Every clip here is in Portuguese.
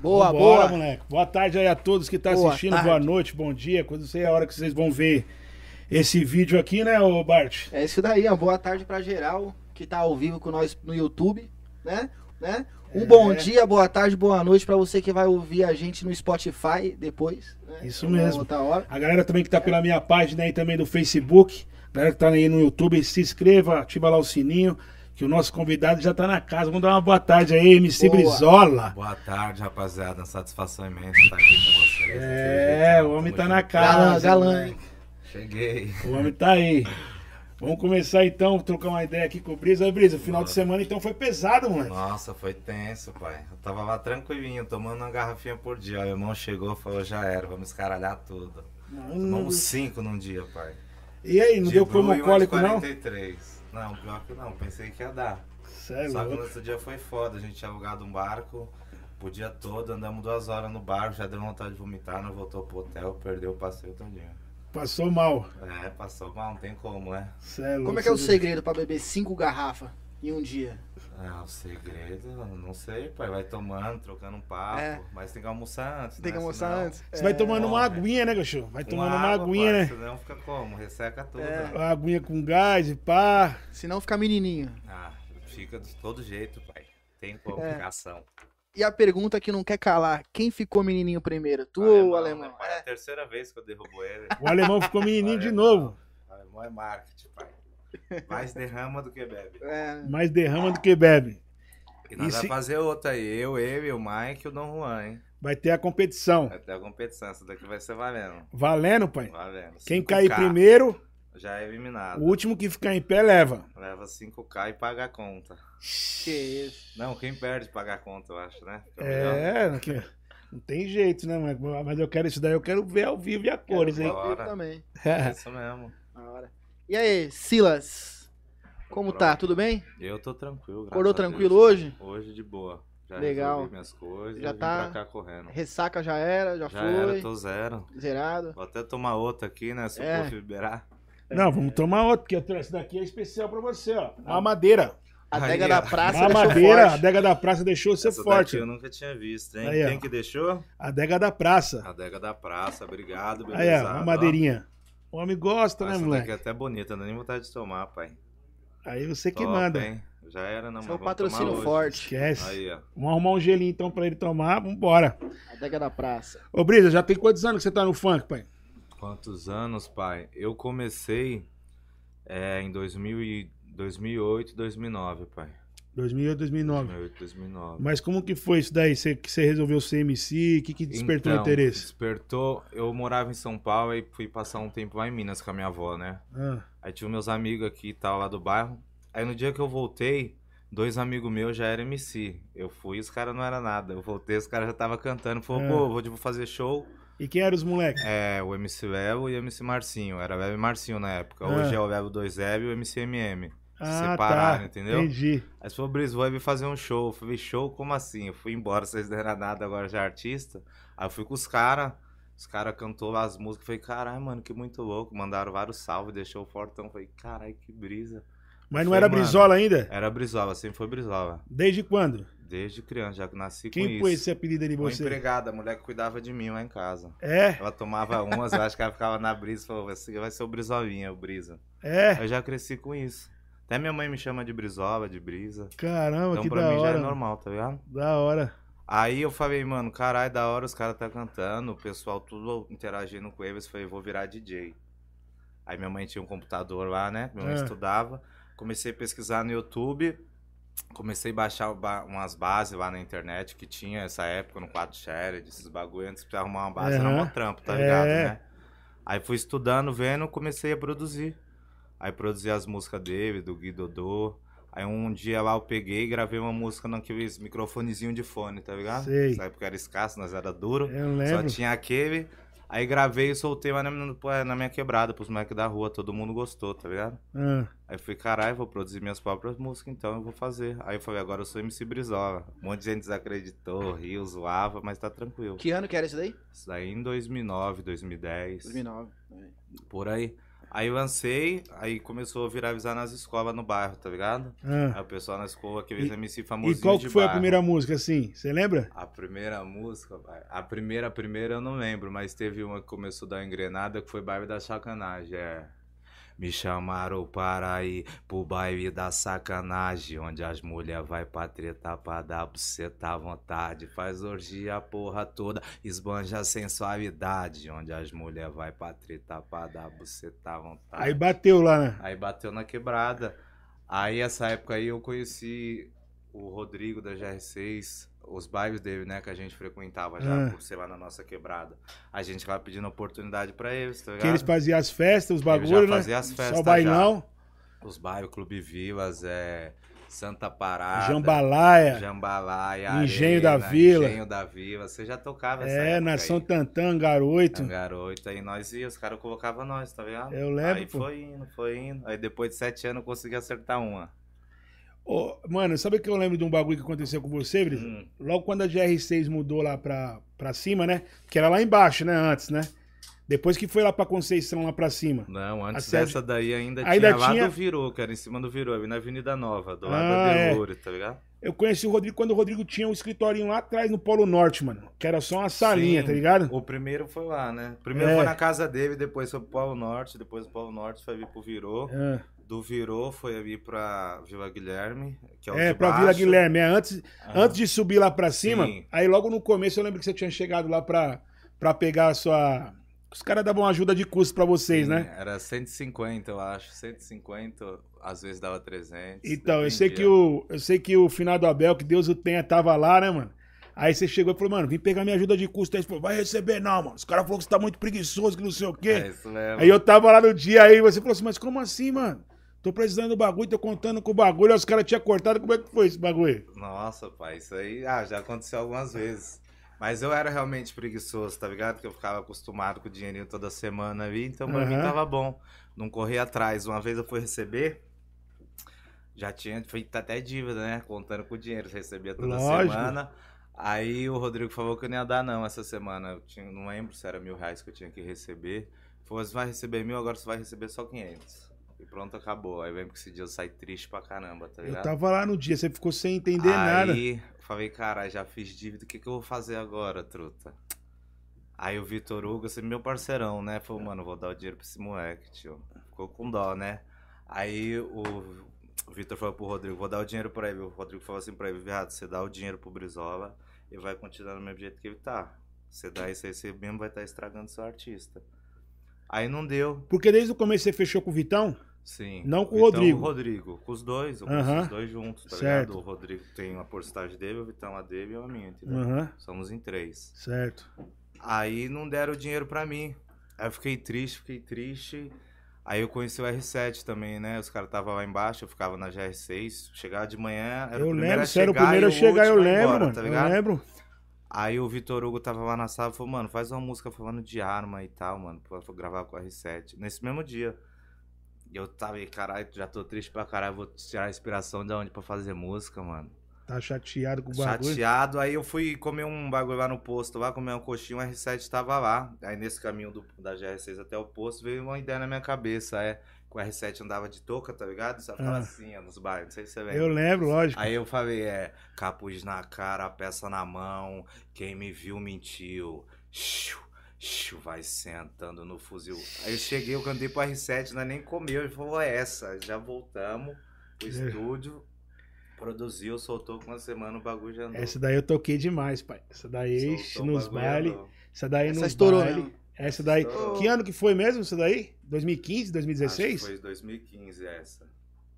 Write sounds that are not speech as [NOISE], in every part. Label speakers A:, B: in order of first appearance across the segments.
A: Boa,
B: Vambora,
A: boa.
B: moleque. Boa tarde aí a todos que estão
A: Boa
B: assistindo.
A: tarde.
B: Boa noite, bom dia. Quando sei a hora que vocês vão ver esse vídeo aqui, né, ô Bart?
A: É isso daí, ó. Boa tarde pra geral que tá ao vivo com nós no YouTube, né? Né? Um
B: É.
A: bom dia, boa tarde, boa noite pra você que vai ouvir a gente no Spotify depois. né?
B: Isso
A: Numa
B: mesmo.
A: Outra hora.
B: A galera também que tá pela minha página aí também do Facebook, a galera que tá aí no YouTube, se inscreva, ativa lá o sininho, que o nosso convidado já tá na casa. Vamos dar uma boa tarde aí, MC
A: Boa.
B: Brizola.
C: Boa tarde, rapaziada. Uma satisfação imensa estar aqui com vocês. né?
B: É, o homem tá na
A: Galã,
B: casa.
A: galã. hein?
C: Cheguei.
B: O homem tá aí. Vamos começar então, trocar uma ideia aqui com o Brisa. Aí, Brisa, o final de semana então foi pesado, moleque.
C: Nossa, foi tenso, pai. Eu tava lá tranquilinho, tomando uma garrafinha por dia. Aí Meu irmão chegou e falou: já era, vamos escaralhar tudo. Tomamos cinco num dia, pai.
B: E aí, Hum. não
C: De
B: deu
C: Blue e um
B: cromocólico
C: de
B: não?
C: 43. Não, pior que não. Pensei que ia dar.
B: Sério,
C: Só que no outro dia foi foda. A gente tinha alugado um barco o dia todo, andamos duas horas no barco, já deu vontade de vomitar, não voltou pro hotel, perdeu o passeio todinho.
B: passou mal.
C: É, passou mal, não tem como, né?
B: Cê é louco,
A: Como é que é o
B: cê-
A: segredo pra beber cinco garrafas em um dia?
C: Ah, o segredo, eu não sei, pai. Vai tomando, trocando um papo.
A: É.
C: Mas tem que almoçar antes.
A: Tem que
C: né?
A: almoçar
C: Senão-
A: antes.
B: Ah,
A: É,
B: Você vai tomando uma
C: Porra.
B: aguinha, né, cachorro? Vai
C: Com
B: tomando uma
C: É. água,
B: aguinha,
C: pai,
B: né?
C: Senão fica como? Resseca tudo.
A: É.
B: Uma aguinha com gás e pá.
A: Senão fica menininho.
C: Ah, fica de todo jeito, pai. Tem
A: É.
C: complicação.
A: E a pergunta que não quer calar: quem ficou menininho primeiro? Tu ou o alemão?
C: né, pai? É a
A: É.
C: terceira vez que eu derrubo
A: [LAUGHS]
C: ele.
B: O alemão ficou menininho de novo.
C: O alemão é marketing, pai. Mais derrama do que bebe.
A: É.
B: Mais derrama do que bebe.
C: E nós
B: E se-
C: vamos fazer outra aí. Eu, ele, o Mike e o Dom Juan, hein?
B: Vai ter a competição.
C: Vai ter a competição. Essa daqui vai ser valendo.
B: Valendo, pai.
C: Valendo.
B: Quem
C: 5K,
B: cair primeiro,
C: Já é eliminado.
B: o último que ficar em pé leva.
C: Leva 5k e paga a conta.
A: Que isso.
C: Não, quem perde paga a conta, eu acho, né? Fica melhor.
B: É, não que- não tem jeito, né, mas, mas eu quero isso daí, eu quero ver ao vivo e a cores, hein?
C: Quero
A: Eu
C: Bora.
A: também.
C: É isso mesmo.
A: Na hora. E aí, Silas? Como tá? Tudo bem?
C: Eu tô tranquilo, graças
A: Acordou
C: a Deus.
A: tranquilo hoje?
C: Hoje de boa. Já
A: Legal.
C: resolvi minhas coisas,
A: Já
C: já vim
A: tá-
C: pra cá correndo.
A: Ressaca já era, já,
C: Já
A: foi.
C: era, tô zero.
A: Zerado.
C: Vou até tomar outra aqui, né? Se
A: É.
C: o povo liberar.
B: [LAUGHS] Não, vamos tomar outro, porque eu trouxe- essa daqui é especial pra você, ó. A madeira.
A: É. A
C: Aí,
A: adega
C: ó.
A: da praça
B: A
A: deixou
B: madeira, a
A: forte.
B: adega da praça deixou você é
C: Essa
B: forte.
C: daqui é eu nunca tinha visto, hein?
B: Aí, ó.
C: quem que deixou?
B: A adega da praça.
C: A Adega da Praça, obrigado,
B: Aí,
C: beleza.
B: ó, uma madeirinha. O homem gosta, né,
C: Essa daqui
B: moleque?
C: é até bonita, não dá nem vontade de tomar, pai.
B: Aí você que
C: Top,
B: manda.
C: hein? Já era, não,
A: Esse é
C: mas
A: um
C: vamos tomar
A: patrocínio
C: hoje.
A: forte.
B: Esquece.
C: Aí, ó.
B: Vamos arrumar um gelinho então pra ele tomar. Vambora.
A: A adega da praça.
B: Ô, Brisa, já tem quantos anos que você tá no funk, pai?
C: Quantos anos, pai? Eu comecei é, em 2000 e- 2008, 2009, pai.
B: 2008, 2009.
C: 2008, 2009.
B: Mas como que foi isso daí? Você, que você resolveu ser MC? O que, que despertou o
C: Então,
B: interesse?
C: Despertou. Eu morava em São Paulo e fui passar um tempo lá em Minas com a minha avó, né?
B: Ah,
C: Aí tinha meus amigos aqui e tal, lá do bairro. Aí no dia que eu voltei, dois amigos meus já eram MC. Eu fui e os caras não eram nada. Eu voltei, os caras já estavam cantando. Falou,
B: É.
C: pô, vou tipo, fazer show.
B: e quem eram os moleques?
C: É, o MC Levo e o MC Marcinho. Era Levo e Marcinho na época. Hoje
B: É.
C: é o Levo 2L e o MCMM.
B: Ah,
C: separaram,
B: tá.
C: entendeu?
B: Entendi.
C: Aí você falou, Briz, vou aí fazer um show. Eu falei, show? Como assim? Eu fui embora, vocês não eram nada, agora já é artista. Aí eu fui com os caras, os caras cantou lá as músicas. Eu Falei, caralho, mano, que muito louco. Mandaram vários salves, deixou o fortão. Eu Falei, caralho, que brisa.
B: Mas não
C: Foi,
B: era
C: mano.
B: Brizola ainda?
C: Era Brizola, sempre foi Brizola.
B: Desde quando?
C: Desde criança, já que nasci
B: Quem
C: com
B: pôs
C: isso.
B: esse apelido ali em
C: Uma
B: você?
C: empregada, a mulher que cuidava de mim lá em casa.
B: É,
C: Ela tomava umas, eu acho que ela ficava na brisa e falou, vai ser vai ser o Brizolinha, o Brisa.
B: é.
C: Eu já cresci com isso. Até minha mãe me chama de Brizola, de Brisa.
B: Caramba,
C: Então
B: que
C: pra
B: da
C: mim já é
B: hora. mano.
C: normal, tá ligado?
B: Da hora.
C: Aí eu falei, mano, caralho, da hora os caras tá cantando, o pessoal tudo interagindo com eles. Falei, vou virar DJ. Aí minha mãe tinha um computador lá, né? Minha mãe
B: É.
C: estudava. Comecei a pesquisar no YouTube. Comecei a baixar ba- umas bases lá na internet que tinha essa época no quadro Shared, esses bagulho. Antes pra arrumar uma base era
B: Aham.
C: uma trampa, tá
B: É.
C: ligado, né? Aí fui estudando, vendo, comecei a produzir. Aí produzi as músicas dele, do Gui Dodô. Aí um dia lá eu peguei e gravei uma música naqueles microfonezinho de fone, tá ligado?
B: Sei. É
C: Nessa época era escasso, nós era duro.
B: Eu
C: Só
B: lembro.
C: tinha aquele. Aí gravei e soltei lá na, na minha quebrada, pros moleques da rua, todo mundo gostou, tá ligado?
B: Ah,
C: Aí eu falei, caralho, vou produzir minhas próprias músicas, então eu vou fazer. Aí eu falei, agora eu sou MC Brizola. Um monte de gente desacreditou, riu, zoava, mas tá tranquilo.
A: Que ano que era isso daí?
C: Isso daí em 2009, 2010,
A: 2009.
C: por aí. Aí eu lancei, aí começou a viralizar nas escolas no bairro, tá ligado?
B: Ah.
C: Aí o pessoal na escola que fez
B: E-
C: MC famosinho
B: E qual
C: de
B: que foi a
C: bairro.
B: primeira música, assim? Você lembra?
C: A primeira música, pai, a primeira, a primeira eu não lembro, mas teve uma que começou a dar engrenada que foi Baile da Sacanagem, é. Me chamaram para ir pro baile da sacanagem, onde as mulheres vai pra tretar pra dar buceta à vontade. Faz orgia a porra toda, esbanja a sensualidade, onde as mulheres vai pra tretar pra dar buceta à vontade.
B: Aí bateu lá, né?
C: Aí bateu na quebrada. Aí essa época aí eu conheci o Rodrigo da GR6, os bairros dele, né, que a gente frequentava já,
B: Ah.
C: por ser lá na nossa quebrada. A gente tava pedindo oportunidade pra eles, tá
B: Que eles
C: ligado?
B: faziam as festas, os
C: Eles já
B: bagulhos, né?
C: faziam as festas
B: Só
C: já.
B: bailão,
C: Os bairros, Clube Vivas, é, Santa Parada,
B: jambalaya.
C: Jambalaia,
B: Engenho da
C: Arena,
B: Vila.
C: Engenho da Vila, você já tocava essa
B: É,
C: época
B: Nação
C: aí. É
B: Tantã, Garoito.
C: Era garoto, aí nós ia, os caras colocavam nós, tá ligado?
B: Eu lembro,
C: Aí
B: pô.
C: foi indo, foi indo. Aí depois de sete anos eu consegui acertar uma.
B: Ô, mano, sabe que eu lembro de um bagulho que aconteceu com você, Brisa?
C: Hum.
B: Logo quando a GR6 mudou lá pra, pra cima, né? Que era lá embaixo, né? Antes, né? Depois que foi lá pra Conceição, lá pra cima.
C: Não, antes
B: A Sérgio-
C: dessa daí ainda,
B: Ainda
C: tinha, lá
B: tinha-
C: do Virou, cara, em cima do Virou, ali na Avenida Nova, do lado
B: Ah,
C: da
B: é.
C: Delure, tá ligado?
B: Eu conheci o Rodrigo quando o Rodrigo tinha um escritorinho lá atrás no Polo Norte, mano. Que era só uma salinha,
C: Sim.
B: tá ligado?
C: O primeiro foi lá, né? Primeiro
B: É.
C: foi na casa dele, depois foi pro Polo Norte, depois do Polo Norte foi ali pro Virou.
B: É,
C: Do Virou foi ali pra Vila Guilherme, que é o
B: é
C: de
B: pra Vila
C: baixo.
B: Guilherme. É, antes,
C: Ah,
B: antes de subir lá pra cima,
C: Sim.
B: aí logo no começo eu lembro que você tinha chegado lá pra, pra pegar a sua. Os caras davam ajuda de custo pra vocês, né?
C: Era 150, eu acho. 150, às vezes dava 300.
B: Então, eu sei, que
C: dependia.
B: o, eu sei que o finado Abel, que Deus o tenha, tava lá, né, mano? Aí você chegou e falou, mano, vim pegar minha ajuda de custo. Aí você falou, vai receber não, mano. Os caras falaram que você tá muito preguiçoso, que não sei o
C: É
B: quê.
C: isso mesmo.
B: aí eu tava lá no dia, aí você falou assim, mas como assim, mano? Tô precisando do bagulho, tô contando com o bagulho. Aí os caras tinham cortado, como é que foi esse bagulho?
C: tipo, Nossa, pai, isso aí ah, já aconteceu algumas vezes. Mas eu era realmente preguiçoso, tá ligado? Porque eu ficava acostumado com o dinheirinho toda semana ali, então pra mim
B: Aham.
C: tava bom. Não corria atrás. Uma vez eu fui receber, já tinha feito até dívida, né? Contando com o dinheiro, você recebia toda
B: Lógico.
C: semana. Aí o Rodrigo falou que eu não ia dar não essa semana. Eu tinha- não lembro se era mil reais que eu tinha que receber. Falou, você vai receber mil, agora você vai receber só 500. E pronto, acabou. Aí vem que esse dia eu saí triste pra caramba, tá ligado?
B: Eu tava lá no dia, você ficou sem entender nada.
C: Aí, eu falei, cara, já fiz dívida, o que, que eu vou fazer agora, truta? Aí o Vitor Hugo, assim, meu parceirão, né? Falou, mano, vou dar o dinheiro pra esse moleque, tio. Ficou com dó, né? Aí o o Vitor falou pro Rodrigo, vou dar o dinheiro pra ele. O Rodrigo falou assim pra ele, viado, você dá o dinheiro pro Brizola e vai continuar do mesmo jeito que ele tá. Você dá isso aí, você mesmo vai estar estragando seu artista. Aí não deu.
B: Porque desde o começo você fechou com o Vitão?
C: Sim.
B: Não com o
C: Vitão,
B: Rodrigo.
C: Rodrigo. Com os dois. Eu
B: Aham.
C: consigo os dois juntos, tá
B: Certo.
C: ligado? O Rodrigo tem uma porcentagem dele, o Vitão a dele e eu a minha, entendeu?
B: Aham,
C: Somos em três.
B: certo.
C: Aí não deram o dinheiro pra mim. Aí eu fiquei triste, fiquei triste. Aí eu conheci o R7 também, né? Os caras estavam lá embaixo, eu ficava na GR6. Chegava de manhã, era
B: eu
C: o primeiro
B: lembro,
C: a
B: você era o
C: chegar
B: primeiro
C: e
B: a chegar, eu
C: último a ir
B: lembro,
C: embora,
B: mano.
C: Tá
B: eu
C: ligado?
B: lembro.
C: Aí o Vitor Hugo tava lá na sala e falou, mano, faz uma música falando de arma e tal, mano, pra eu gravar com o R7. Nesse mesmo dia. E eu tava aí, caralho, já tô triste pra caralho, vou tirar a inspiração de onde pra fazer música, mano.
B: Tá chateado com o bagulho.
C: Chateado, aí eu fui comer um bagulho lá no posto, lá comer uma coxinha, o R7 tava lá. Aí nesse caminho do- da GR6 até o posto, veio uma ideia na minha cabeça, é, que o R7 andava de touca, tá ligado? Só ficava
B: Ah.
C: assim, ó, nos bairros, não sei se você lembra.
B: Eu lembro, lógico.
C: Aí eu falei, é, capuz na cara, peça na mão, quem me viu mentiu. Xiu, xiu, vai sentando no fuzil. Aí eu cheguei, eu cantei pro R7, nós é nem comeu, ele falou, é essa, já voltamos pro
B: É.
C: estúdio, produziu, soltou com uma semana, o bagulho já andou.
B: Essa daí eu toquei demais, pai. Essa daí ixi,
C: Soltou, o
B: nos
C: bagulho
B: bailes.
C: andou.
B: Essa daí
A: Essa
B: nos
A: estourou,
B: baile.
A: né?
B: Essa daí.
C: Estourou.
B: Que ano que foi mesmo essa daí? 2015,
C: Acho que
B: 2016?
C: Foi 2015 essa.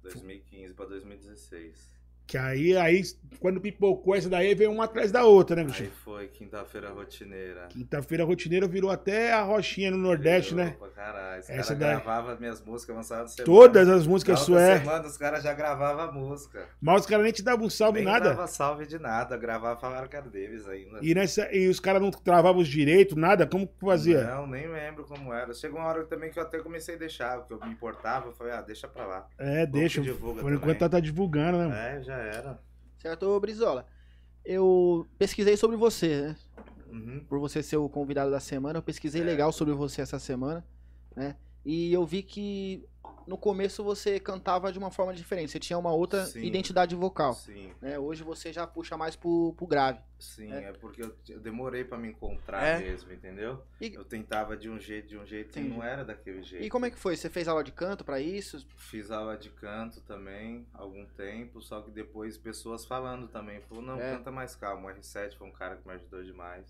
C: 2015 pra 2016.
B: Que aí, aí, quando pipocou essa daí, veio uma atrás da outra, né,
C: Aí
B: bicho?
C: foi quinta-feira rotineira.
B: Quinta-feira rotineira virou até a rochinha no Nordeste, né?
C: Pra caralho. Esse
B: Essa
C: cara
B: daí-
C: gravava minhas músicas, lançava no celular.
B: Todas as músicas
C: Na
B: sua
C: outra
B: é.
C: semana os caras já gravavam a música.
B: Mas os caras nem te davam um salve,
C: é Nem
B: nada.
C: dava salve de nada, gravava falaram que era deles ainda.
B: E, nessa, e os caras não travavam os direitos, nada? Como que fazia?
C: Não, nem lembro como era. Chegou uma hora também que eu até comecei a deixar, porque eu me importava, eu falei, ah, deixa pra lá.
B: É, deixa.
C: que divulga
B: Por enquanto
C: também.
B: tá, tá divulgando, né? mano?
C: É, já era.
A: Certo, ô, Brizola? Eu pesquisei sobre você, né?
C: Uhum. É.
A: Por você ser o convidado da semana, eu pesquisei legal sobre você essa semana, né? E eu vi que no começo você cantava de uma forma diferente, você tinha uma outra
C: Sim.
A: identidade vocal.
C: Sim,
A: Né? Hoje você já puxa mais pro, pro grave.
C: sim,
A: É.
C: é, porque eu, eu demorei pra me encontrar
A: É.
C: mesmo, entendeu?
A: E-
C: Eu tentava de um jeito, de um jeito e
A: Entendi.
C: não era daquele jeito.
A: E como é que foi? Você fez aula de canto pra isso?
C: Fiz aula de canto também, algum tempo, só que depois pessoas falando também. Falou, não,
A: É.
C: canta mais calmo. O R7 foi um cara que me ajudou demais.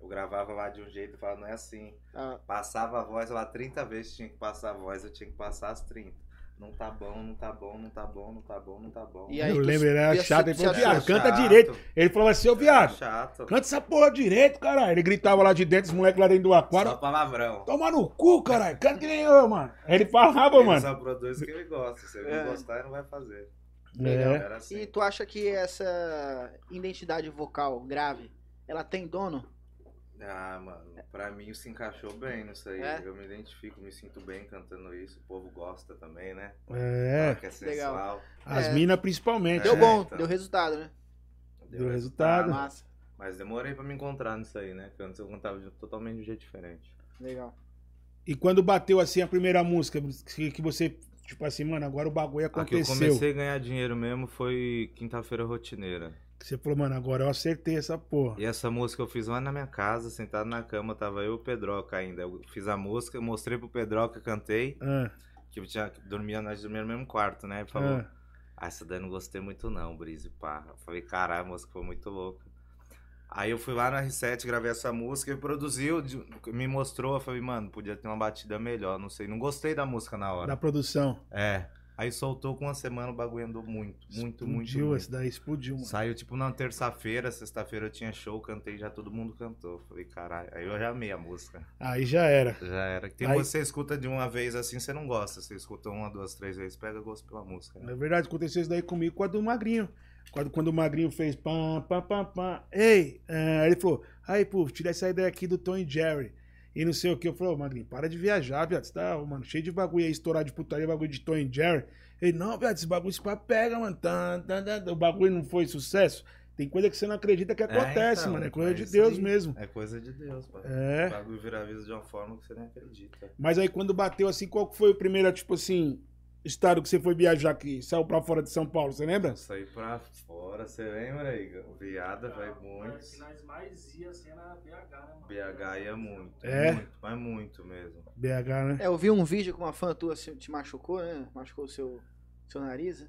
C: Eu gravava lá de um jeito e falava, não é assim.
A: Ah,
C: Passava a voz lá 30 vezes, tinha que passar a voz, eu tinha que passar as 30. Não tá bom, não tá bom, não tá bom, não tá bom, não tá bom.
A: E aí
B: eu
A: tu
B: lembro, ele era
A: se-
B: chato. Ele
A: se
B: falou,
A: achou
B: viado, canta
C: Chato,
B: direito. Ele falou assim, ô
C: era
B: viado,
C: Chato.
B: canta essa porra direito, caralho. Ele gritava lá de dentro, os moleques lá dentro do
C: Só
B: aquário.
C: palavrão.
B: Toma no cu, caralho. Canta que nem eu, mano. Aí ele falava,
C: Ele
B: mano.
C: só produz o que ele gosta. Se ele
A: É.
C: não gostar, ele não vai fazer.
B: É.
C: Era assim.
A: E tu acha que essa identidade vocal grave, ela tem dono?
C: Ah, mano, pra mim se encaixou bem nisso aí.
A: É?
C: Eu me identifico, me sinto bem cantando isso. O povo gosta também, né?
B: É.
C: Fala Que é sensual.
B: As
A: É.
B: minas principalmente.
A: Deu
C: É,
A: bom,
C: então.
A: deu resultado, né? Ah,
B: Deu resultado.
A: Massa,
C: Mas demorei pra me encontrar nisso aí, né? Porque antes eu cantava de- totalmente de um jeito diferente.
A: legal.
B: E quando bateu assim a primeira música, que que você, tipo assim, mano, agora o bagulho
C: Aqui eu
B: aconteceu.
C: comecei a ganhar dinheiro mesmo foi quinta-feira rotineira.
B: Que Você falou, mano, agora eu acertei essa porra.
C: E essa música eu fiz lá na minha casa, sentado na cama, tava eu e o Pedroca ainda. Eu fiz a música, mostrei pro Pedroca, cantei,
B: Ah,
C: que eu tinha, dormia, nós dormíamos no mesmo quarto, né? Ele Falou,
B: ah.
C: Ah, essa daí eu não gostei muito não, Brise, pá. Eu falei, caralho, a música foi muito louca. Aí eu fui lá na R7, gravei essa música, ele produziu, de- me mostrou, eu falei, mano, podia ter uma batida melhor, não sei. Não gostei da música na hora.
B: Da produção.
C: É. Aí soltou com uma semana, o bagulho andou muito, muito, muito,
B: explodiu,
C: muito.
B: Esse daí explodiu, mano.
C: Saiu tipo na terça-feira, sexta-feira eu tinha show, cantei, já todo mundo cantou. Falei, caralho, aí eu já amei a música.
B: Aí já era.
C: Já era. Tem
B: Aí-
C: música que você escuta de uma vez assim, você não gosta. Você escuta uma, duas, três vezes, pega gosto pela música. né?
B: Na verdade, aconteceu isso daí comigo com a do Magrinho. Quando, quando o Magrinho fez pam, pam, pam, pam. Ei! ah, ele falou, aí, pô, tira essa ideia aqui do Tom e Jerry. E não sei o que. Eu falei, ô, Magrinho, para de viajar, viado. Você tá, mano, cheio de bagulho aí, estourar de putaria, bagulho de Tom e Jerry. Ele, não, viado, esse bagulho esse pá pega, mano. Tan, tan, tan, tan. O bagulho não foi sucesso. Tem coisa que você não acredita que acontece,
C: então,
B: mano. É coisa
C: é
B: de
C: isso
B: Deus
C: aí.
B: mesmo.
C: É coisa de Deus, mano. O
B: É.
C: bagulho viraliza de uma forma que você nem acredita.
B: Mas aí quando bateu assim, qual que foi o primeiro, tipo assim, estado que você foi viajar que saiu pra fora de São Paulo, você lembra?
C: Sair pra fora, você lembra aí? O Viada vai muito.
D: Mas que nós mais ia assim era BH, né, mano?
C: BH ia muito.
B: É?
C: Muito, mas muito mesmo.
B: BH, né?
A: É, eu vi um vídeo que uma fã tua se- te machucou, né? Machucou o seu, seu nariz. né?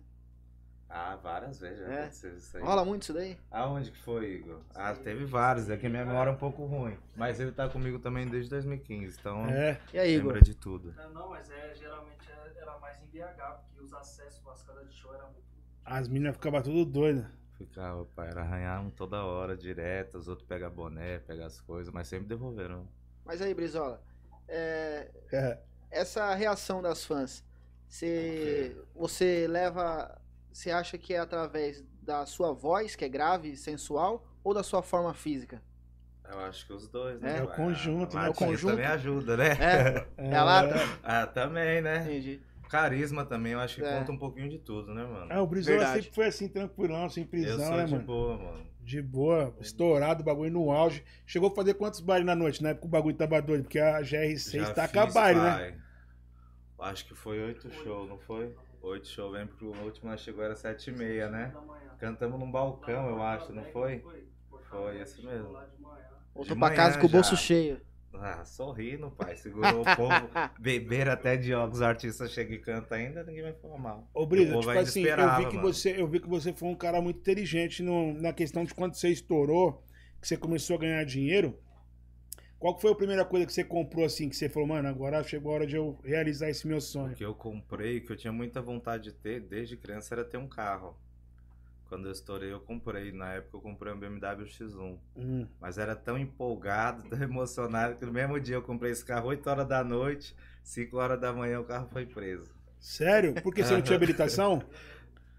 C: Ah, várias vezes já
A: É?
C: aconteceu isso aí.
A: Rola muito isso daí?
C: Aonde que foi, Igor? Ah, teve vários. É que minha memória é um pouco ruim. Mas ele tá comigo também desde 2015, então
B: É.
A: E aí, Igor?
C: lembra de tudo.
D: Não, não, mas é, geralmente é- era mais em BH, porque os acessos para as casas de show eram muito.
B: As meninas ficavam tudo doidas.
C: Ficava, pai, era arranhavam toda hora, direto. Os outros pegam boné, pegam as coisas, mas sempre devolveram.
A: Mas aí, Brizola, é,
B: É.
A: essa reação das fãs, você, você leva. Você acha que é através da sua voz, que é grave, sensual, ou da sua forma física?
C: Eu acho que os dois,
A: É,
C: né?
B: é o
C: pai?
B: conjunto,
C: A
B: né?
A: É o
C: latinha
A: conjunto.
C: também ajuda, né?
A: É, é a lata?
C: [LAUGHS] Ah, também, né?
A: Entendi.
C: Carisma também, eu acho que
A: É.
C: conta um pouquinho de tudo, né, mano?
B: Ah, o Brizola
A: Verdade.
B: sempre foi assim, tranquilão, sem
C: eu
B: prisão,
C: sou
B: né,
C: de
B: mano?
C: boa, mano.
B: De boa, estourado, o bagulho no auge. Chegou a fazer quantos bailes na noite? Na época o bagulho tava doido, porque a GR6 tá com a baile, né?
C: pai. Acho que foi oito shows, não foi? Oito shows, lembro que o último nós chegou era sete e meia, né?
D: Da manhã.
C: Cantamos num balcão, eu acho, não foi?
D: Cortava
C: esse
D: o leite,
C: mesmo.
D: lá de manhã.
A: Voltou
C: De
A: pra
C: manhã
A: casa com o
C: já.
A: bolso cheio.
C: Ah, sorrindo, pai. Segurou o
B: [LAUGHS]
C: povo.
A: [LAUGHS]
C: Beberam até de óculos, os artistas chegam e cantam ainda, ninguém vai falar mal.
B: Ô, Brisa,
C: O povo
B: tipo
C: ainda
B: assim, eu
C: esperava,
B: vi, que
C: mano.
B: você, eu vi que você foi um cara muito inteligente no- na questão de quando você estourou, que você começou a ganhar dinheiro. Qual que foi a primeira coisa que você comprou assim, que você falou, mano, agora chegou a hora de eu realizar esse meu
C: O
B: sonho?
C: que eu comprei, que eu tinha muita vontade de ter desde criança, era ter um carro. Quando eu estourei, eu comprei. Na época, eu comprei um BMW X1.
B: Hum.
C: Mas era tão empolgado, [LAUGHS] tão emocionado, que no mesmo dia eu comprei esse carro 8 horas da noite, 5 horas da manhã o carro foi preso.
B: Sério? Por que você
C: [LAUGHS]
B: não tinha habilitação?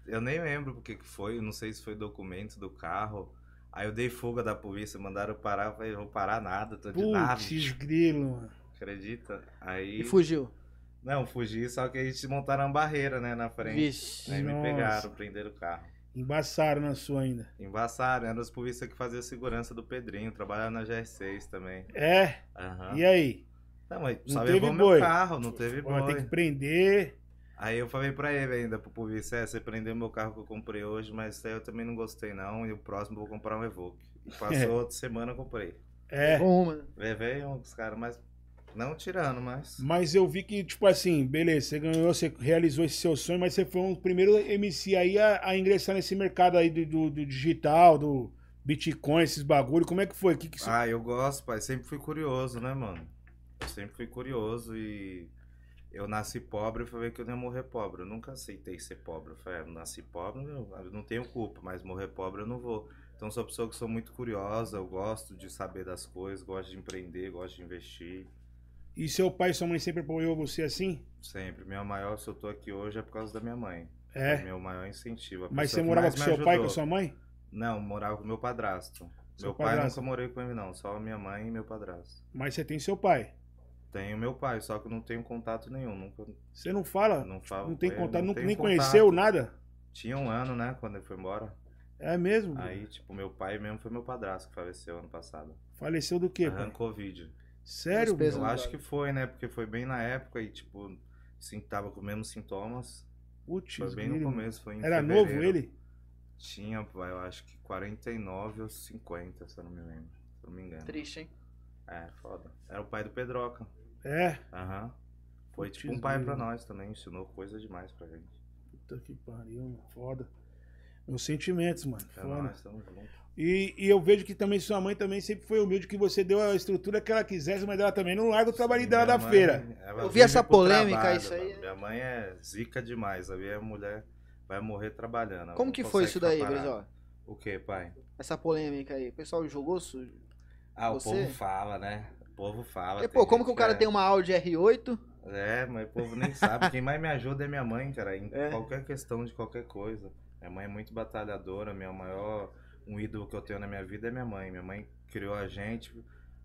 C: Eu nem lembro porque que foi, eu não sei se foi documento do carro. Aí eu dei fuga da polícia, mandaram eu parar, eu falei, vou parar nada, tô de nave,
B: Putz, grilo, mano.
C: acredita? Aí,
A: E fugiu.
C: não, fugi, só que eles montaram uma barreira, né, na frente.
A: Vixe.
C: Aí me
B: Nossa.
C: pegaram, prenderam o carro.
B: Embaçaram na sua ainda.
C: Embaçaram, eram os polícia que faziam segurança do Pedrinho, trabalhava na GR6 também.
B: É?
C: Aham.
B: E aí?
C: Não, mas
B: Não
C: só
B: teve
C: levou meu
B: boi.
C: carro, não teve
B: Vai ter
C: boi.
B: que prender.
C: Aí eu falei pra ele ainda, pro polícia, é, você prendeu meu carro que eu comprei hoje, mas isso aí eu também não gostei não, e o próximo eu vou comprar um Evoque.
B: [LAUGHS]
C: E Passou outra semana, eu comprei.
B: É.
A: Bom, mano.
C: Levei um os caras, mas não tirando, mas...
B: Mas eu vi que, tipo assim, beleza, você ganhou, você realizou esse seu sonho, mas você foi um primeiro MC aí a, a ingressar nesse mercado aí do, do- do digital, do Bitcoin, esses bagulho. Como é que foi? Que que você-
C: Ah, eu gosto, pai. Sempre fui curioso, né, mano? Eu sempre fui curioso e eu nasci pobre e falei que eu não ia morrer pobre. Eu nunca aceitei ser pobre. Eu falei, "Ah, eu nasci pobre, eu eu não tenho culpa, mas morrer pobre eu não vou. Então sou uma pessoa que sou muito curiosa, eu gosto de saber das coisas, gosto de empreender, gosto de investir.
B: E seu pai e sua mãe sempre apoiou você assim?
C: Sempre. Minha maior, se eu tô aqui hoje, é por causa da minha mãe.
B: É.
C: Meu maior incentivo. a
B: Mas
C: pessoa
B: você
C: que
B: morava
C: mais
B: com
C: me
B: seu pai, com
C: ajudou.
B: sua mãe?
C: Não, morava com meu padrasto.
B: Seu
C: meu pai
B: padrasto.
C: nunca morei com ele, não. Só minha mãe e meu padrasto.
B: Mas você tem seu pai.
C: Tenho meu pai, só que eu não tenho contato nenhum. Nunca,
B: Você não fala?
C: não falo.
B: Não tem
C: com ele,
B: contato, nunca
C: tenho
B: nem
C: contato.
B: conheceu nada?
C: Tinha um ano, né, quando ele foi embora.
B: É mesmo?
C: Aí, tipo, meu pai mesmo foi meu padrasto que faleceu ano passado.
B: Faleceu do quê, pai?
C: Arrancou vídeo.
B: Sério?
A: Despesa.
C: Eu
B: mano?
C: acho que foi, né, porque foi bem na época e, tipo, sim, tava com os mesmos sintomas.
B: Putz,
C: Foi bem no
B: grilo.
C: começo, foi em
B: Era
C: fevereiro.
B: novo ele?
C: Tinha, pai, eu acho que 49 ou 50, se eu não me lembro. Se eu não me engano.
A: Triste, hein?
C: É, foda. Era o pai do Pedroca.
B: É.
C: Aham. Foi,
B: Putz,
C: tipo, um pai pra
B: grilo.
C: nós também. Ensinou coisa demais pra gente.
B: Puta que pariu, mano. Foda. Meus sentimentos, mano.
C: Pra
B: Foda.
C: nós, então, tamo junto.
B: E, e eu vejo que também sua mãe também sempre foi humilde, que você deu a estrutura que ela quisesse, mas ela também não larga o trabalho
C: Sim,
B: dela
C: minha
B: da
C: mãe,
B: feira.
C: ela
A: Eu vi
C: vive
A: essa
C: pro
A: polêmica,
C: trabalho,
A: isso aí.
C: mano. Minha mãe é zica demais, a minha mulher vai morrer trabalhando. ela
A: Como
C: não
A: que foi
C: consegue
A: isso daí,
C: ficar parada.
A: Brizola?
C: O que, pai?
A: Essa polêmica aí. O pessoal julgou? su-
C: Ah,
A: Você?
C: o povo fala, né? O povo fala.
A: Porque, pô,
C: tem
A: como
C: gente
A: que o cara
C: é-
A: tem uma Audi R8?
C: É, mas o povo nem sabe. Quem mais me ajuda é minha mãe, cara, em
A: É.
C: qualquer questão de qualquer coisa. Minha mãe é muito batalhadora, minha maior um ídolo que eu tenho na minha vida é minha mãe. Minha mãe criou a gente,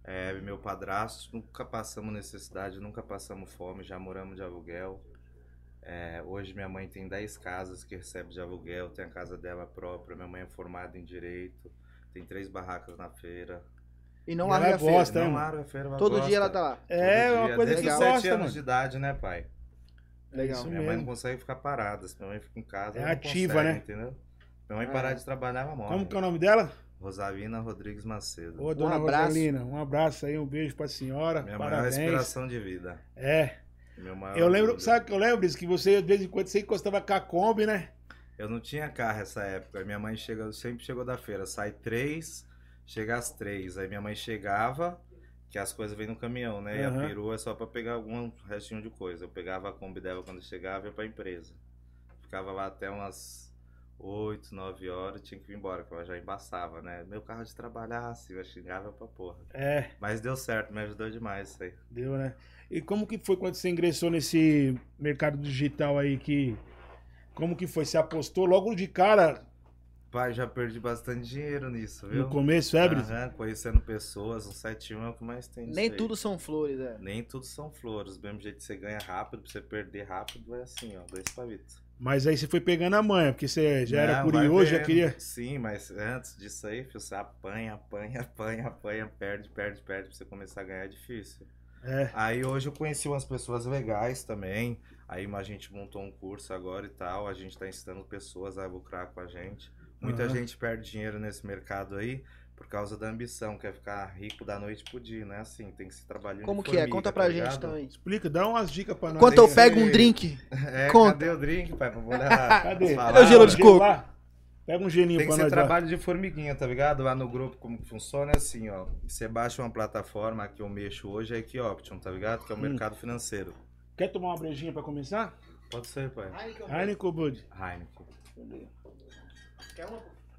C: é, meu padrasto, nunca passamos necessidade, nunca passamos fome, já moramos de aluguel. É, hoje minha mãe tem 10 casas que recebe de aluguel, tem a casa dela própria, minha mãe é formada em direito, tem três barracas na feira.
A: E não
B: E ela
A: larga a feira.
B: gosta. né,
C: não
B: mano?
C: larga a feira, ela
A: Todo dia ela
C: gosta.
A: tá lá.
B: É
C: Todo
B: uma
C: dia,
B: coisa que
C: desde os
A: legal.
B: gosta,
C: anos
B: mano. É
C: de idade, né, pai?
A: Legal.
B: isso
C: Minha mãe é não
B: mesmo.
C: consegue ficar parada. Se minha mãe fica em casa,
B: É
C: ela não
B: ativa,
C: consegue,
B: né?
C: Entendeu? Minha mãe
A: É.
C: parar de trabalhar, ela morre.
B: Como que é o nome dela?
C: Rosalina Rodrigues Macedo.
B: Ô, dona
A: abraço.
B: Rosalina, um abraço aí, um beijo pra senhora.
C: Minha maior
B: parabéns.
C: inspiração de vida.
B: É.
C: Meu maior
B: Eu lembro,
C: orgulho.
B: sabe o que eu lembro? Isso que você, de vez em quando, você encostava com a Kombi, né?
C: Eu não tinha carro essa época. Minha mãe chega, sempre chegou da feira. Sai três, chega às três. Aí minha mãe chegava, que as coisas vêm no caminhão, né? E a
B: Aham.
C: perua é só pra pegar algum restinho de coisa. Eu pegava a Kombi dela quando chegava e ia pra empresa. Ficava lá até umas oito, nove horas, tinha que ir embora, porque ela já embaçava, né? Meu carro de trabalhar, se eu xingava pra porra.
B: É,
C: Mas deu certo, me ajudou demais isso aí.
B: deu, né? E como que foi quando você ingressou nesse mercado digital aí que. Como que foi? Você apostou logo de cara
C: Pai, já perdi bastante dinheiro nisso, viu?
B: no começo, é, Brisa?
C: Aham, conhecendo pessoas, o 71 é o que mais tem nisso
A: Nem
C: aí.
A: tudo são flores, é.
C: Nem tudo são flores. Do mesmo jeito que você ganha rápido, pra você perder rápido, é assim, ó, dois palitos.
B: Mas aí você foi pegando a manha, porque você já era
C: Não, vai
B: curioso, já
C: vendo.
B: queria.
C: Sim, mas antes disso aí, filho, você apanha, apanha, [LAUGHS] apanha, apanha, perde, perde, perde, pra você começar a ganhar é difícil.
B: É,
C: Aí hoje eu conheci umas pessoas legais também. Aí a gente montou um curso agora e tal. A gente tá ensinando pessoas a lucrar com a gente. Muita
B: Aham.
C: gente perde dinheiro nesse mercado aí por causa da ambição, quer ficar rico da noite pro dia, né? Assim, tem que se trabalhar tá
A: Como que é? Conta pra gente também.
B: explica, dá umas dicas pra nós.
A: Quanto eu
B: aí.
C: sei.
A: pego um drink?
C: É,
A: Conta.
C: cadê o drink, pai? Pra olhar lá.
B: Cadê?
C: Falar,
A: Cadê o gelo
C: mano.
A: de coco?
B: lá? Pega um gelinho
C: Tem que
B: pra
C: ser
B: nós. lá.
C: trabalho de formiguinha, tá ligado? Lá no grupo, como que funciona é assim, ó. Você baixa uma plataforma que eu mexo hoje, é a Equioption, tá ligado? Que é o
B: Hum.
C: mercado financeiro.
B: Quer tomar uma brejinha pra começar?
C: Pode ser, pai.
B: Heineken ou Bud?
C: Heineken.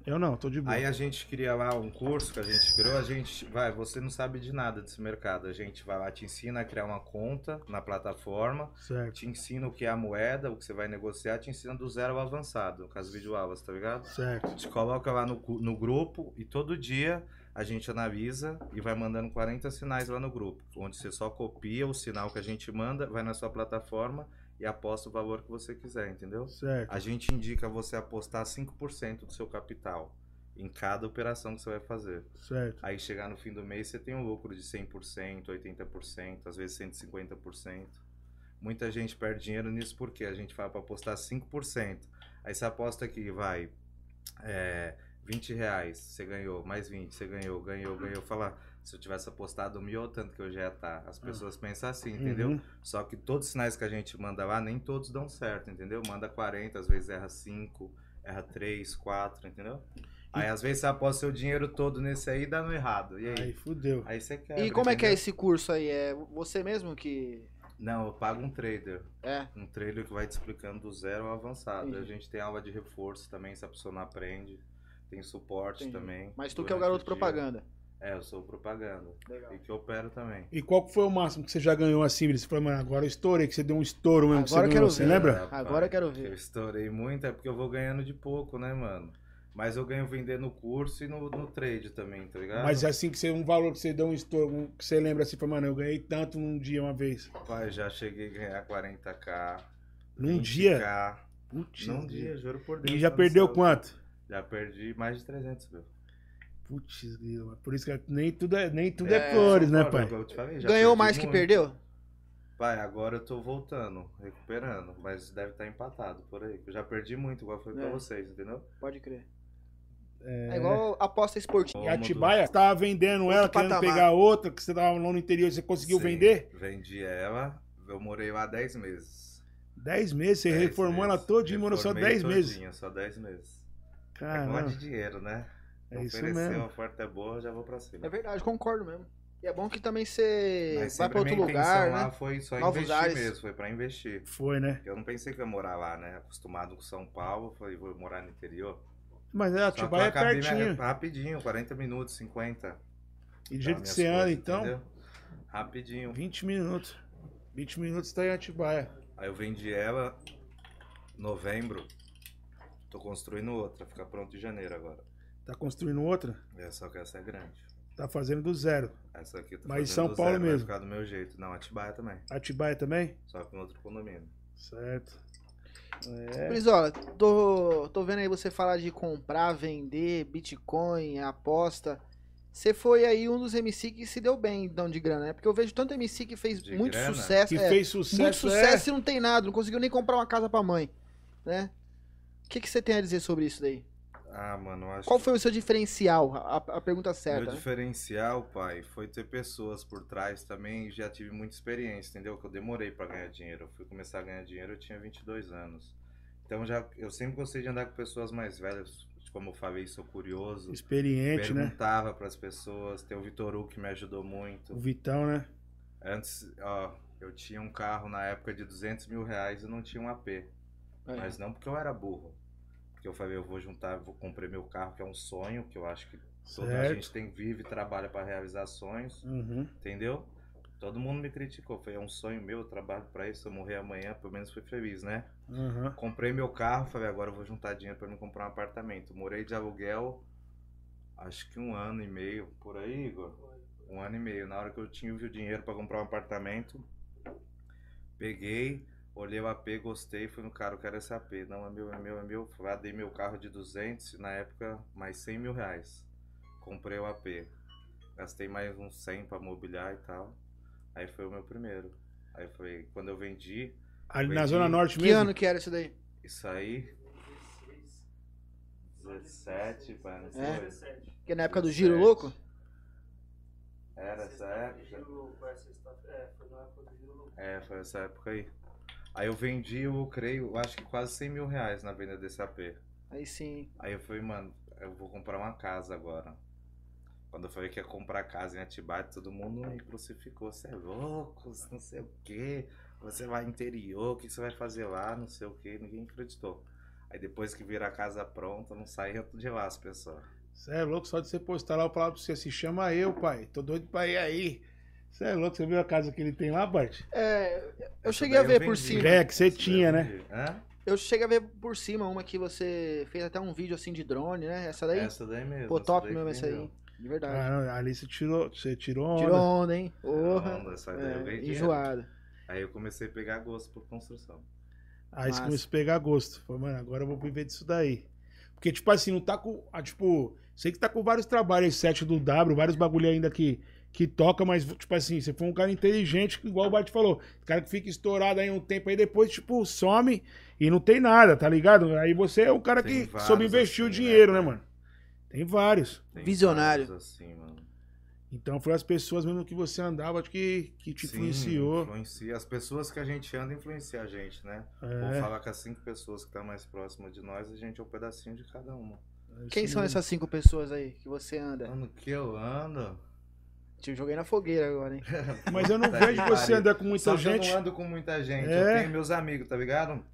B: Eu não, tô de boa.
C: Aí a gente cria lá um curso que a gente criou, a gente vai, você não sabe de nada desse mercado. A gente vai lá, te ensina a criar uma conta na plataforma,
B: Certo,
C: te ensina o que é a moeda, o que você vai negociar, te ensina do zero ao avançado, com as videoaulas, tá ligado?
B: certo.
C: gente coloca lá no, cu- no grupo e todo dia a gente analisa e vai mandando 40 sinais lá no grupo, onde você só copia o sinal que a gente manda, vai na sua plataforma e aposta o valor que você quiser, entendeu?
B: Certo.
C: A gente indica você apostar 5% do seu capital. em cada operação que você vai fazer.
B: Certo.
C: Aí chegar no fim do mês, você tem um lucro de 100%, 80%, às vezes 150%. Muita gente perde dinheiro nisso porque a gente fala para apostar 5%. Aí você aposta que vai é, 20 reais, você ganhou, mais 20, você ganhou, ganhou, ganhou. Fala, se eu tivesse apostado mil, o tanto que eu já ia tá. As pessoas pensam assim, entendeu?
B: Uhum.
C: Só que todos os sinais que a gente manda lá, nem todos dão certo, entendeu? Manda 40, às vezes erra 5, erra 3, 4, entendeu? Aí às vezes você aposta seu dinheiro todo nesse aí e dá no errado. E aí?
B: Aí
C: Aí,
B: fudeu.
C: você quer.
A: E como é que é esse curso aí? É você mesmo que.
C: Não, eu pago um trader.
A: É.
C: Um trader que vai te explicando do zero ao avançado.
A: Entendi.
C: A gente tem aula de reforço também, se a pessoa não aprende. Tem suporte
A: Entendi.
C: também.
A: Mas tu que é o
C: durante
A: garoto
C: dia.
A: propaganda. Tá.
C: É, eu sou o propaganda.
A: Legal.
C: E que eu opero também.
B: E qual que foi o máximo que você já ganhou assim? Você falou, mano, agora eu estourei, que você deu um estouro mesmo. que
A: Agora
B: você
A: eu quero
B: ganhou, Você
A: ver.
B: lembra?
C: Rapaz,
A: Agora eu quero
C: Eu
A: ver.
C: estourei muito, é porque eu vou ganhando de pouco, né, mano? Mas eu ganho vendendo no curso e no, no trade também, tá ligado?
B: Mas assim, que você, um valor que você deu um estouro, um- que você lembra assim, fala, mano, eu ganhei tanto num dia uma vez.
C: Rapaz, já cheguei a ganhar 40k.
B: Num dia?
C: 20K.
B: Putz,
C: Num dia, juro por Deus.
B: E já
C: tá no
B: perdeu
C: céu.
B: quanto?
C: Já perdi mais de 300, meu.
B: Putz, grilo, por isso que nem tudo é, nem tudo é,
A: É,
B: flores, né,
C: Olha,
B: pai?
C: eu te falei, já um
A: Ganhou
C: perdi
A: mais que
C: muito.
A: perdeu?
C: Pai, agora eu tô voltando, recuperando. Mas deve estar empatado por aí. Eu já perdi muito, igual foi pra
A: É.
C: vocês, entendeu?
A: Pode crer.
C: né?
A: É, igual aposta esportiva.
B: E a Atibaia, você tava vendendo ela, querendo
A: patamar.
B: pegar outra, que você tava lá no interior, você conseguiu
C: Sim,
B: vender?
C: Vendi ela. Eu morei lá 10 meses.
B: 10 meses, você
C: Dez
B: reformou ela
C: meses.
B: toda e morou só
C: Reformei
B: 10 meses.
C: todinho, Só 10 meses. é bom
B: Caramba,
C: de dinheiro, né?
B: é isso
C: Ofereceu, a
B: mesmo.
C: oferta é boa, já vou pra cima.
A: É verdade, concordo mesmo. E é bom que também você
C: Mas
A: vai
C: sempre
A: pra outro
C: minha intenção
A: lugar,
C: lá
A: né?
C: foi só
A: Novos
C: investir
A: ares.
C: mesmo, foi pra investir.
B: Foi, né?
C: Eu não pensei que eu ia morar lá, né? Acostumado com São Paulo, falei, vou morar no interior.
B: Mas a
C: Só que eu
B: Atibaia é
C: acabei, né,
B: pertinho.
C: rapidinho, 40 minutos, 50.
B: E do jeito
C: tá,
B: que
C: minhas
B: você anda,
C: coisas,
B: então,
C: entendeu? Rapidinho.
B: 20 minutos. 20 minutos tá em Atibaia.
C: Aí eu vendi ela novembro. Tô construindo outra, fica pronto em janeiro agora.
B: Tá construindo outra?
C: É só que essa é grande.
B: Tá fazendo do zero.
C: Essa aqui É, eu tô
B: Mas em
C: fazendo
B: São
C: do
B: Paulo
C: zero, vai
B: mesmo.
C: ficar do meu jeito. Não, Atibaia também.
B: Atibaia também?
C: Só que em outro condomínio.
B: Certo. É.
A: Brizola, tô, tô vendo aí você falar de comprar, vender, Bitcoin, aposta. Você foi aí um dos MC que se deu bem, então, de grana, né? Porque eu vejo tanto MC que fez
C: De
A: muito
C: grana?
A: sucesso.
B: Que
A: é,
B: fez sucesso.
A: muito
B: é.
A: sucesso e não tem nada, não conseguiu nem comprar uma casa pra mãe, né? O que, que você tem a dizer sobre isso daí?
C: Ah, mano, eu acho
A: Qual
C: que
A: foi o seu diferencial? A, a pergunta certa.
C: meu
A: né?
C: diferencial, pai, foi ter pessoas por trás também. Já tive muita experiência, entendeu? Que eu demorei pra ganhar dinheiro. Eu fui começar a ganhar dinheiro, eu tinha 22 anos. Então já, eu sempre gostei de andar com pessoas mais velhas. Como eu falei, sou curioso.
B: Experiente, né?
C: Perguntava pras pessoas. Tem o Vitor Hugo que me ajudou muito.
B: O Vitão, né?
C: Antes, ó, eu tinha um carro na época de 200 mil reais e não tinha um AP.
A: Aí.
C: Mas não porque eu era burro. Porque eu falei, eu vou juntar, vou comprei meu carro, que é um sonho, que eu acho que toda a
B: Certo.
C: gente tem, vive e trabalha para realizar sonhos,
B: Uhum.
C: entendeu? Todo mundo me criticou, foi é um sonho meu, eu trabalho para isso, eu morrer amanhã, pelo menos fui feliz, né?
B: Uhum.
C: Comprei meu carro, falei, agora eu vou juntar dinheiro para me comprar um apartamento. Morei de aluguel, acho que um ano e meio, por aí, Igor. Um ano e meio. Na hora que eu tinha o dinheiro para comprar um apartamento, peguei, olhei o AP, gostei, fui no cara, eu quero esse AP. Não, é meu, é meu, é meu. Fui lá, dei meu carro de 200, na época, mais 100 mil reais. Comprei o AP. Gastei mais uns 100 para mobiliar e tal. Aí foi o meu primeiro. Aí foi quando eu vendi,
B: Ali na
C: Entendi.
B: Zona Norte
A: Que
B: mesmo?
A: ano que era isso daí?
C: isso aí
D: 16.
C: 17, pai, não
A: É.
C: sei.
D: 17.
A: Que na época do Giro
C: Sete.
A: Louco?
C: Era essa época?
D: Giro louco, é sexta-feira. É, foi na época do Giro louco.
C: É, foi essa época aí. Aí eu vendi, eu creio, eu acho que quase 100 mil reais na venda desse AP.
A: Aí sim.
C: Aí eu falei, mano, eu vou comprar uma casa agora. Quando eu falei que ia comprar casa em Atibaia, todo mundo me crucificou. Você é louco, cê não sei o quê. Você vai interior, o que você vai fazer lá, não sei o quê. Ninguém acreditou. Aí depois que vira a casa pronta, não saía de lá as pessoas.
B: Você é louco, só de você postar lá, eu falava pra você, se chama eu, pai. Tô doido pra ir aí. Você é louco, você viu a casa que ele tem lá, Bart?
A: É, eu
C: Essa
A: cheguei a
C: daí
A: ver por
C: vendi.
A: cima.
B: É, que você
C: Essa daí eu
B: tinha, né?
C: vendi. Hã?
A: Eu cheguei a ver por cima uma que você fez até um vídeo assim de drone, né? Essa daí?
C: Essa daí mesmo.
A: Pô,
C: essa
A: top
C: daí que
A: mesmo essa aí.
C: vendeu.
A: De verdade.
B: Ah, não, ali você tirou, você tirou onda.
A: Tá. Tirou onda, hein? Porra.
C: É Onda, essa daí eu
A: É,
C: ganhei dinheiro.
A: enjoado.
C: Aí eu comecei a pegar gosto por construção.
B: Aí você
A: Massa.
B: começou a pegar gosto. Falei, mano, agora eu vou viver disso daí. Porque, tipo assim, não tá com. ah, tipo, sei que tá com vários trabalhos, sete do W, vários bagulho ainda que, que toca, mas, tipo assim, você foi um cara inteligente, que igual o Bart falou. Cara que fica estourado aí um tempo aí, depois, tipo, some e não tem nada, tá ligado? Aí você é um cara
C: Tem
B: que
C: vários
B: soube investir o
C: assim, né,
B: dinheiro, né,
C: cara?
B: mano? Tem vários.
C: Tem
A: Visionário.
C: vários Assim, mano.
B: Então foram as pessoas mesmo que você andava acho que, que te
C: Sim,
B: influenciou.
C: Influencia. As pessoas que a gente anda influenciam a gente, né? Vou
B: É,
C: falar que as cinco pessoas que estão mais próximas de nós, a gente é um pedacinho de cada uma.
B: é
A: Quem
B: isso
A: são
B: mesmo.
A: essas cinco pessoas aí que você anda?
C: Mano, que eu ando.
A: Te joguei na fogueira agora, hein?
B: Mas eu não
C: Puta que
B: vejo você
C: Tá pariu.
B: andar com muita
C: Só que
B: gente.
C: eu não ando com muita gente.
B: É.
C: Eu tenho meus amigos, tá ligado?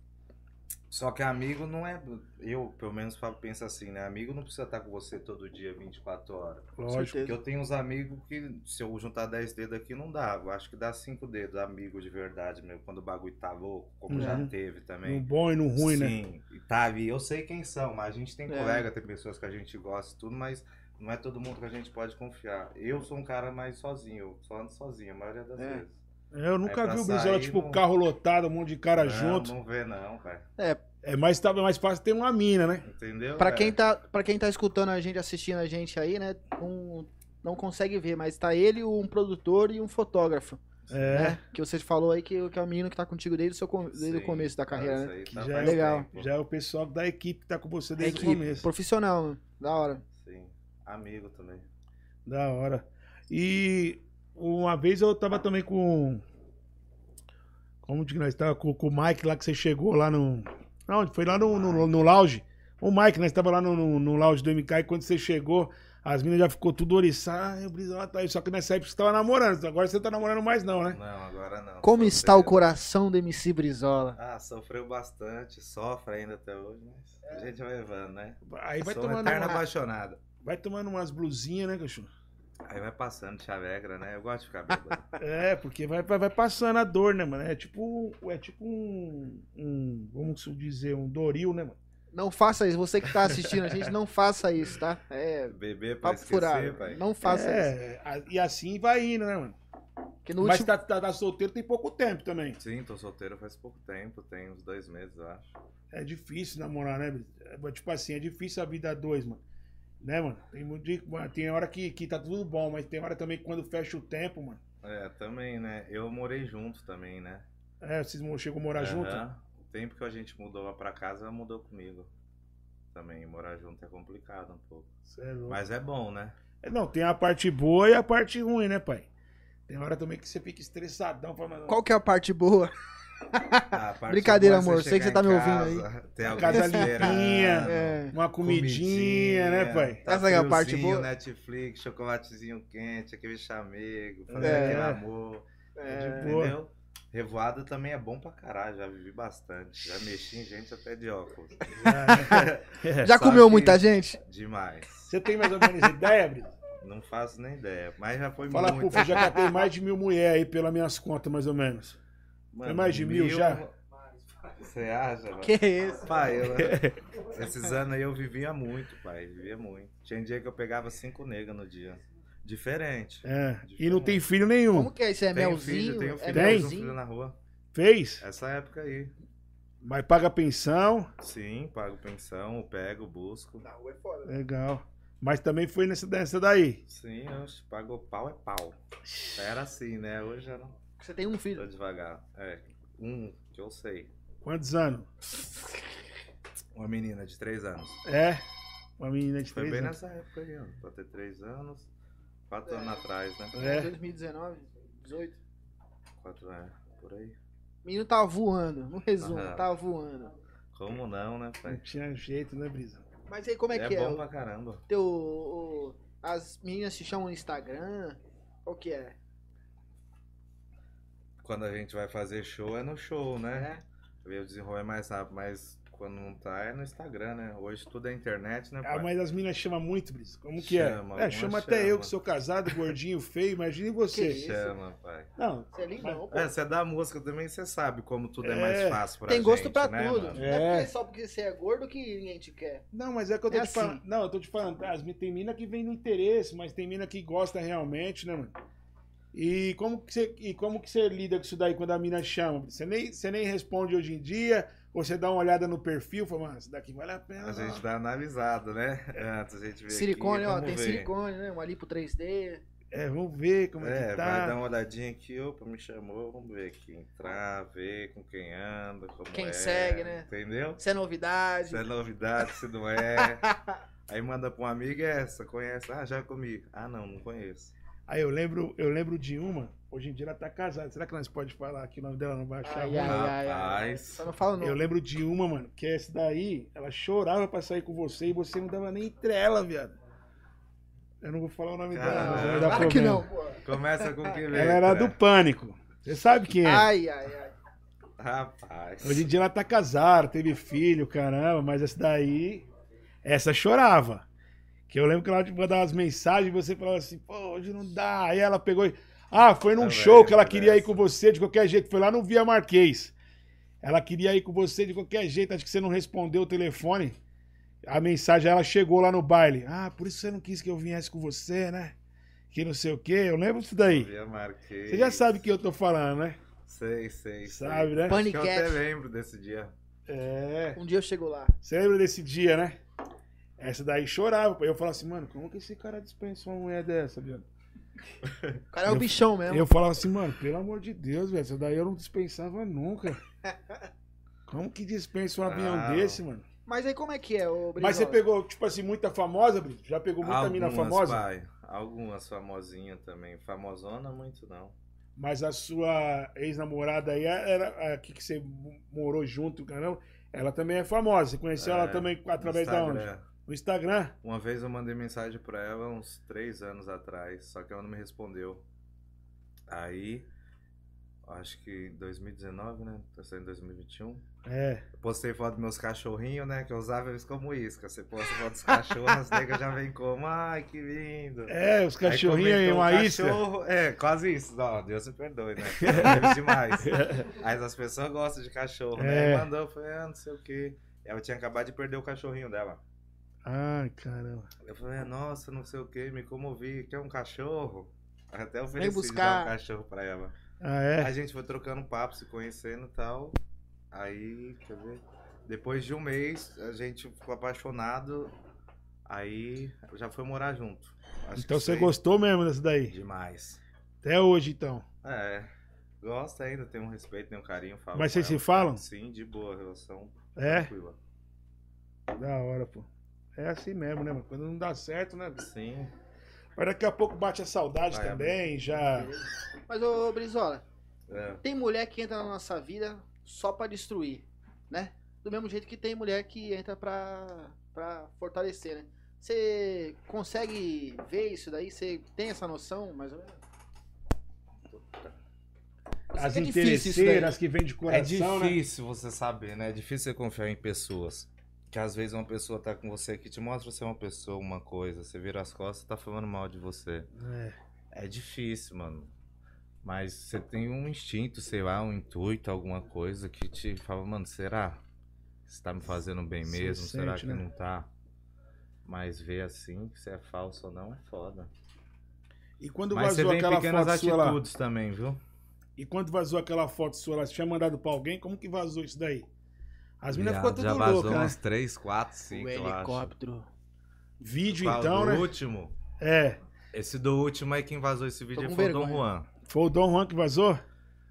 C: Só que amigo não é. Eu, pelo menos, falo- penso assim, né? Amigo não precisa estar com você todo dia, 24 horas.
B: Lógico.
C: Porque eu tenho uns amigos que, se eu juntar 10 dedos aqui, não dá. Eu acho que dá 5 dedos, amigo de verdade, meu. Quando o bagulho tá louco, como já
B: Uhum.
C: teve também.
B: No bom e no ruim, né?
C: Sim, e tá, e eu sei quem são, mas a gente tem
A: É.
C: colega, tem pessoas que a gente gosta e tudo, mas não é todo mundo que a gente pode confiar. Eu sou um cara mais sozinho, eu só ando sozinho a maioria das
A: É.
C: vezes.
B: É, eu nunca
C: É, pra
B: vi o Brizola,
C: sair,
B: tipo,
C: não-
B: carro lotado, um monte de cara
C: não,
B: junto.
C: Não vê não, cara.
B: É mais, tá, é mais fácil ter uma mina, né?
C: Entendeu?
A: Pra
C: velho?
A: quem, tá, pra quem tá escutando a gente, assistindo a gente aí, né? Um, não consegue ver, mas tá ele, um produtor e um fotógrafo.
B: É,
A: né? Que você falou aí que, que é o menino que tá contigo desde o, seu, com- desde o
C: Sim,
A: começo da
C: Então,
A: carreira,
C: isso
A: né?
C: aí
B: Que
C: tá
B: já é
C: faz
A: legal.
C: tempo.
B: já é o pessoal da equipe que tá com você
A: É
B: desde o
A: equipe,
B: começo.
A: profissional, né? da hora.
C: Sim. Amigo também.
B: Da hora. E uma vez eu tava também com. Como que nós tava com, com o Mike lá que você chegou lá no. Não, foi lá no, no, no lounge. O Mike, nós tava lá no, no, no lounge do MK e quando você chegou, as minas já ficou tudo oriçada. Ah, o Brizola tá aí. Só que nessa época você tava namorando. Agora você tá namorando mais, não, né?
C: Não, agora não.
A: Como
C: Sofreu.
A: está o coração do MC Brizola?
C: Ah, sofreu bastante, sofre ainda até hoje, mas a gente vai levando, né?
B: É. Aí vai
C: Sou
B: tomando,
C: eterno
B: uma-
C: apaixonado.
B: vai tomando umas blusinhas, né, cachorro?
C: Aí vai passando chavegra, né? Eu gosto de ficar bêbado.
A: [LAUGHS]
B: É, porque vai, vai, vai passando a dor, né, mano? É tipo, é tipo um, um. Vamos dizer, um Doril, né, mano?
A: Não faça isso, você que tá assistindo a gente, não faça isso, tá? É
C: Beber pra
A: papo
C: esquecer,
A: furado.
C: pai.
A: Não faça isso.
B: é, a- e assim vai indo, né, mano?
A: Porque no
B: Mas
A: último,
B: tá, tá, tá solteiro tem pouco tempo também.
C: Sim, tô solteiro faz pouco tempo, tem uns dois meses, eu acho.
B: É difícil namorar, né? bicho? É, tipo assim, é difícil a vida a dois, mano. Né, mano? Tem, muito de- mano, tem hora que, que tá tudo bom, mas tem hora também que quando fecha o tempo, mano.
C: É, também, né? Eu morei junto também, né?
B: É, vocês mo- chegam a morar
C: Aham.
B: junto?
C: O tempo que a gente mudou lá pra casa, mudou comigo. Também, morar junto é complicado um pouco.
B: Cê é louco.
C: Mas é bom, né?
B: É, Não, tem a parte boa e a parte ruim, né, pai? Tem hora também que você fica estressadão. Fala, mano,
A: qual que é a parte boa?
C: Ah, a parte
A: Brincadeira,
C: boa é
A: amor, sei que
C: chegar
A: você tá
C: em
A: me ouvindo
C: casa, Tem alguém
B: Casa
C: esperando,
B: limpinha.
A: É.
B: uma comidinha, né, pai?
C: Tá
A: Essa é a parte
C: friozinho,
A: boa.
C: Netflix, chocolatezinho quente, aquele chamego, fazer
A: É.
C: aquele amor.
A: É,
B: Boa.
C: Entendeu? Revoada também é bom pra caralho, já vivi bastante. Já mexi em gente até
B: [LAUGHS]
C: de óculos.
B: né?
A: Já
C: Só
A: comeu
C: que- um
A: muita gente?
C: [LAUGHS] Demais.
B: Você tem mais ou menos ideia, Brito?
C: Não faço nem ideia, mas já foi
B: Fala,
C: muito.
B: Puf, eu já catei mais de mil mulheres aí, pelas minhas contas, mais ou menos.
C: Mano,
B: é mais de mil já?
D: Mas,
C: Você acha, mano?
A: Que isso?
C: Pai, eu...
B: [LAUGHS]
C: esses anos aí eu vivia muito, pai. Vivia muito. Tinha dia que eu pegava cinco negras no dia. Diferente.
B: É. E não tem filho nenhum.
A: Como que é isso? É
C: Tenho
A: melzinho?
C: um filho, tenho filho,
A: é
C: tenho um
A: melzinho?
C: filho na rua.
B: Fez?
C: Essa época aí.
B: Mas paga pensão.
C: Sim, pago pensão, pego, busco.
A: Ah,
D: na rua é foda.
B: Legal. Mas também foi nessa, nessa daí.
C: Sim, oxe, pagou pau é pau. Era assim, né? Hoje eu não.
A: Você tem um
C: Tô
A: filho.
C: devagar. É, um que eu sei.
B: Quantos anos?
C: Uma menina de 3 anos.
B: É. Uma menina de
C: Foi
B: três
C: bem
B: anos.
C: nessa época aí, ó. Pra ter 3 anos. 4 anos atrás, né?
B: É.
A: 2019, 18.
C: 4 anos, é, por aí.
A: O menino tá voando, no resumo,
C: Aham.
A: tá voando.
C: Como não, né,
B: Não
C: pai?
B: tinha jeito, né, Brisa?
A: Mas aí como é,
C: é
A: que é?
C: bom
A: O
C: pra caramba.
A: teu, o- as meninas se chamam no Instagram? Qual que é?
C: Quando a gente vai fazer show, é no show, né? Vê o desenrolo é mais rápido, mas quando não tá, é no Instagram, né? Hoje tudo é internet, né,
B: Ah,
C: pai?
B: mas as meninas chamam muito, Brisa. Como que
C: Chama,
B: é? É,
C: algumas
B: chama até eu que
C: chama.
B: sou casado, gordinho, feio. Imagine
A: Que
B: você.
A: isso?
C: Chama, pai.
B: Não.
A: Você é lindão, pô.
C: É, você é da música também, você sabe como tudo é,
B: É.
C: mais fácil pra
A: Tem
C: gente,
A: gosto pra
C: né,
A: tudo.
C: mano?
A: Não é
B: É.
A: porque só porque você é gordo que ninguém te quer.
B: Não, mas é que eu tô
A: É
B: te
A: assim.
B: falando. Não, eu tô te falando. tá, As, mi- tem mina que vem no interesse, mas tem mina que gosta realmente, né, mano? E como que você, e como que você lida com isso daí quando a mina chama? Você nem, você nem responde hoje em dia, Ou você dá uma olhada no perfil e fala, mano, isso daqui vale a pena.
C: A gente dá analisado, né? Antes a gente vê aqui,
A: Silicone, ó,
C: vamos
A: tem
C: ver.
A: silicone, né? Uma lipo 3D.
B: É, vamos ver como é,
C: É,
B: que
C: vai
B: tá.
C: dar uma olhadinha aqui, opa, me chamou, vamos ver aqui, entrar, ver com quem anda, como
A: Quem
C: é,
A: segue, né?
C: Entendeu?
A: Isso é novidade.
C: Se é novidade, se não
B: [LAUGHS]
C: é. Aí manda pra um amigo, é essa, conhece? Ah, já comi. Ah, não, não conheço.
B: Aí eu lembro, eu lembro de uma, hoje em dia ela tá casada. Será que nós pode falar que o nome dela não vai achar?
A: Ai, ai,
B: alguma?
A: ai, ai, ai.
C: Rapaz.
A: Só não falo não.
B: Eu lembro de uma, mano, que essa daí, ela chorava pra sair com você e você não dava nem trela, viado. Eu não vou falar o nome dela,
C: Caramba.
B: mas vai dar
A: Claro que
B: problema.
A: não, pô.
C: Começa com que letra?
B: Ela era do pânico. Você sabe quem é.
A: Ai, ai, ai.
C: Rapaz.
B: Hoje em dia ela tá casada, teve filho, caramba, mas essa daí, essa chorava. Que eu lembro que ela te mandava umas mensagens e você falava assim, pô, hoje não dá. Aí ela pegou e. Ah, foi num
C: Eu
B: show que ela
C: lembro
B: queria ir
C: dessa.
B: com você de qualquer jeito. Foi lá no Via Marquês. Ela queria ir com você de qualquer jeito. Acho que você não respondeu o telefone. A mensagem, ela chegou lá no baile. Ah, por isso você não quis que eu viesse com você, né? Que não sei o quê. Eu lembro disso daí.
C: Já marquei.
B: Você já sabe o que eu tô falando, né?
C: Sei, sei. sei.
B: Sabe, né?
C: Acho que eu
A: Panicat.
C: até lembro desse dia.
B: É.
A: Um dia eu chego lá.
B: Você lembra desse dia, né? Essa daí chorava. pô. Eu falava assim, mano, como que esse cara dispensou uma mulher dessa, viado?
A: O cara é o
B: Eu-
A: bichão mesmo.
B: Eu falava assim, mano, pelo amor de Deus, velho. Essa daí eu não dispensava nunca. Como que dispensa um avião
C: Ah.
B: desse, mano?
A: Mas aí como é que é, ô Brizola?
B: Mas você pegou, tipo assim, muita famosa, Brito? Já pegou muita mina famosa?
C: pai. Algumas famosinhas também. Famosona, muito não.
B: Mas a sua ex-namorada aí é, era a que, que você morou junto, caramba. Ela também é famosa. Você conheceu
C: É,
B: ela também através da onde?
C: Instagram.
B: No Instagram?
C: Uma vez eu mandei mensagem pra ela uns três anos atrás, só que ela não me respondeu. Aí, acho que em 2019, né? Tá saindo em 2021.
B: É.
C: Eu postei foto dos meus cachorrinhos, né? Que eu usava eles como isca. Você posta foto dos cachorros, as negas já vem como, ai, que lindo.
B: É, os
C: Aí
B: cachorrinhos aí,
C: comentou, um
B: uma isca.
C: cachorro... É, quase isso. Ó, Deus me perdoe, né?
B: [LAUGHS]
C: Deve demais. Mas as pessoas gostam de cachorro, né?
B: É.
C: E Mandou, eu falei, ah, não sei o quê. Ela tinha acabado de perder o cachorrinho dela.
B: Ai, caramba.
C: Eu falei, "É, nossa, não sei o que, me comovi, quer um cachorro? Até
A: Vem
C: ofereci de
A: buscar.
C: dar um cachorro pra ela.
B: Ah, é?
C: A gente foi trocando papo, se conhecendo e tal. Aí, quer ver? Depois de um mês, a gente ficou apaixonado. Aí já foi morar junto. Acho
B: então
C: que
B: você
C: sei
B: gostou mesmo dessa daí?
C: Demais.
B: Até hoje, então.
C: É. Gosta ainda, tem um respeito, tem um carinho. Falo
B: Mas
C: com
B: vocês se
C: ela.
B: falam?
C: Sim, de boa, relação
B: É?
C: tranquila.
B: Da hora, pô. É assim mesmo, né, mano? Quando não dá certo, né? bicho?
C: Sim.
B: Mas daqui a pouco bate a saudade
C: Vai,
B: também, já.
A: Mas, ô Brizola,
C: É.
A: tem mulher que entra na nossa vida só pra destruir, né? Do mesmo jeito que tem mulher que entra pra, pra fortalecer, né? Você consegue ver isso daí? Você tem essa noção, mais ou menos? Eu sei
B: As
A: que é difícil isso daí.
B: interesseiras que vêm de
C: É
B: coração, né?
C: difícil você saber, né? É difícil você confiar em pessoas. Que às vezes uma pessoa tá com você que te mostra ser uma pessoa, uma coisa, você vira as costas e tá falando mal de você.
B: É.
C: É difícil, mano. Mas você tem um instinto, sei lá, um intuito, alguma coisa que te fala, mano, será? Você tá me fazendo bem
B: Você
C: mesmo? será
B: sente,
C: que
B: né?
C: não tá? Mas ver assim, se é falso ou não, é foda.
B: E quando
C: Mas você
B: vazou
C: vê em
B: aquela
C: pequenas
B: foto sua lá?
C: atitudes também, viu?
B: E quando vazou aquela foto sua lá? Você tinha mandado pra alguém? Como que vazou isso daí? As meninas ficou
C: Viado,
B: tudo
C: já vazou
B: louca, né?
C: umas 3, 4, 5, eu acho.
B: Vídeo,
C: Qual,
B: então,
C: do
B: né?
C: último?
B: É.
C: Esse do último aí, quem vazou esse
A: Tô
C: vídeo
A: com
C: foi o Dom
A: vergonha.
C: Juan.
B: Foi o Dom Juan que vazou?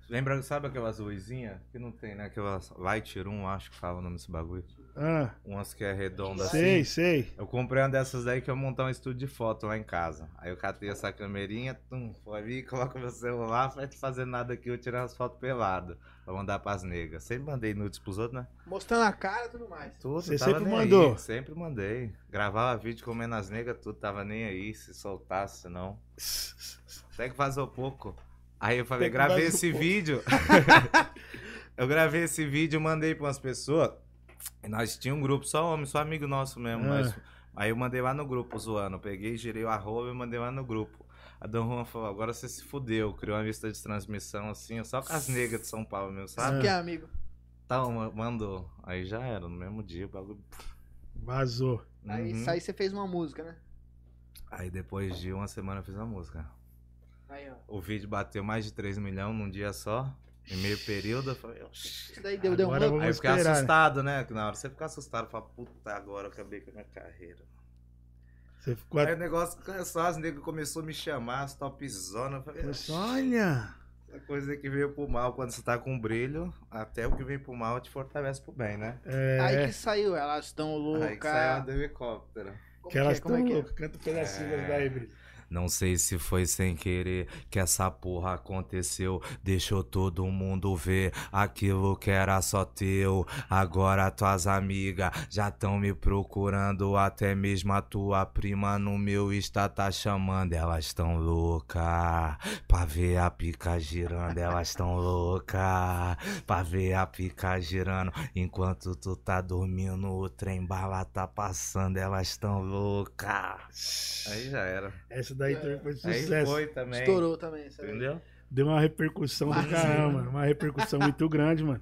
C: Lembra, sabe aquelas luzinhas? Que não tem, né? Aquelas Light Room, acho que fala o nome desse bagulho.
B: Ah,
C: Umas que é redonda
B: sei,
C: assim.
B: sei.
C: Eu comprei uma dessas daí que eu ia montar um estúdio de foto lá em casa. Aí eu catei essa câmerinha, tum, foi ali, [LAUGHS] coloca meu celular, vai fazer nada aqui, eu tirar as fotos pelado. Pra mandar pras negas. Sempre mandei nudes pros outros, né?
A: Mostrando a cara e tudo mais.
C: Tudo,
B: Você
C: tava
B: sempre
C: nem
B: mandou?
C: aí, sempre mandei. Gravava vídeo comendo as negas, tudo, tava nem aí, se soltasse, não. Até que vazou pouco. Aí eu falei,
B: Até que
C: gravei
B: vazou
C: esse
B: pouco.
C: vídeo. [LAUGHS] eu gravei esse vídeo, mandei pra umas pessoas. E nós tinha um grupo, só homem, só amigo nosso mesmo.
B: Ah.
C: nós- Aí eu mandei lá no grupo zoando. Eu Peguei, girei o arroba e mandei lá no grupo. A Dom Juan falou, agora você se fudeu. Criou uma lista de transmissão assim, só com as negras de São Paulo, meu,
A: Isso
B: Ah.
C: sabe?
A: que é amigo.
C: Então, ma- mandou. Aí já era, no mesmo dia o bagulho.
B: Vazou.
A: Aí,
C: Uhum.
A: isso aí você fez uma música, né?
C: Aí depois de uma semana eu fiz a música.
A: Aí, ó.
C: O vídeo bateu mais de 3 milhões num dia só. Em meio período, eu falei, "Oxi".
A: Isso daí deu, deu um
B: Agora
A: up.
B: Vamos
C: aí eu fiquei
B: esperar, né?
C: assustado, né? Que Na hora você fica assustado, fala, puta, agora eu acabei com a minha carreira.
B: Você ficou.
C: Aí o negócio começou, as negras começou a me chamar, as topzona. Eu falei,
B: Mas
C: "Oxi".
B: Olha!
C: A coisa que veio pro mal, quando você tá com brilho, até o que vem pro mal te fortalece pro bem, né?
A: Aí
B: É,
A: que saiu, elas estão
C: Aí que saiu
A: loucas.
C: do helicóptero.
A: Como
B: que elas
A: é? Como
B: estão
A: é que é?
B: loucas. Canta um pedacinho
C: É.
B: daí, Brito.
C: Não sei se foi sem querer que essa porra aconteceu. Deixou todo mundo ver aquilo que era só teu. Agora tuas amigas já estão me procurando. Até mesmo a tua prima no meu Insta tá chamando. Elas tão louca pra ver a pica girando. Elas tão louca pra ver a pica girando. Enquanto tu tá dormindo, o trem bala tá passando. Elas tão louca. Aí já era.
B: Essa daí também foi
C: Aí
B: sucesso.
C: É foi também.
A: Estourou também, sabe?
C: Entendeu?
B: Deu uma repercussão do
A: Mas-
B: caramba. Uma repercussão muito grande, mano.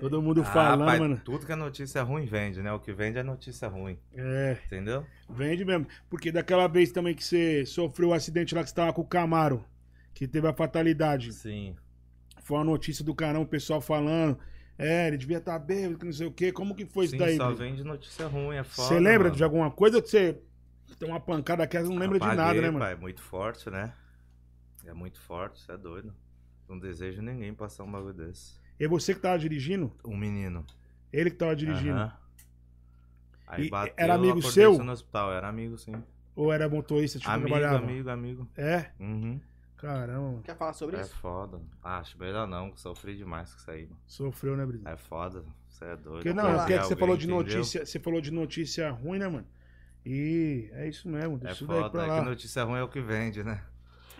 B: Todo mundo
C: Ah,
B: falando,
C: pai,
B: mano.
C: Tudo que é notícia ruim vende, né? O que vende é notícia ruim,
B: É,
C: entendeu?
B: vende mesmo. Porque daquela vez também que você sofreu o acidente lá que você tava com o Camaro, que teve a fatalidade.
C: Sim.
B: Foi uma notícia do caramba, o pessoal falando. É, ele devia estar bêbado, que não sei o quê. Como que foi
C: Sim,
B: isso daí,
C: só
B: Brito?
C: vende notícia ruim, é foda.
B: Você lembra
C: mano.
B: de alguma coisa que você tem uma pancada que você não lembra de
C: Apaguei,
B: nada, né, mano?
C: pai, É muito forte, né? É muito forte, você é doido. Não desejo ninguém passar um bagulho desse.
B: E É você que tava dirigindo?
C: Um menino.
B: Ele que tava dirigindo.
C: Aham. Aí
B: E
C: bateu,
B: era amigo
C: acordei
B: seu?
C: só no hospital, era amigo sim.
B: Ou era motorista, tipo,
C: amigo,
B: trabalhava?
C: amigo, amigo.
B: É?
C: Uhum.
B: Caramba, mano.
A: Quer falar sobre
C: É
A: isso?
C: foda. Ah, Acho melhor não, sofri demais com isso aí. mano.
B: Sofreu, né, Brito?
C: É foda, você é doido.
B: Porque não,
A: Falar.
C: Apaguei
B: porque é que você
C: alguém,
B: falou de
C: entendeu?
B: notícia, você falou de notícia ruim, né, mano? E é isso mesmo,
C: É
B: deixa isso daí
C: foda,
B: pra
C: é que
B: lá.
C: notícia ruim é o que vende, né?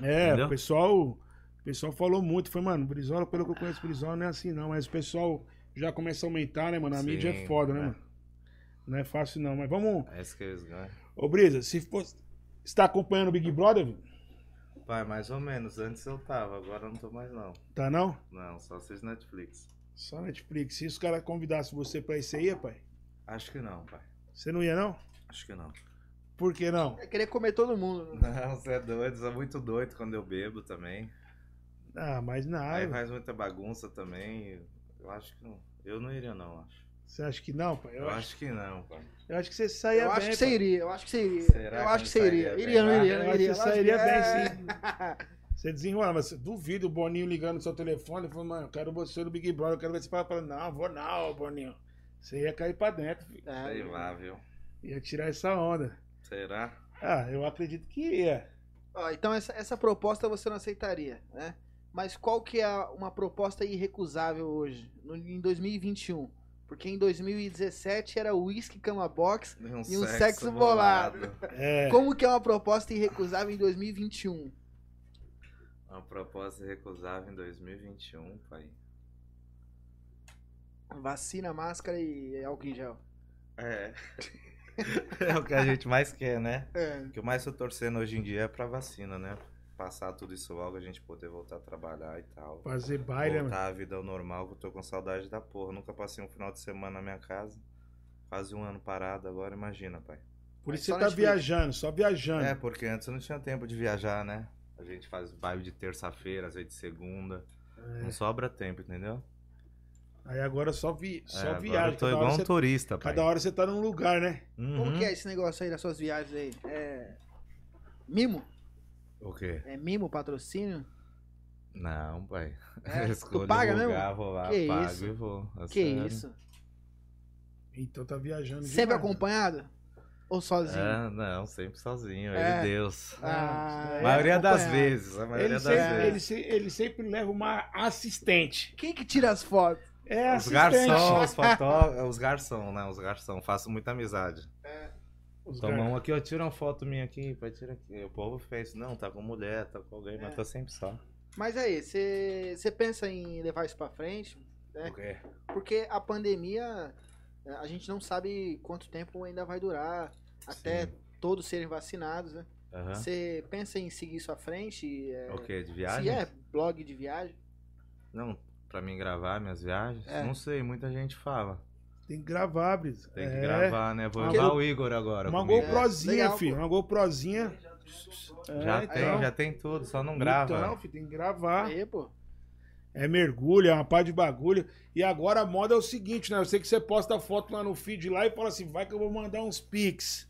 B: É,
C: Entendeu?
B: o pessoal, o pessoal falou muito, foi, mano, Brizola, pelo que eu conheço Brizola não é assim não, mas o pessoal já começa a aumentar, né, mano? A
C: Sim,
B: mídia é foda, né,
C: é.
B: mano? Não é fácil não, mas vamos,
C: É isso que eles ganham.
B: ô Brisa, se fosse você tá acompanhando o Big Brother, viu?
C: Pai, mais ou menos. Antes eu tava, agora eu não tô mais não.
B: tá não?
C: Não, só vocês Netflix.
B: Só Netflix. Se os caras convidassem você pra isso aí, pai,
C: Acho que não, pai.
B: você não ia não?
C: Acho que não. [LAUGHS]
B: Por que não?
A: É querer comer todo mundo. né?
C: Não, você é doido, sou muito doido quando eu bebo também.
B: Ah, mas
C: Aí
B: nada.
C: faz muita bagunça também. Eu acho que não. Eu não iria não, acho.
B: Você acha que não, pai?
C: Eu,
B: Eu, acho,
C: acho que não, pai.
B: eu acho que você saía
A: Eu
B: é bem.
A: acho que você
B: pai.
A: iria, eu acho que você iria.
C: Será
A: eu
C: que
A: acho que você
C: não
A: iria.
C: sairia
A: Iria, não
C: bem?
A: iria,
B: Eu
A: não
B: acho que
A: iria.
B: você
A: Lógico
B: sairia
A: que- é.
B: bem,
A: [LAUGHS]
B: Você desenrola, mas duvido o Boninho ligando no seu telefone e falando, mano, eu quero você no Big Brother, eu quero ver você falando, não, vou não, Boninho. Você ia cair pra dentro, filho.
C: Sei
A: É,
C: lá, viu?
B: ia tirar essa onda.
C: Será?
B: Ah, eu acredito que ia.
A: Ó, então essa, essa proposta você não aceitaria, né? Mas qual que é uma proposta irrecusável hoje, no- em 2021? Porque em 2017 era uísque cama box.
C: E um,
A: sexo bolado.
B: É,
A: Como que é uma proposta irrecusável em 2021?
C: Uma proposta recusável em 2021, pai.
A: Vacina, máscara e álcool em gel.
C: É. [LAUGHS] é o que a gente mais quer, né?
A: É.
C: O que eu mais tô torcendo hoje em dia é pra vacina, né? Passar tudo isso logo, a gente poder voltar a trabalhar e tal.
B: fazer baile, né, mano.
C: voltar à vida ao normal, que eu tô com saudade da porra. Nunca passei um final de semana na minha casa. Quase um ano parado agora, imagina, pai.
B: Por isso
A: Só
B: você tá
A: Netflix.
B: viajando, só viajando.
C: É, porque antes eu não tinha tempo de viajar, né? A gente faz baile de terça-feira, às vezes de segunda.
B: É.
C: Não sobra tempo, entendeu?
B: Aí agora só, vi...
C: É,
B: só
C: agora
B: viagem.
C: Eu tô
B: Cada,
C: igual
B: hora
C: um
B: você...
C: turista, pai.
B: Cada hora você tá num lugar, né?
A: Como
C: Uhum.
A: que é esse negócio aí das suas viagens aí? É. Mimo?
C: O quê?
A: É mimo, patrocínio?
C: Não, pai. [LAUGHS]
A: É,
C: Eu
A: tu
C: escolho
A: paga
C: um
A: mesmo?
C: lugar, vou lá,
A: Que
C: pago
A: isso?
C: e vou. É
A: que
C: sério.
A: isso?
B: Então tá viajando.
A: Sempre
B: demais, né?
A: acompanhado? Ou sozinho?
C: É, não, sempre sozinho,
A: É.
C: ele Deus.
A: Ah,
B: É,
C: A maioria das
A: acompanhado. é,
C: vezes, a maioria
B: Ele
C: das
B: sempre, ele
C: vezes.
B: se- ele sempre leva uma assistente.
A: Quem que tira as fotos?
B: É
C: Os
B: assistente.
C: garçons,
A: [LAUGHS]
C: os fotógrafos, os garçons, né? Os garçons, faço muita amizade.
B: Os
C: Toma
B: gar-
C: um aqui, ó, tira uma foto minha aqui, vai tirar aqui. O povo fez, não, tá com mulher, tá com alguém, mas
A: É.
C: tô sempre só.
A: Mas aí, você pensa em levar isso pra frente? É.
C: O quê?
A: Porque a pandemia, é, a gente não sabe quanto tempo ainda vai durar até
C: Sim. Tá.
A: todos serem vacinados, né?
C: Aham.
A: Você pensa em seguir isso à frente? É,
C: O quê? De
A: Se
C: viagem?
A: é blog de viagem?
C: Não, pra mim gravar minhas viagens?
A: É.
C: Não sei, muita gente fala.
B: Tem que gravar, Brisa.
C: Tem que
B: É.
C: gravar, né? Vou
B: Uma
C: levar
B: go-
C: o Igor agora.
B: Uma
C: comigo.
B: GoProzinha,
A: Legal,
B: filho. Uma GoProzinha.
D: Já tem,
B: É,
C: Já
D: já tem.
C: tem,
B: então.
C: já tem tudo, só não grava.
A: Ah.
B: Então, filho, tem que gravar.
A: Aí, pô.
B: É mergulho, é uma pá de bagulho. E agora a moda é o seguinte, né? Eu sei que você posta a foto lá no feed lá e fala assim, vai que eu vou mandar uns pics.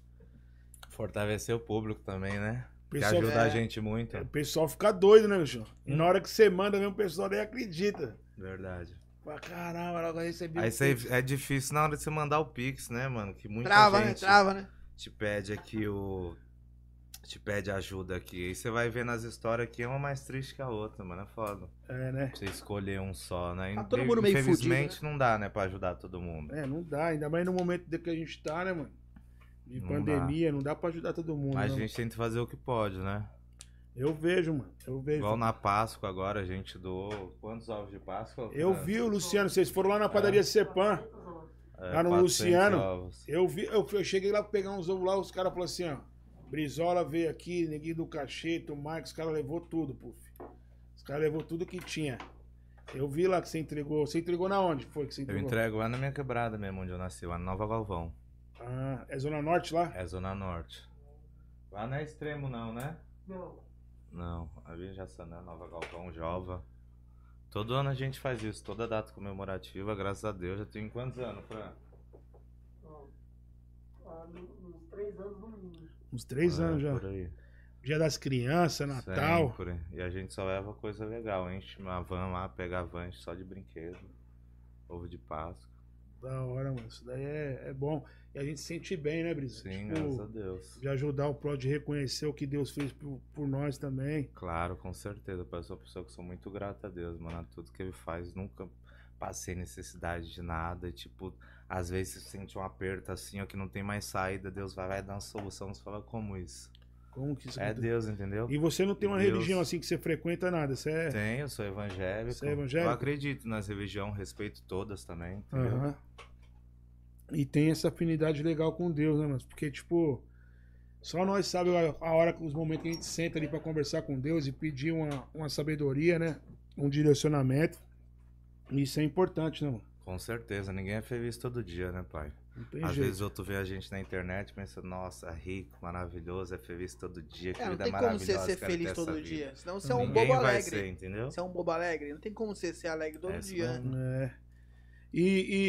C: Fortalecer o público também, né? Que
B: Pessoal-
C: ajuda Hum.
A: É.
C: a gente muito.
B: O pessoal fica doido, né, bicho? E na hora que você manda mesmo, o pessoal nem acredita.
C: Verdade.
B: Fala, caramba, ela recebeu.
C: Aí cê- é difícil na hora de você mandar o Pix, né, mano? Que muita
A: Trava, né?
C: gente
A: Trava, né?
C: te pede aqui o. Te pede ajuda aqui. Aí você vai vendo as histórias que é uma mais triste que a outra, mano. É foda.
B: É, né?
C: Você escolher um só, né?
A: Tá todo mundo meio fudido,
C: Infelizmente não dá, né, pra ajudar todo mundo.
B: É, não dá. Ainda mais no momento de que a gente tá, né, mano? De
C: Não
B: pandemia, não dá pra ajudar todo mundo.
C: Mas a
B: não.
C: gente tenta fazer o que pode, né?
B: Eu vejo, mano. Eu vejo.
C: Igual na Páscoa agora a gente doou quantos ovos de Páscoa?
B: Eu
C: Fran?
B: vi o Luciano, vocês foram lá na padaria Cepan.
C: É,
B: lá no
C: 400
B: Luciano.
C: ovos.
B: Eu vi, eu, eu cheguei lá pra pegar uns ovos lá, os caras falaram assim, ó. Brizola veio aqui, ninguém do cachete, o Marcos, os caras levou tudo, puf. Os caras levou tudo que tinha. Eu vi lá que você entregou. Você entregou na onde? Foi que você
C: Eu
B: entregou?
C: entrego lá na minha quebrada mesmo, onde eu nasci, lá no Nova Galvão.
B: Ah, é Zona Norte lá?
C: É Zona Norte. Lá não é extremo não, né?
D: Não,
C: Não, a Jaçanã, né, Nova Galvão, Jova. Todo ano a gente faz isso, toda data comemorativa, graças a Deus. Já tem quantos anos, Fran?
D: não. Há Ah, no- uns três anos no mínimo.
B: Uns três
C: É,
B: anos já.
C: Por aí.
B: Dia das crianças, Natal.
C: Sempre. E a gente só leva coisa legal, enche uma van lá, pega a van, enche só de brinquedo. Ovo de Páscoa.
B: Da hora, mano. Isso daí é, é bom. E a gente se sente bem, né, Brisa? Tipo,
C: Sim, graças a Deus.
B: de ajudar o Pro de reconhecer o que Deus fez por, por nós também.
C: Claro, com certeza. Eu sou uma pessoa que sou muito grata a Deus, mano. A tudo que ele faz. Nunca passei necessidade de nada. e, Tipo, às vezes você sente um aperto assim, ó, que não tem mais saída. Deus vai, vai dar uma solução. Você fala, como isso?
B: Como que isso
C: É
B: aconteceu?
C: Deus, entendeu?
B: E você não tem uma
C: Deus.
B: religião assim que você frequenta nada, você é.
C: Tem, eu sou evangélico.
B: Você é evangélico?
C: Eu acredito nas religiões, respeito todas também. entendeu?
B: Aham. E tem essa afinidade legal com Deus, né, mano? Porque, tipo, só nós sabemos a hora, os momentos que a gente senta ali pra conversar com Deus e pedir uma, uma sabedoria, né? Um direcionamento. Isso é importante, né, mano?
C: Com certeza. Ninguém é feliz todo dia, né, pai?
B: Não tem
C: Às
B: jeito.
C: vezes outro vê a gente na internet e pensa, nossa, rico, maravilhoso, é feliz todo dia, que
A: É, não
C: vida
A: tem como você
C: maravilhosa.
A: ser
C: quero ter
A: feliz
C: essa
A: todo
C: vida.
A: dia. Senão você é um
C: Ninguém
A: bobo
C: vai
A: alegre.
C: ser, entendeu?
A: Você é um bobo alegre. Não tem como você ser alegre todo
C: É, isso
A: dia. né?
C: não-
B: É. E,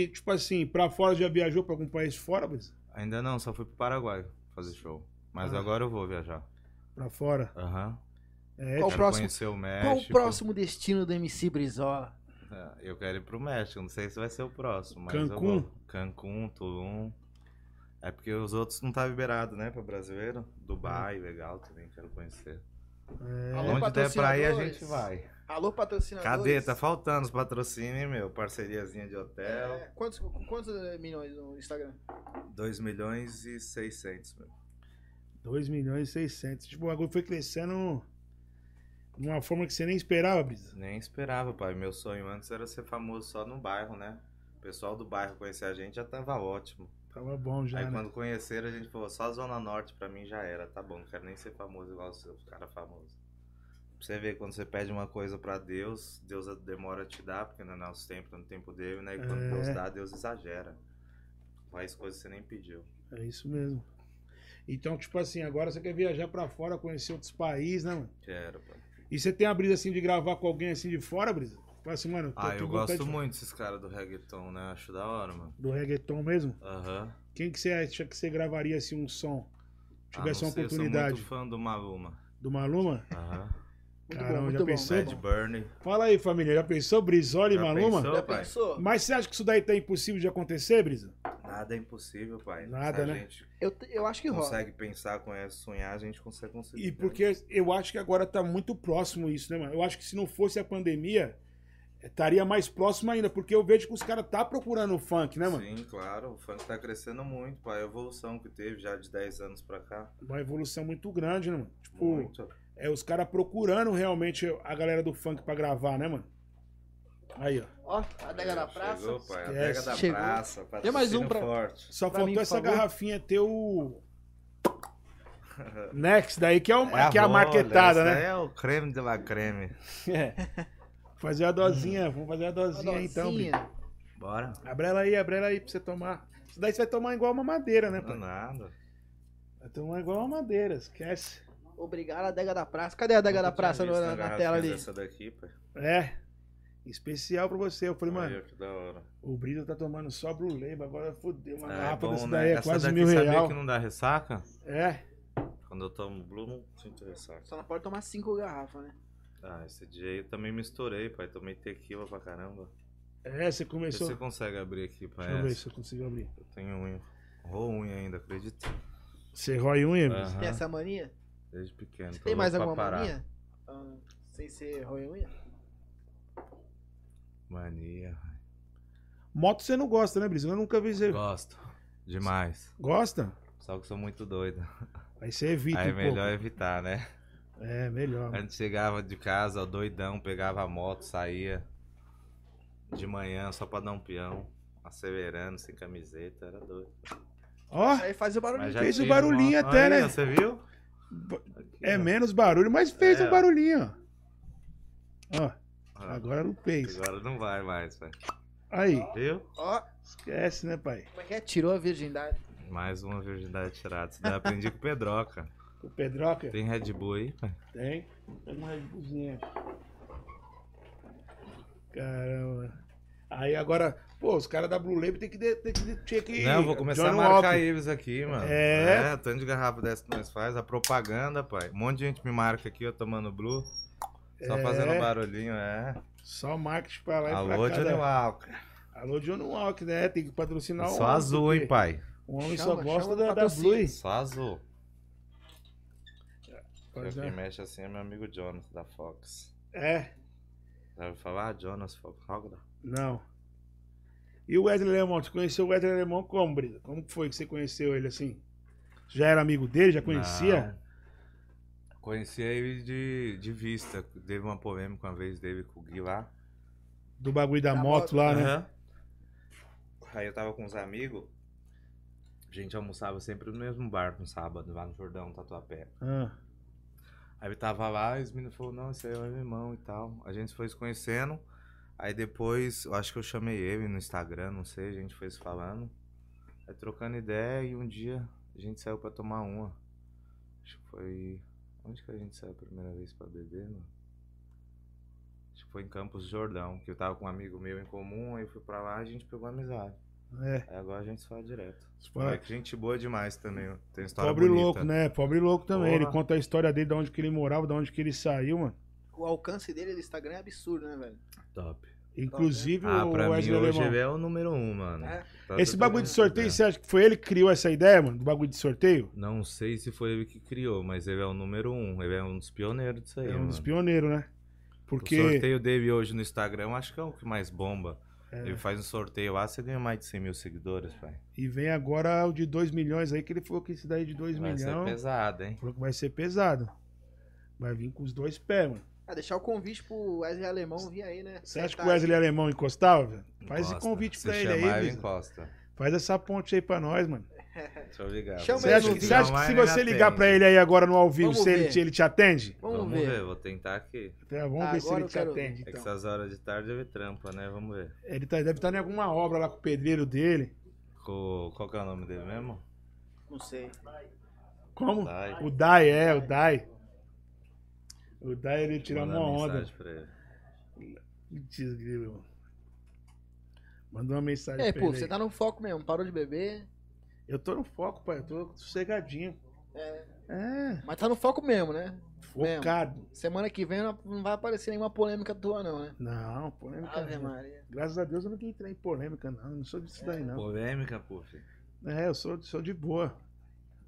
B: e, tipo assim, pra fora já viajou pra algum país fora, Brisa?
C: Ainda não, só fui pro Paraguai fazer show. Mas
B: Ah.
C: agora eu vou viajar.
B: Pra fora?
C: Aham.
B: É,
A: Qual
C: Quero
A: próximo-
C: conhecer o
A: Qual
C: México.
A: o próximo destino do MC Brizola?
C: É, Eu quero ir pro México, não sei se vai ser o próximo, mas
B: Cancún?
C: eu vou. Cancún, Tulum. É porque os outros não tá liberado, né, pra brasileiro. Dubai,
A: É.
C: legal também, quero conhecer.
B: tipo, é,
A: Alô,
C: Onde der praia a
A: patrocinadores.
C: gente vai.
A: Alô, patrocinador.
C: Cadê? Tá faltando os patrocínios, hein, meu? Parceriazinha de hotel.
A: É, quantos, quantos milhões no Instagram?
C: 2 milhões e 600 mil.
B: 2 milhões e 600. Tipo, o bagulho foi crescendo de uma forma que você nem esperava, Brisa.
C: Nem esperava, pai. Meu sonho antes era ser famoso só no bairro, né? O pessoal do bairro conhecer a gente já tava ótimo.
B: Tava bom já,
C: Aí
B: né?
C: quando conheceram, a gente falou, só a Zona Norte pra mim já era, tá bom, não quero nem ser famoso igual os os cara famoso. Pra você ver, quando você pede uma coisa pra Deus, Deus demora a te dar, porque não é nosso tempo, não é no tempo dele, né? E quando
B: É.
C: Deus dá, Deus exagera. Faz coisas que você nem pediu.
B: É isso mesmo. Então, tipo assim, agora você quer viajar pra fora, conhecer outros países, né, mano?
C: Quero, pai.
B: E você tem a brisa assim de gravar com alguém assim de fora, Brisa? Fala assim, mano, tô,
C: Ah,
B: tô
C: eu
B: com
C: gosto
B: vontade de-
C: muito desses caras do reggaeton, né? Acho da hora, mano.
B: do reggaeton mesmo.
C: Aham.
B: Quem que você acha que você gravaria assim um som?
C: Ah,
B: Tivesse
C: não
B: uma
C: sei, Eu
B: oportunidade
C: sou muito fã do Maluma.
B: do Maluma?
C: Aham.
A: Muito
B: Caramba,
A: bom,
B: já
A: muito bom.
B: pensou?
A: muito
C: Bad
A: bom.
C: Burnie.
B: Fala aí, família. Já pensou Brizola e
C: Já
B: Maluma?
C: pensou?
A: Já
C: Ô, pai.
A: pensou?
B: Mas você acha que isso daí tá impossível de acontecer, Brisa?
C: Nada é impossível, pai.
B: Nada,
C: Se a
B: né?
C: gente
A: Eu, te- eu acho que rola.
C: consegue pensar, conhece, sonhar, a gente consegue conseguir.
B: E porque eu acho que agora tá muito próximo isso, né, mano? Eu acho que se não fosse a pandemia, estaria mais próximo ainda, porque eu vejo que os caras tá procurando o funk, né, mano?
C: Sim, claro. O funk tá crescendo muito, pai. A evolução que teve já de 10 anos pra cá.
B: Uma evolução muito grande, né, mano? Tipo,
C: Muito.
B: é os caras procurando realmente a galera do funk pra gravar, né, mano? Aí, ó.
A: Ó, a adega da
C: Chegou,
A: praça.
C: pai. A
B: Esquece.
C: Adega da
A: Chegou.
C: praça.
A: Tem mais um
C: patrocínio
A: pra-
C: Forte.
B: Só
A: Pra
B: faltou
A: mim, por
B: essa
A: favor.
B: garrafinha ter
C: [LAUGHS]
B: o Next, daí que é, o, que é a
C: rola,
B: marquetada,
C: essa
B: né?
C: É o creme de la creme.
B: É. Fazer a dosinha, vamos fazer a
A: Uma
B: dosinha, então,
A: dosinha.
B: Brito.
C: Bora.
B: Abre ela aí, abre ela aí pra você tomar. Isso daí você vai tomar igual uma madeira, né,
C: Não,
B: pai?
C: nada.
B: Vai tomar igual uma madeira, esquece.
A: Obrigado, a adega da praça. Cadê a adega
C: Nunca
A: da praça
C: tinha
A: no-
C: visto um
A: na,
C: uma
A: na tela ali?
C: garrafinha dessa daqui, pai.
B: É. Especial pra você. Eu falei, mano,
C: Olha que da hora.
B: o Brito tá tomando só Bruleba, agora fodeu. Uma
C: Ah, é
B: garrafa
C: bom,
B: dessa
C: né?
B: daí é
C: Essa
B: quase
C: daqui,
B: mil
C: sabia
B: real.
C: que não dá ressaca?
B: É,
C: Quando eu tomo Blue, não sinto ressaca.
A: Só não pode tomar cinco garrafas, né?
C: Ah, esse dia aí eu também misturei, pai. Tomei tequila pra caramba.
B: é, você
C: Vê se
B: começou.
C: você consegue abrir aqui, pai.
B: Deixa eu ver
C: essa.
B: se eu consigo abrir.
C: Eu tenho unha. Rou unha ainda, acredito.
B: Você rói unha?
C: Ah.
B: bicho?
A: Tem essa mania?
C: Desde pequeno.
A: Você
C: tô
A: tem mais
C: louco pra
A: alguma
C: parar.
A: mania? Ah, sem ser roer unha?
C: Mania.
B: Moto você não gosta, né, Brito? Eu nunca vi você.
C: Gosto. Demais.
B: Gosta?
C: Só que sou muito doido.
B: Aí você evita
C: Aí é
B: um pouco.
C: melhor evitar, né?
B: É, melhor.
C: A gente chegava de casa, ó, doidão, pegava a moto, saía de manhã só pra dar um peão, acelerando, sem camiseta, era doido.
B: Ó,
A: Aí faz o barulho.
C: Mas já
B: fez o
C: tive
B: barulhinho
C: moto.
B: até,
C: Olha
B: né?
C: aí, Você viu?
B: é menos barulho, mas fez
C: É,
B: um
C: ó.
B: barulhinho. ó. Ó,
C: Ah,
B: agora não fez.
C: Agora não vai mais, velho.
B: Aí,
C: Viu?
A: Ó,
B: esquece, né, pai?
A: como é que é? Tirou a virgindade.
C: Mais uma virgindade tirada. Isso daí eu aprendi com o Pedroca.
B: O Pedroca?
C: Tem Red Bull aí, pai?
B: Tem. Tem uma Red Bullzinha. Caramba. Aí agora, pô, os caras da Blue Label tem que. de- Tem que, de- tinha que
C: Não, eu vou começar
B: Johnny
C: a marcar
B: Walker.
C: eles aqui, mano.
B: É?
C: É, tanto de garrafa dessa que nós faz, a propaganda, pai. Um monte de gente me marca aqui, eu tomando blue. Só
B: É.
C: fazendo barulhinho, é.
B: Só marketing pra lá
C: Alô,
B: e pra cá.
C: Johnny
B: né?
C: Walker.
B: Alô, Johnny Walk, né? Tem que patrocinar o
C: Só azul, hein, pai?
B: O homem só
A: Chama,
B: gosta
A: chama
B: da,
A: no
B: da Blue.
A: patrocínio.
C: Só azul.
B: Pois
C: Quem
B: é.
C: mexe assim é meu amigo Jonas da Fox.
B: É,
C: Já ouviu falar? Ah, Jonas Fox. Roga.
B: não. E o Wesley Lemon, você conheceu o Wesley Lemon como, Brisa? Como que foi que você conheceu ele assim? Já era amigo dele? Já conhecia?
C: Não. Conheci ele de, de vista. Teve uma polêmica uma vez dele com o Gui lá.
B: Do bagulho da,
A: Da
B: moto,
A: moto.
B: lá, né?
C: Aham. Aí eu tava com uns amigos. A gente almoçava sempre no mesmo bar no sábado, lá no Jordão, Tatuapé.
B: Ah,
C: Aí ele tava lá e os meninos falaram, não, esse aí é meu irmão e tal. A gente foi se conhecendo. Aí depois, eu acho que eu chamei ele no Instagram, não sei, a gente foi se falando. Aí trocando ideia e um dia a gente saiu pra tomar uma. Acho que foi. Onde que a gente saiu a primeira vez pra beber, mano? Acho que foi em Campos do Jordão, que eu tava com um amigo meu em comum, aí eu fui pra lá e a gente pegou amizade.
B: é.
C: Aí agora a gente se fala direto.
B: Você fala,
C: Olha que gente boa demais também, ó. tem história
B: Pobre
C: bonita.
B: louco, né? Pobre louco também.
C: Porra.
B: Ele conta a história dele, de onde que ele morava, de onde que ele saiu, mano.
A: O alcance dele do Instagram é absurdo, né, velho?
C: Top.
B: Inclusive
C: Ah,
B: o
C: pra mim
B: Wesley
C: hoje
B: Lemon.
C: ele é o número um, mano.
A: É.
C: Tá
B: Esse
C: tudo
B: bagulho
C: bem,
B: de sorteio,
C: né?
B: você acha que foi ele que criou essa ideia, mano? Do bagulho de sorteio?
C: Não sei se foi ele que criou, mas ele é o número um. Ele é um dos pioneiros disso aí,
B: É um dos
C: mano.
B: pioneiros, né?
C: O
B: Porque.
C: sorteio dele hoje no Instagram, acho que é o que mais bomba.
B: É.
C: Ele faz um sorteio lá, você ganha mais de 100 mil seguidores, pai.
B: E vem agora o de 2 milhões aí, que ele falou que esse daí é de 2
C: Vai ser
B: milhões.
C: pesado, hein?
B: Falou que vai ser pesado. Vai vir com os dois pés, mano.
A: Ah, deixar o convite pro Wesley Alemão vir aí, né?
B: Você acha que
A: Sentar
B: o Wesley é Alemão encostava? velho? Faz esse
C: Encosta.
B: convite
C: Se
B: pra ele
C: chamar,
B: aí,
C: ele
B: Brisa.
C: encosta.
B: Faz essa ponte aí pra nós, mano.
C: Deixa eu ligar.
A: Chama
B: Você
A: ele
B: acha,
A: no
B: que,
A: vídeo.
B: você acha que se você ligar pra ele aí agora no ao vivo,
A: Vamos
B: se ele,
A: ver.
B: te- ele te atende?
A: aí. Vamos, ver.
C: vou tentar aqui.
B: Tá, vamos ver se
A: Agora
B: ele
A: eu
B: te
A: quero
B: atende,
C: É que
B: então.
C: essas horas de tarde ele trampa, né? Vamos ver.
B: Ele tá- deve estar em alguma obra lá com o pedreiro dele.
C: Co- Qual que é o nome dele mesmo?
A: Não sei.
B: Como?
C: Dai.
B: O Dai, é, o Dai. O Dai, ele tira
C: Mandar
B: uma onda.
C: mensagem pra ele.
B: Que desgrilo, mano. Mandou uma mensagem
A: É,
B: pra
A: pô,
B: ele.
A: você
B: aí.
A: tá no foco mesmo. Parou de beber.
B: Eu tô no foco, pai. Eu tô sossegadinho. É.
A: Mas tá no foco mesmo, né?
B: focado.
A: Semana que vem não vai aparecer nenhuma polêmica tua, não, né?
B: Não, polêmica.
A: Ave
B: não.
A: Maria.
B: Graças a Deus eu não tenho que entrar em polêmica, não. Eu não sou disso daí, não.
C: Polêmica, puff.
B: É, eu sou, sou de boa.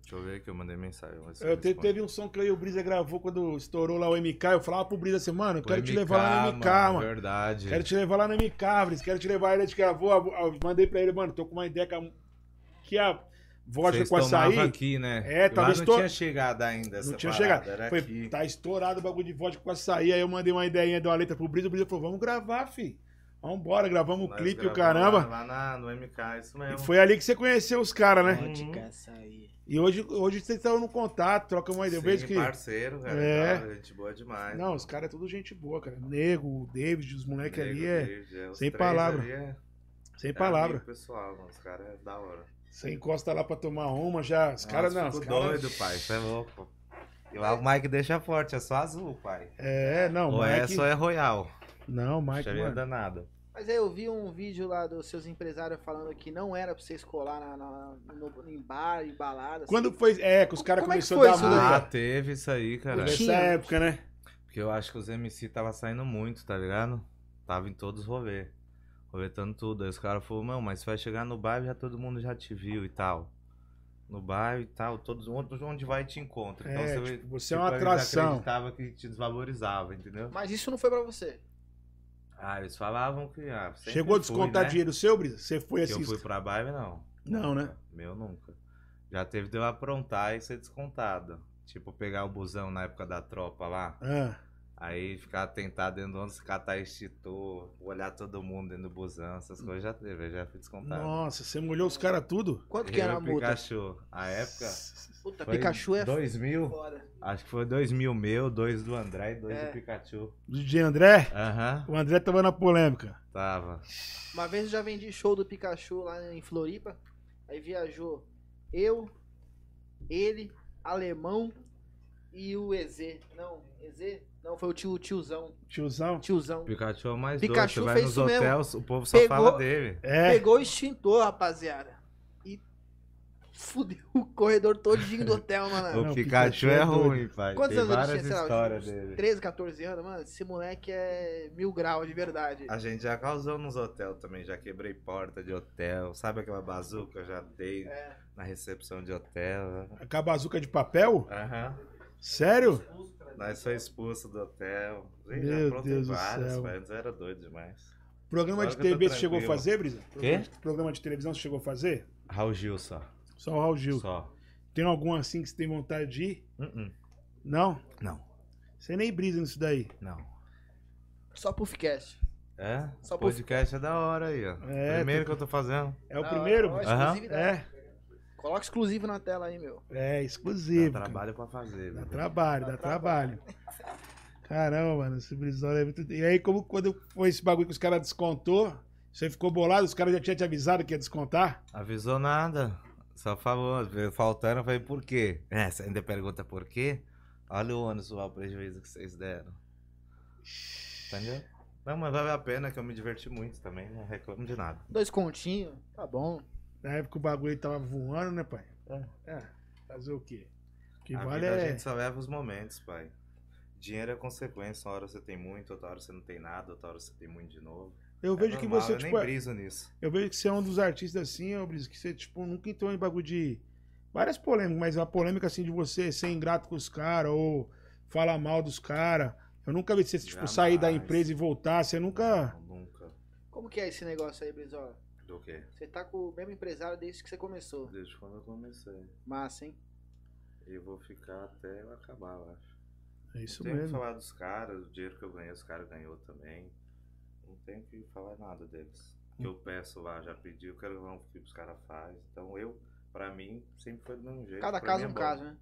C: Deixa eu ver aqui, eu mandei mensagem. vamos ver se
B: Eu te-
C: responde.
B: teve um som que eu e o Brisa gravou quando estourou lá o MK. Eu falava pro Brisa assim, mano, eu quero te
C: MK,
B: levar lá no MK, mano. é
C: é Verdade.
B: Quero te levar lá no MK, Brisa. Quero te levar. Ele te gravou. a- a- Mandei pra ele, mano, tô com uma ideia que a, que a vodka
C: Vocês
B: com açaí.
C: tomavam aqui, né?
B: É,
C: Lá
B: talvez
C: não
B: to-
C: tinha chegado ainda essa
B: Não tinha
C: parada,
B: chegado.
C: Era
B: Foi,
C: aqui.
B: tá estourado o bagulho de vodka com açaí. Aí eu mandei uma ideinha, dei uma letra pro Brisa. O Brisa falou: vamos gravar, fi. Vambora, gravamos o
C: Nós
B: um clipe, o
C: gravamos
B: caramba.
C: Lá, lá na- no MK, isso
B: E
C: mesmo.
B: foi ali que você conheceu os caras, né?
A: Pode sair.
B: E hoje, hoje vocês estão no contato, troca uma ideia. Eu
C: Sim,
B: vejo que.
C: parceiro, cara.
B: É.
C: da hora, gente boa demais.
B: Não, os caras é tudo gente boa, cara. Nego, o David, os moleques
C: Nego,
B: ali é.
C: David, os
B: sem
C: três
B: palavra.
C: ali é-
B: Sem
C: é
B: palavra.
C: amigo pessoal, mano. Os caras é da hora.
B: Você encosta lá pra tomar uma já. Os caras não.
C: Nossa,
B: Os
C: fico
B: cara...
C: doido, pai. Você é louco. E lá o Mike deixa forte, é só azul, pai.
B: É, não,
C: Ou
B: Mike.
C: é só é Royal.
B: Não, o Mike,
C: Seria
B: mano.
C: danado.
A: Mas aí eu vi um vídeo lá dos seus empresários falando que não era pra vocês colar na, na- no, em bar, em balada. assim.
B: Quando foi. É, que os caras
A: Como é que
B: começaram
A: foi
B: a
A: isso
B: dar
A: daí?
C: Ah,
B: multa.
C: teve isso aí, cara.
A: Tinha.
B: Nessa época, né?
C: Porque eu acho que os MC tava saindo muito, tá ligado? Tava em todos os rolê. Roletando tudo. Aí os caras falaram, não, mas você vai chegar no bairro já todo mundo já te viu e tal. No bairro e tal, todos onde, onde vai te encontra. Então
B: É,
C: você,
B: tipo, você é uma
C: tipo, eles
B: atração.
C: acreditava que te desvalorizava, entendeu?
A: Mas isso não foi pra você.
C: Ah, eles falavam que. Ah, sempre
B: Chegou a
C: fui,
B: descontar
C: né?
B: dinheiro seu, Brisa? Você foi
C: Que eu
B: assim.
C: fui pra baile, não.
B: Não, né?
C: Meu nunca. Já teve de eu aprontar e ser descontado. Tipo, pegar o busão na época da tropa lá.
B: Ah,
C: Aí ficar tentado dentro do ônibus, catar extintor, olhar todo mundo dentro do busão, essas
A: Hum.
C: coisas já teve, eu já fui descontado.
B: nossa, você molhou os caras tudo?
A: Quanto que era
C: Eu
A: a
C: e
A: multa?
C: Pikachu, a época,
A: Puta,
C: foi
A: Pikachu é
C: 2000?
A: foda.
C: acho que foi dois mil meu, dois do André e dois
A: É.
C: do Pikachu.
B: Do DJ André?
C: Aham,
B: O André tava na polêmica.
C: tava.
A: Uma vez eu já vendi show do Pikachu lá em Floripa. Aí viajou eu, ele, alemão e o EZ. Não, EZ? Não, foi o tio, tiozão.
B: Tiozão.
A: Tiozão.
C: Pikachu é o mais
A: Pikachu
C: doido, você vai
A: fez
C: nos
A: isso mesmo.
C: hotéis, o povo só
A: Pegou-
C: fala dele.
B: É.
A: Pegou o extintor, rapaziada. E fudeu o corredor todinho do hotel, mano.
C: O
B: Não, o
C: Pikachu
B: Pikachu é
C: é
B: doido.
C: ruim, pai,
A: Ah, Quantos
C: tem
A: anos ele
C: várias
A: tinha? Sei lá,
C: histórias
A: uns
C: dele.
A: 13, 14 anos, mano. Esse moleque é mil graus de verdade.
C: A gente já causou nos hotéis também, já quebrei porta de hotel, sabe aquela bazuca que eu já dei
A: É.
C: na recepção de hotel? né?
B: A cabazuca de papel?
C: Aham.
B: Sério?
D: Expulso, cara.
C: Nós foi expulso do hotel. Gente,
B: Meu
C: já aprontei
B: Deus do
C: vários,
B: céu.
C: mas antes era doido demais.
B: Programa
C: Claro
B: de
C: que eu tô
B: TV você chegou a
C: tranquilo.
B: fazer, Brisa?
C: Quê?
B: Programa de televisão você chegou a fazer?
C: Raul Gil só.
B: Só o Raul Gil.
C: Só.
B: Tem algum assim que você tem vontade de ir?
C: Uh-uh.
B: Não?
C: Não,
B: Você nem brisa nisso daí.
C: não.
A: Só Puffcast.
C: É?
A: Só
C: Só podcast é da hora aí, ó.
B: É,
C: Primeiro
B: tá-
C: que eu tô fazendo.
B: É o
A: Da
B: primeiro?
A: hora, ó,
B: Brisa?
C: Aham.
A: exclusividade.
B: É,
A: Coloca exclusivo na tela aí, meu.
B: é
C: Dá
B: exclusivo. cara.
C: trabalho pra fazer.
B: Dá
C: velho.
B: trabalho, dá trabalho. Caramba, mano, esse brisola é muito. E aí, como quando foi esse bagulho que os caras descontou, você ficou bolado, os caras já tinham te avisado que ia descontar?
C: Avisou nada. Só falou. Veio faltando, eu falei, por quê? É, você ainda pergunta por quê? Olha o ônus, o prejuízo que vocês deram. Entendeu? Não, mas vale a pena que eu me diverti muito também. Não reclamo de nada.
A: Dois continhos, tá bom.
B: Na época o bagulho tava voando, né, pai?
C: É.
B: É, fazer o quê? O que
C: a
B: vale
C: vida
B: é.
C: a gente só leva os momentos, pai. Dinheiro é consequência. Uma hora você tem muito, outra hora você não tem nada, outra hora você tem muito de novo.
B: Eu vejo que você,
C: eu
B: tipo.
C: nem
B: é-
C: briso nisso.
B: Eu vejo que você é um dos artistas assim, ô Brice, que você, tipo, nunca entrou em bagulho de. Várias polêmicas, mas a polêmica assim de você ser ingrato com os caras ou falar mal dos caras. Eu nunca vi você, tipo,
C: Jamais.
B: sair da empresa e voltar. Você nunca.
C: Não, nunca.
A: Como que é esse negócio aí, Brizola?
C: Do quê?
A: Você tá com o mesmo empresário desde que você começou.
C: Desde quando eu comecei.
A: Massa, hein?
C: E eu vou ficar até eu acabar, eu acho.
B: É isso
C: não tenho o que
B: mesmo.
C: falar dos caras, o dinheiro que eu ganhei, os caras ganhou também. Não tenho que falar nada deles.
B: Hum.
C: O que eu peço lá, já pedi, eu quero ver o que os caras fazem. Então eu, pra mim, sempre foi do mesmo jeito.
A: Cada
C: Pra
A: caso
C: mim
A: é
C: é
A: um
C: bom.
A: caso, né?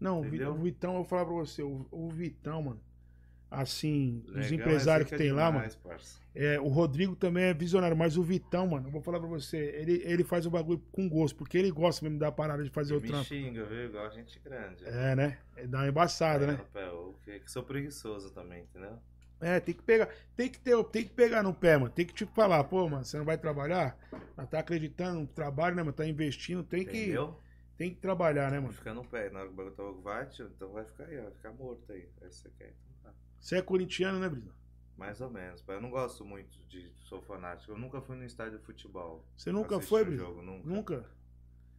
B: Não, o Vi-
C: Entendeu?
B: o Vitão, eu vou falar pra você, o, o Vitão, mano. Assim,
C: Legal,
B: os
C: é
B: empresários que
C: zica
B: tem lá, mano.
C: demais, parça.
B: É, o Rodrigo também é visionário, mas o Vitão, mano, eu vou falar pra você, ele, ele faz o bagulho com gosto, porque ele gosta mesmo da parada de fazer
C: E
B: o
C: me
B: trampo.
C: xinga, viu? Igual gente grande.
B: É, né? É, Dá uma embaçada, né?
C: Papel, que, que sou preguiçoso também, entendeu?
B: É, tem que pegar, tem que ter, tem que pegar no pé, mano. Tem que tipo falar, pô, mano, você não vai trabalhar? Mas tá acreditando no trabalho, né, mano? Tá investindo, tem que,
C: Entendeu?
B: tem que trabalhar, né,
C: Não
B: mano?
C: fica no pé. Na hora que o bagulho tá louco, vai, tio, então vai ficar aí, ó, vai ficar morto aí. Aí você quer, então tá.
B: Você é corintiano, né, Brisa?
C: Mais ou menos. pai. Eu não gosto muito de. Sou fanático. Eu nunca fui no estádio de futebol.
B: Você nunca
C: assistir
B: foi,
C: um
B: Brisa?
C: jogo, nunca.
B: Nunca.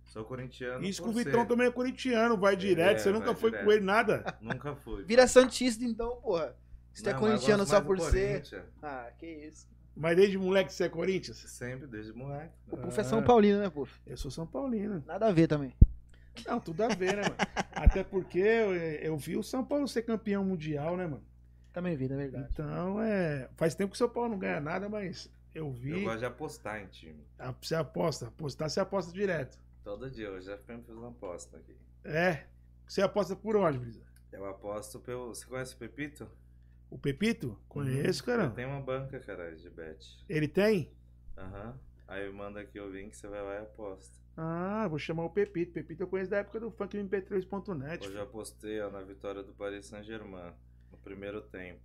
C: Sou corintiano.
B: Isso que
C: por
B: o Vitão
C: ser.
B: também é corintiano, vai direto,
C: Tá É,
B: você nunca
C: vai
B: foi
C: direto.
B: com ele nada.
C: Nunca fui.
A: Vira Santista então, porra. Você é
C: Não, mas eu
A: corintiano
C: gosto
A: só
C: mais do
A: por ser.
C: Corinthians.
A: Ah, que isso.
B: Mas desde moleque você é Corinthians?
C: Sempre, desde moleque.
A: O Puff é
B: Ah.
A: São Paulino, né, Puff?
B: Eu sou São Paulino.
A: Nada a ver também.
B: Não, tudo a ver, né, mano? Até porque eu, eu vi o São Paulo ser campeão mundial, né, mano?
A: Também vi, na verdade.
B: Então, é. Faz tempo que o São Paulo não ganha nada, mas eu vi.
C: Eu gosto de apostar em time.
B: A- Você aposta, apostar, você aposta direto.
C: Todo dia. Eu já fiz uma aposta aqui.
B: É. Você aposta por onde, Brisa?
C: Eu aposto pelo. Você conhece o Pepito?
B: O Pepito? Conheço,
C: cara.
B: cara.
C: Tem Uhum. uma banca, cara, de bet.
B: Ele tem?
C: Aham. Aí manda aqui o link, você vai lá e aposta.
B: Ah, vou chamar o Pepito. Pepito eu conheço da época do funk mp3.net.
A: É
C: Hoje eu apostei ó, na vitória do Paris Saint-Germain, no primeiro tempo.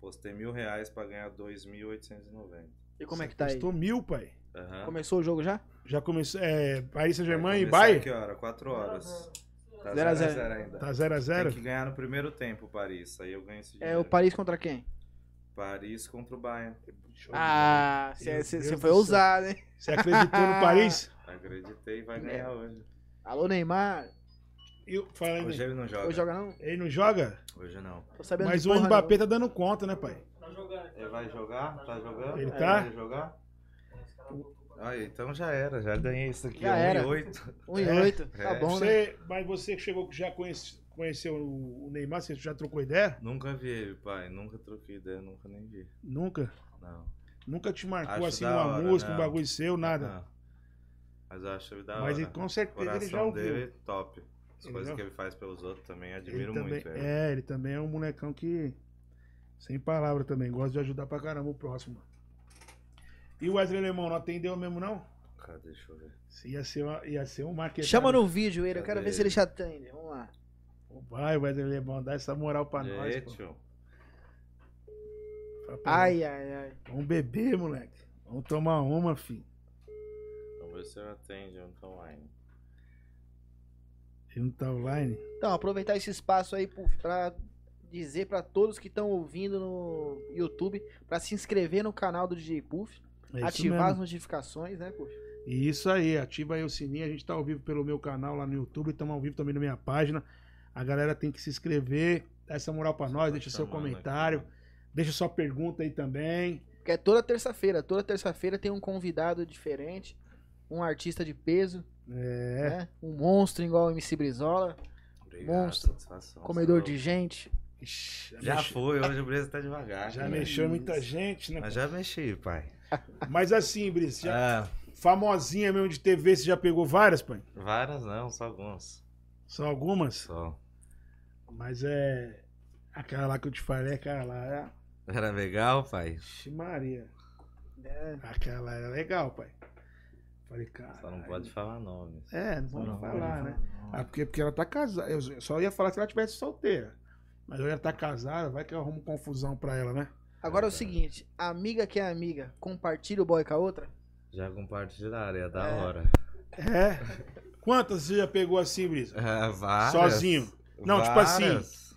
C: Postei mil reais pra ganhar 2.890.
B: Hum.
A: E como é que tá aí?
B: Estou mil, pai.
C: Aham.
A: Começou o jogo já?
B: Já começou. É, Paris Saint-Germain e
C: Vai começar
B: Bayern?
C: Que hora? 4 horas. Tá
A: Zero a
C: 0x0
A: zero.
C: ainda.
B: Tá 0x0?
C: Tem que ganhar no primeiro tempo, Paris. Aí eu ganho esse
A: É
C: dinheiro.
A: o Paris contra quem?
C: Paris contra o Bayern.
A: Ah,
B: Meu
A: você
B: Deus
A: foi
B: do céu.
A: ousado, hein?
B: Você acreditou no
C: [LAUGHS]
B: Paris?
C: Acreditei,
A: É.
C: vai ganhar hoje.
A: Alô, Neymar.
B: Eu, fala aí,
C: Hoje ele não joga.
A: Hoje joga não?
B: é- Ele não joga?
C: Hoje não.
A: Tô sabendo
B: Mas
A: de
B: o
A: porra
B: Mbappé tá dando conta, né, pai?
D: Tá jogando.
C: Ele vai jogar? Tá jogando?
B: Ele tá?
C: Vai jogar?
D: Os caras voltou pra-
C: Ah, então já era, já ganhei isso aqui.
A: Já
C: 1 e
A: era.
C: 8.
A: não. 1 e
B: É.
A: 8. Tá
C: É.
A: bom, né?
B: Você, Mas você que chegou, que já conhece- conheceu o o Neymar, você já trocou ideia?
C: [LAUGHS] Nunca vi ele, pai. Nunca troquei ideia, nunca nem vi.
B: Nunca.
C: Não.
B: Nunca te marcou
C: Acho
B: assim
C: da
B: uma
C: hora, né?
B: música, um
C: não.
B: bagulho seu, nada.
C: Não. Mas eu acho ele da
B: Mas
C: hora.
B: ele- com
C: O
B: certeza
C: coração
B: ele já ouviu.
C: dele é top. As
B: Ele
C: coisas
B: já-
C: que ele faz pelos outros também
B: Ele
C: admiro
B: também-
C: muito. ele.
B: É, ele também é um molecão que. Sem palavra também. Gosta de ajudar pra caramba o próximo. E o Wesley Alemão não atendeu mesmo, não?
C: Cara, deixa eu ver.
B: Se Ia ser, uma- ia ser um marketing.
A: Chama no vídeo ele, eu quero
C: Cadê
A: ver se
C: ele?
A: ele já atende. Vamos
B: Tá
A: lá.
B: Vai, Wesley Alemão, dá essa moral pra
C: E
B: nós.
C: aí,
B: Pô.
C: tio?
B: Fala pra nós.
A: Ai, ai, ai.
B: Vamos beber, moleque. Vamos tomar uma, filho.
C: Vamos ver se ele atende, um eu não tô online.
B: Ele não tá online.
A: Então, aproveitar esse espaço aí Puff, pra dizer pra todos que estão ouvindo no YouTube pra se inscrever no canal do DJ Puff,
B: É isso
A: ativar as um-
B: mesmo.
A: notificações, né, Puff?
B: E isso aí, ativa aí o sininho. A gente tá ao vivo pelo meu canal lá no YouTube. Estamos ao vivo também na minha página. A galera tem que se inscrever. Dá essa moral pra nós.
C: Tá
B: Deixa seu
C: chamando aqui,
B: comentário.
C: né?
B: Deixa sua pergunta aí também.
A: Porque é toda terça-feira, toda terça-feira tem um convidado diferente, um artista de peso,
B: É.
A: né? Um monstro igual o MC Brizola,
C: Obrigado,
A: Monstro.
C: satisfação,
A: comedor
C: saúde.
A: de gente.
B: Ixi,
C: Já
B: mexi-
C: foi, hoje o Brisa tá devagar.
B: já
C: cara.
B: mexeu
A: Isso.
B: muita gente, né?
C: Mas já mexi, pai.
B: Mas assim, Brice, já-
C: Ah,
B: famosinha mesmo de TV, você já pegou várias, pai?
C: várias não, só algumas.
B: São algumas.
C: Só.
B: Mas é. Aquela lá que eu te falei, aquela lá. é-
C: Era legal, pai?
B: Ixi, Maria.
A: É,
B: Aquela lá era legal, pai. Falei, cara.
C: Só não pode falar nomes.
B: É, não pode
C: Só não
B: falar,
C: pode
B: né? Ah, porque, porque ela tá casada. Eu só ia falar se ela tivesse solteira. Mas ela tá casada, vai que eu arrumo confusão pra ela, né?
A: Agora é o
C: Verdade.
A: seguinte, amiga que é amiga, compartilha o boy com a outra?
C: Já compartilharam, é da
A: É.
B: [LAUGHS]
C: hora.
B: É. Quantas você já pegou assim, Brisa?
C: Ah, várias.
B: Sozinho. Não, tipo assim,
C: Várias.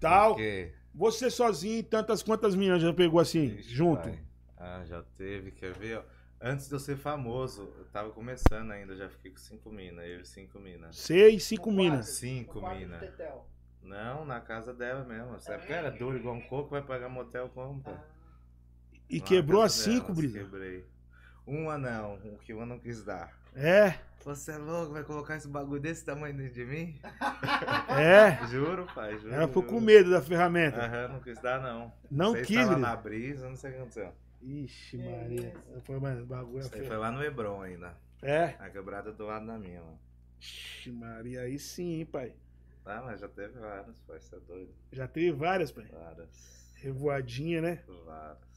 B: Tal.
C: Porque-
B: Você sozinho e tantas quantas meninas já pegou assim,
C: Ixi,
B: junto?
C: pai. Ah, já teve, quer ver? ó? Antes de eu ser famoso, eu tava começando ainda, já fiquei com cinco minas, eu e cinco minas.
B: Seis, cinco minas.
C: Cinco minas. Não, na casa dela mesmo. Essa época era duro igual um coco, vai pagar motel como, pô?
B: E
C: Lá
B: quebrou
C: na
B: as
C: casa delas,
B: cinco, Brisa?
C: Quebrei. Uma não, o que uma não quis dar.
B: É,
C: Você é louco, vai colocar esse bagulho desse tamanho dentro de mim?
B: é.
C: Juro, pai, juro.
B: Ela ficou
C: juro.
B: com medo da ferramenta.
C: Aham, não quis dar, não.
B: Não
C: sei se
B: quis,
C: tava na
B: Brisa.
C: brisa, não sei o que aconteceu.
B: Ixi, Maria. Foi mais bagulho.
C: Isso aí
B: foi-
C: foi lá no Hebron ainda.
B: É.
C: Na quebrada do lado da minha, mano.
B: Ixi, Maria, aí sim, hein, pai.
C: Ah, mas já teve várias, pai, você é doido.
B: Já teve várias, pai.
C: Várias.
B: Revoadinha, né?
C: Várias.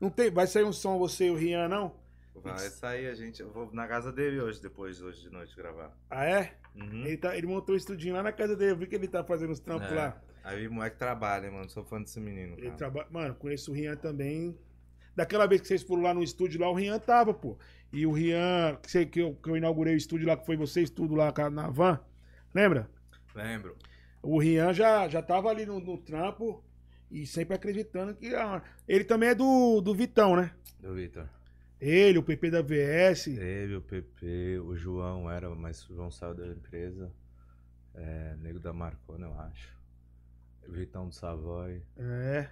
B: Não tem, vai sair um som você e o Rian, não?
C: Vai sair, a gente. Eu vou na casa dele hoje, depois, hoje de noite, gravar.
B: Ah, é?
C: Uhum.
B: Ele, tá, ele montou um estudinho lá na casa dele. Eu vi que ele tá fazendo os trampos
C: É.
B: lá.
C: Aí o moleque trabalha, mano. Sou fã desse menino.
B: Ele
C: cara.
B: trabalha. Mano, conheço o Rian também. Daquela vez que vocês foram lá no estúdio lá, o Rian tava, pô. E o Rian, que, você- que eu, que eu inaugurei o estúdio lá, que foi vocês tudo lá ca- na van. Lembra?
C: Lembro.
B: O Rian já, já tava ali no, no trampo e sempre acreditando que. ah, ele também é do, do Vitão, né?
C: Do Vitor.
B: Ele, o PP da VS.
C: Teve o PP, o João era, mas o João saiu da empresa. É, Nego da Marcona, eu acho. Vitão do Savoy.
B: É,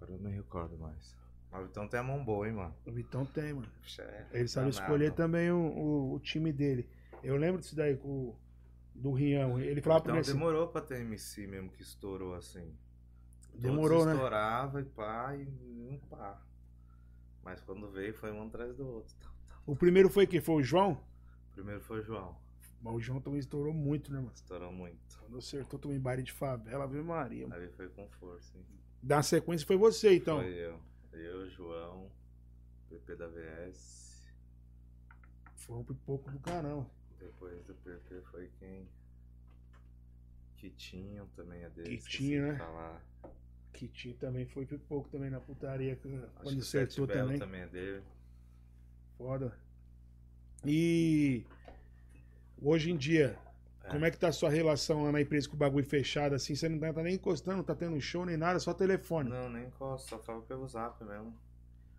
C: Agora eu não me recordo mais. Mas o Vitão tem a mão boa, hein, mano.
B: o Vitão tem, mano.
C: Puxa, é
B: Ele sabe
C: danado.
B: escolher também o, o- o time dele. Eu lembro disso daí com, o- do Rian. Ele falava pra
C: Então
B: mim assim,
C: demorou pra ter MC mesmo que estourou assim. Todos
B: demorou, né?
C: Estourava e pá, e um pá. Mas quando veio, foi um atrás do outro. Tá, tá.
B: O primeiro foi quem? Foi o João?
C: Primeiro foi o João.
B: Mas o João também estourou muito, né, mano?
C: Estourou muito.
B: Quando acertou também baile de favela, Ave Maria. Mano.
C: Aí foi com força, hein?
B: Da sequência foi você, então.
C: Foi eu. Eu, João, PP da VS.
B: Foi um pipoco do caramba.
C: Depois do PP foi quem? Kitinho também é dele.
B: Kitinho,
C: esqueci de
B: né?
C: Falar.
B: Kitinho também foi por pouco também na putaria. Quando
C: Acho que o Sete
B: acertou
C: Belo
B: também.
C: também é dele.
B: Foda. E hoje em dia,
C: É.
B: como é que tá a sua relação lá na empresa com o bagulho fechado assim? Você não tá, tá nem encostando, não tá tendo show nem nada, só telefone.
C: Não, nem encosto, só tava pelo zap mesmo.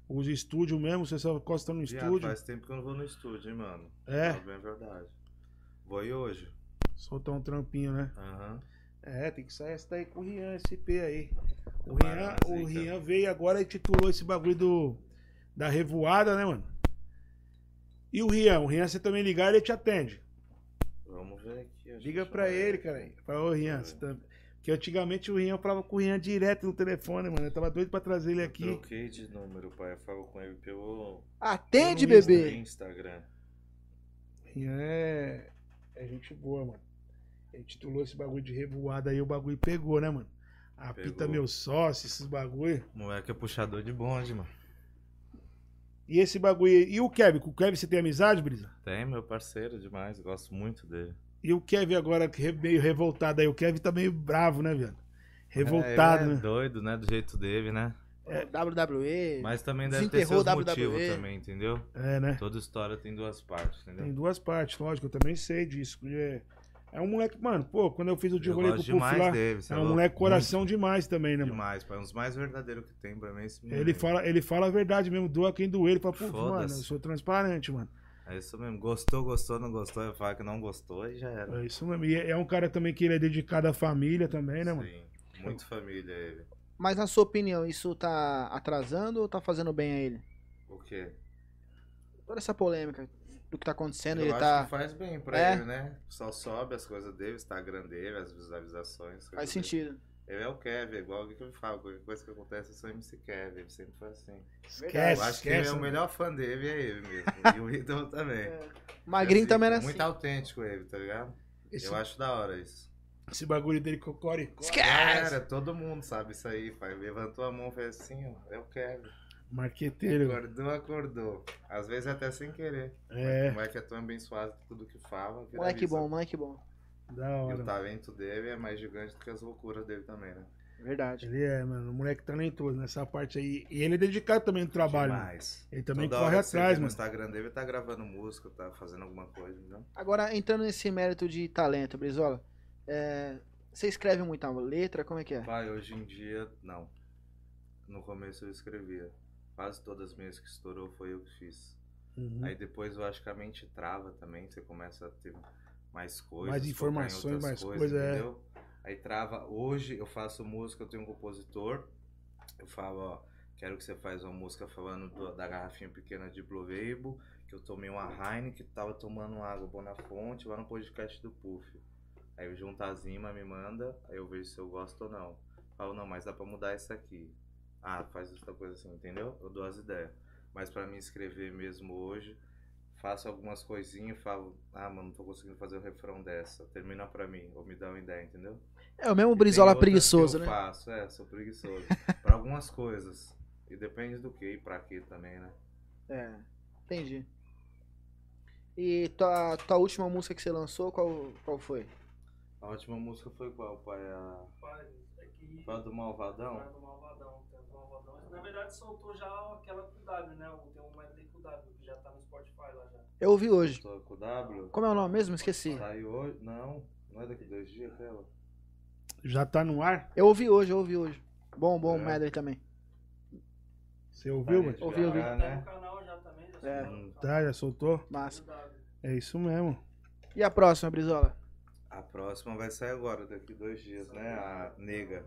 B: Os estúdios mesmo, você só encosta no
C: Viado,
B: estúdio.
C: faz tempo que eu não vou no estúdio, hein, mano.
B: É.
C: Fala bem a verdade. Vou ir hoje.
B: Soltar um trampinho, né?
C: Aham.
B: É, tem que sair essa daí com o Rian SP aí. O
C: Tomara,
B: Rian,
C: mas
B: o
C: aí, cara.
B: Rian veio agora e titulou esse bagulho do, da revoada, né, mano? E o Rian, o Rian, você também ligar, ele te atende.
C: Vamos ver aqui. acho que
B: Liga
C: eu
B: pra
C: chamo
B: ele, cara. Fala, ô Rian, você tá... Porque antigamente o Rian eu falava com o Rian direto no telefone, mano. Eu tava doido pra trazer ele
C: Eu
B: aqui.
C: Troquei de número, pai. Eu falo com ele pelo
A: Atende,
B: Pelo
A: bebê.
C: Instagram.
B: Rian é... é gente boa, mano. Ele titulou esse bagulho de revoada aí, o bagulho pegou, né, mano? Apita
C: Pegou.
B: meu sócio, esses bagulho.
C: Moleque é puxador de bonde, mano.
B: E esse bagulho. aí- E o Kevin? Com o Kevin você tem amizade, Brisa?
C: Tem, meu parceiro demais. Gosto muito dele.
B: E o Kevin agora que é meio revoltado aí. O Kevin tá meio bravo, né, velho?
C: É,
B: Revoltado,
C: ele é
B: né?
C: doido, né? Do jeito dele, né?
A: É WWE.
C: Mas também deve ter
A: Desenterrou
C: seus
A: o WWE.
C: motivos também, entendeu?
B: É, né?
C: Toda história tem duas partes,
B: Tem
C: entendeu?
B: duas partes, lógico. Eu também sei disso. porque É, é um moleque, mano. Pô, quando eu fiz o de
C: Eu
B: rolê com o
C: gosto
B: Puff
C: demais
B: lá.
C: dele. você
B: É um
C: louco?
B: moleque coração demais também, né,
C: Muito
B: mano?
C: demais, pai. Um dos mais verdadeiros que tem pra mim é esse menino.
B: Ele fala, ele fala a verdade mesmo, doa quem doer. Ele fala, pô, mano, eu
C: Foda-se.
B: sou transparente, mano.
C: É isso mesmo. Gostou, gostou, não gostou. Eu falo que não gostou e já era.
B: É isso mesmo. E é é um cara também que ele é dedicado à família também, né, mano?
C: Sim. Muito família ele.
A: Mas na sua opinião, isso tá atrasando ou tá fazendo bem a ele?
C: O quê?
A: Toda essa polêmica do que tá acontecendo,
C: Eu
A: ele
C: acho
A: tá.
C: que faz bem pra
A: É?
C: ele, né? Só sobe as coisas dele, o Instagram dele, as visualizações.
A: Faz
C: as coisas dele.
A: sentido.
C: Ele é o Kevin, é igual o que eu falo. Qualquer coisa que acontece, eu sou MC Kevin. Ele sempre foi assim.
B: Esquece, né?
C: eu acho que ele
B: esquece.
C: é o melhor fã dele, é ele mesmo.
B: [LAUGHS]
C: e o Idol também.
A: Magrinho
C: Assim,
A: também era
C: Muito
A: assim.
C: autêntico ele, tá ligado?
B: Esse,
C: Eu acho da hora isso.
B: esse bagulho dele cocoricó.
C: Cara, todo mundo sabe isso aí, pai. Levantou a mão e fez assim, ó. Eu quero.
B: Marqueteiro.
C: Acordou, acordou. Às vezes até sem querer.
B: É,
C: O moleque é tão abençoado que tudo que fala.
A: Moleque
C: viraliza.
A: bom, moleque bom.
B: da
C: E o
B: hora.
C: talento dele é mais gigante do que as loucuras dele também, né?
A: Verdade.
B: Ele é, mano, um moleque talentoso nessa parte aí. E ele é dedicado também no trabalho. mano.
C: Demais.
B: Ele também
C: Toda
B: corre
C: hora que você
B: atrás,
C: vê No
B: mano.
C: Instagram dele tá gravando música, tá fazendo alguma coisa, não?
A: Agora, entrando nesse mérito de talento, Brizola, é, você escreve muita letra? Como é que é?
C: Pai, hoje em dia, não. No começo eu escrevia. Quase todas as minhas que estourou foi eu que fiz.
B: Uhum.
C: Aí depois eu acho que a mente trava também, você começa a ter mais coisas.
B: Mais
C: focar em
B: informações,
C: outras
B: mais coisa, é.
C: entendeu? Aí trava. Hoje eu faço música, eu tenho um compositor, eu falo, ó, quero que você faz uma música falando do- da garrafinha pequena de Blue Label, que eu tomei uma Heineken, que tava tomando água boa na fonte, lá no podcast do Puff. Aí eu junto a Zima, me manda, aí eu vejo se eu gosto ou não. Falo, não, mas dá pra mudar isso aqui. Ah, faz outra coisa assim, entendeu? Eu dou as ideias. Mas pra mim escrever mesmo hoje, faço algumas coisinhas e falo, ah, mano, não tô conseguindo fazer o refrão dessa. Termina pra mim, ou me dá uma ideia, entendeu?
A: É o mesmo
C: E tem
A: Brizola
C: outras que
A: preguiçoso,
C: eu
A: né?
C: faço, é, sou preguiçoso. [LAUGHS] pra algumas coisas. E depende do que e pra que também, né?
A: É, entendi. E tua, tua última música que você lançou, qual, qual foi?
C: A última música foi qual, pai? A...
D: Pai, é que
C: Foi a do Malvadão?
D: vai do Malvadão, tem a do Malvadão. Na verdade soltou já aquela com o W, né? O- Tem uma ali com o W, que já tá no Spotify lá já.
A: Eu ouvi hoje.
C: Tô com o W?
A: Como é o nome mesmo? Esqueci.
C: Saiu hoje? Não, não é daqui dois dias aquela?
B: Já tá no ar?
A: Eu ouvi hoje, eu ouvi hoje. Bom, bom,
C: É.
A: medley também.
B: Você ouviu,
C: Tá,
B: mano?
C: gente. né?
A: Ouvi, ouvi.
C: Ah,
D: tá
C: né?
D: no canal já também, já
A: É.
D: soltou no canal.
B: Tá, já soltou?
A: Massa.
B: É isso mesmo.
A: E a próxima, Brizola?
C: A próxima vai sair agora, daqui dois dias, né? A Nega.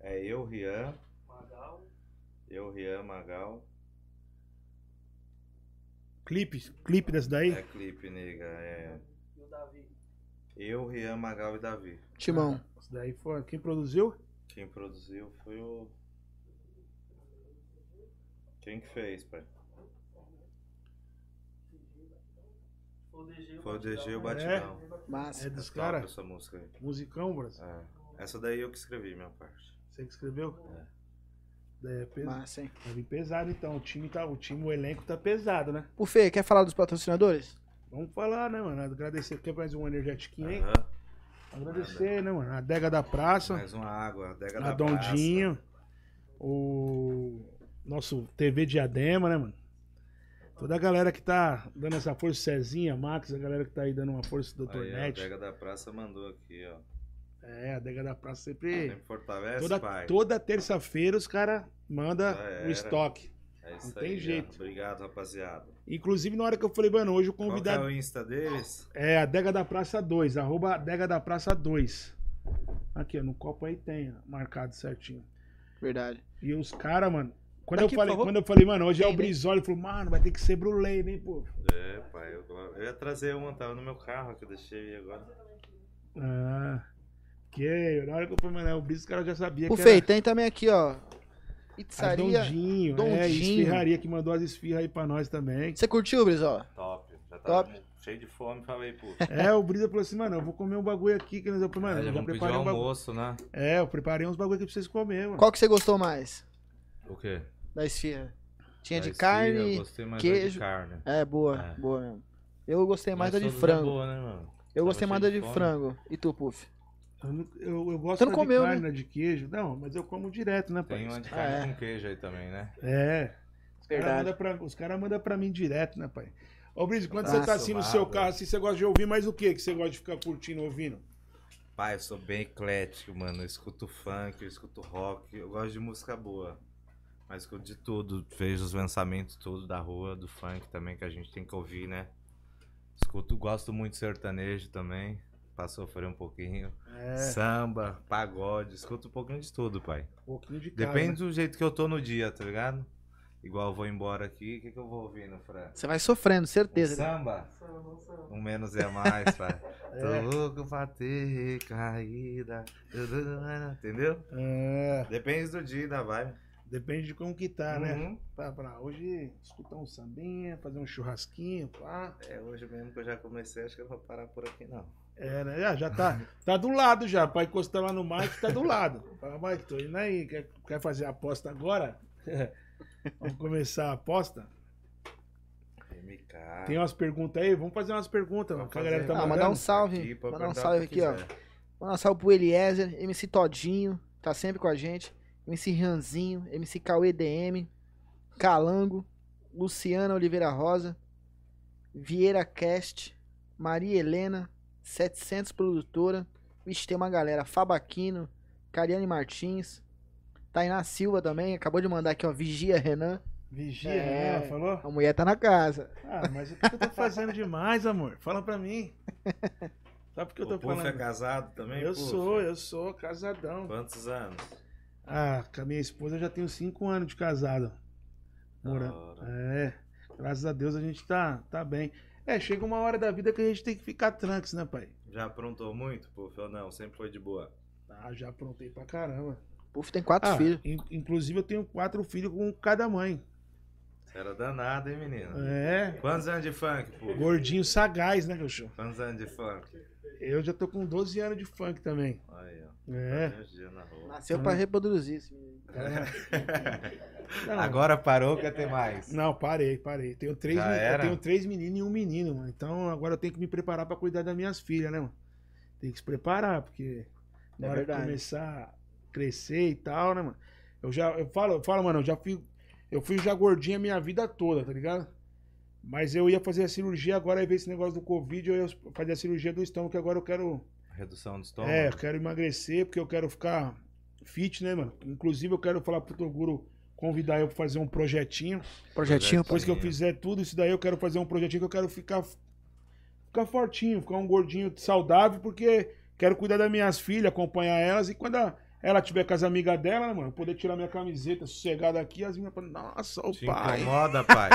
C: É eu, Rian.
D: Magal.
C: Eu, Rian, Magal.
B: Clipe, clipe dessa daí?
C: É clipe, Nega. É
D: E o Davi.
C: eu, Rian, Magal e Davi.
A: Timão.
B: Essa daí foi quem produziu?
C: Quem produziu foi o. Quem que fez, pai?
D: Foi o né? DG.
C: Foi o DG e o
B: Batidão.
C: Batidão.
A: Massa.
B: É dos
C: top
B: caras?
C: Essa música aí.
B: Musicão, Bras?
C: É. Essa daí eu que escrevi, minha parte.
B: Você que escreveu?
C: É.
B: Daí é pesado.
A: Massa, hein?
B: Vai vir pesado então. O time, tá, o time, o elenco tá pesado, né?
A: Pufê, quer falar dos patrocinadores?
B: Vamos falar, né, mano? Agradecer. Quer mais um energetiquinho aí?
C: Aham.
B: Agradecer, né, mano? A Dega da Praça,
C: Mais uma água, adega da
B: Adondinho, o nosso TV Diadema, né, mano? Toda a galera que tá dando essa força, Cezinha, Max, a galera que tá aí dando uma força do
C: Praça.
B: Dr.
C: Aí, ó, a
B: Net.
C: adega da praça mandou aqui, ó.
B: É, a Dega da Praça sempre.
C: Sempre fortalece,
B: Toda,
C: pai.
B: toda terça-feira os caras mandam
C: Já era.
B: o estoque.
C: É
B: não tem
C: ó.
B: jeito.
C: Obrigado, rapaziada.
B: Inclusive, na hora que eu falei, mano, hoje o
C: Qual que é
B: convidado.
C: o Insta deles?
B: É a Dega da Praça 2, arroba Dega da Praça 2. Aqui, ó, no copo aí tem ó, marcado certinho.
A: Verdade.
B: E os caras, mano. Quando
A: Tá Aqui,
B: eu,
A: por
B: falei,
A: favor.
B: quando eu falei, mano, hoje é
A: Tem,
B: o
A: né?
B: Brizola, ele falou, mano, vai ter que ser brulei, hein, pô.
C: É, pai, eu, eu ia trazer uma, tava no meu carro que eu deixei agora.
B: Ah. Que na hora que eu falei, mano, é o Briz, os caras já sabia
A: O
B: que
A: Fei, tem também aqui, ó.
B: era
A: Pizzaria.
B: Dondinho, é, e
A: Dondinho.
B: esfirraria, que mandou as esfirras aí pra nós também.
A: Você curtiu, Brizola?
C: Top. Já tava
A: Top.
C: cheio de fome, falei, pô.
B: É, o Brisa falou assim, mano, eu vou comer um bagulho aqui que nós eu falei,
C: É,
B: mano,
C: já
B: eu já
C: vamos pedir o
B: preparei um bagulho.
C: almoço, né?
B: É, eu preparei uns bagulho aqui pra vocês comerem, mano.
A: Qual que você gostou mais
C: O quê?
A: da esfirra? Tinha de
C: Mas, sim,
A: carne.
C: Eu gostei mais da de
A: queijo.
C: carne.
A: É, boa,
C: É.
A: boa mesmo. Eu gostei mais
C: Mas
A: da de
C: todas é
A: frango.
C: boa, né, mano?
A: eu
C: Tava
A: gostei mais da
C: cheio
A: de
C: de fome.
A: frango. E tu, Puff?
B: Eu, não- eu, eu gosto
A: Você não
B: da
A: comeu,
B: de carne, né? de queijo. Não, mas eu como direto, né, pai?
C: Tem uma de
A: Ah,
C: carne
A: é.
C: com queijo aí também, né?
B: É. Os caras mandam pra, os cara manda pra mim direto, né, pai? Ô, Brisa, quando você
A: Tá
B: tá assim no seu
C: assomado.
B: carro, assim, você gosta de ouvir mais o que que você gosta de ficar curtindo, ouvindo?
C: Pai, eu sou bem eclético, mano. Eu escuto funk, eu escuto rock, eu gosto de música boa. Mas escuto de tudo, vejo os lançamentos tudo da rua, do funk também, que a gente tem que ouvir, né? Escuto, gosto muito de sertanejo também, pra sofrer um pouquinho.
B: É,
C: Samba, pagode, escuto um pouquinho de tudo, pai.
B: um pouquinho de carne.
C: Depende do jeito que eu tô no dia, tá ligado? Igual eu vou embora aqui, o que, que eu vou ouvindo, Fran?
A: Você vai sofrendo,
C: Um
A: certeza. né?
C: samba?
D: Samba, samba.
C: Um menos é mais, pai. Tô
B: É.
C: louco pra ter caída. Entendeu?
B: É,
C: Depende do dia e da vibe.
B: depende de como que tá, né?
C: Uhum.
B: Pra, pra hoje, escutar um sambinha, fazer um churrasquinho, pá.
C: É hoje mesmo que eu já comecei, acho que eu não vou parar por aqui, não.
B: É, né? Já, já tá, tá do lado já. Pra encostar lá no Mike, tá do [LAUGHS] lado. Fala, Mike, tô indo aí. Quer, quer fazer a aposta agora? [LAUGHS] Vamos começar a aposta?
C: MK.
B: Tem umas perguntas aí? Vamos fazer umas perguntas.
C: Vamos
B: que a galera
C: fazer.
B: tá
A: Ah,
B: mandando.
A: mandar um salve.
C: pra
A: mandar um
C: perguntar
A: salve
C: o que
A: aqui, ó.
C: quiser.
A: Vou lançar o pro Eliezer, MC Todinho, tá sempre com a gente. MC Ranzinho, MC Cauê DM, Calango, Luciana Oliveira Rosa, Vieira Cast, Maria Helena, 700 Produtora, Vixe, tem uma galera, Fabaquino, Cariane Martins, Tainá Silva também, acabou de mandar aqui, ó, Vigia Renan,
B: Vigia, né?
A: É.
B: ela falou?
A: a mulher tá na casa.
B: Ah, mas o que que eu tô fazendo demais, amor? Fala pra mim. Sabe por que eu tô
C: O Puff é
B: falando?
C: casado também?
B: eu
C: Puff?
B: sou, eu sou casadão.
C: Quantos anos?
B: Ah, com a minha esposa eu já tenho cinco anos de casado. Morando.
C: Da hora.
B: É, graças a Deus a gente tá, tá bem. É, chega uma hora da vida que a gente tem que ficar tranques, né, pai?
C: Já aprontou muito, Puff? Ou não? Sempre foi de boa.
B: Ah, já aprontei pra caramba.
A: Puf, tem quatro
B: Ah,
A: filhos.
B: in- inclusive eu tenho quatro filhos com cada mãe.
C: Você era danado, hein, menino?
B: É,
C: Quantos anos de funk, Puff?
B: gordinho sagaz, né, cachorro?
C: Quantos anos de funk?
B: Eu já tô com 12 anos de funk também.
C: Aí, ó.
B: É.
C: Dois dias na rua. [LAUGHS]
A: Nasceu pra reproduzir esse menino. Então.
B: Não,
C: Agora parou, quer
D: É.
C: ter mais.
B: Não, parei, parei. Tenho três,
C: Já
B: men- eu
C: era?
B: tenho três meninos e um menino, mano. Então agora eu tenho que me preparar pra cuidar das minhas filhas, né, mano? Tem que se preparar, porque na
A: É
B: hora
A: verdade.
B: que começar a crescer e tal, né, mano? Eu já, eu falo, eu falo, mano, eu já fui, eu fui já gordinha a minha vida toda, tá ligado? Mas eu ia fazer a cirurgia agora, aí veio esse negócio do Covid, eu ia fazer a cirurgia do estômago, que agora eu quero
C: Redução do estômago.
B: é, eu quero emagrecer porque eu quero ficar fit, né, mano? Inclusive, eu quero falar pro Toguro convidar eu pra fazer um projetinho.
A: Projetinho,
C: Projetinho.
A: pô.
B: Depois que eu fizer tudo isso daí, eu quero fazer um projetinho que eu quero ficar, ficar fortinho, ficar um gordinho saudável, porque quero cuidar das minhas filhas, acompanhar elas. E quando a- ela tiver com as amigas dela, né, mano, eu poder tirar minha camiseta sossegada aqui, as minhas falam, nossa, o
C: Te
B: pai.
C: incomoda, pai?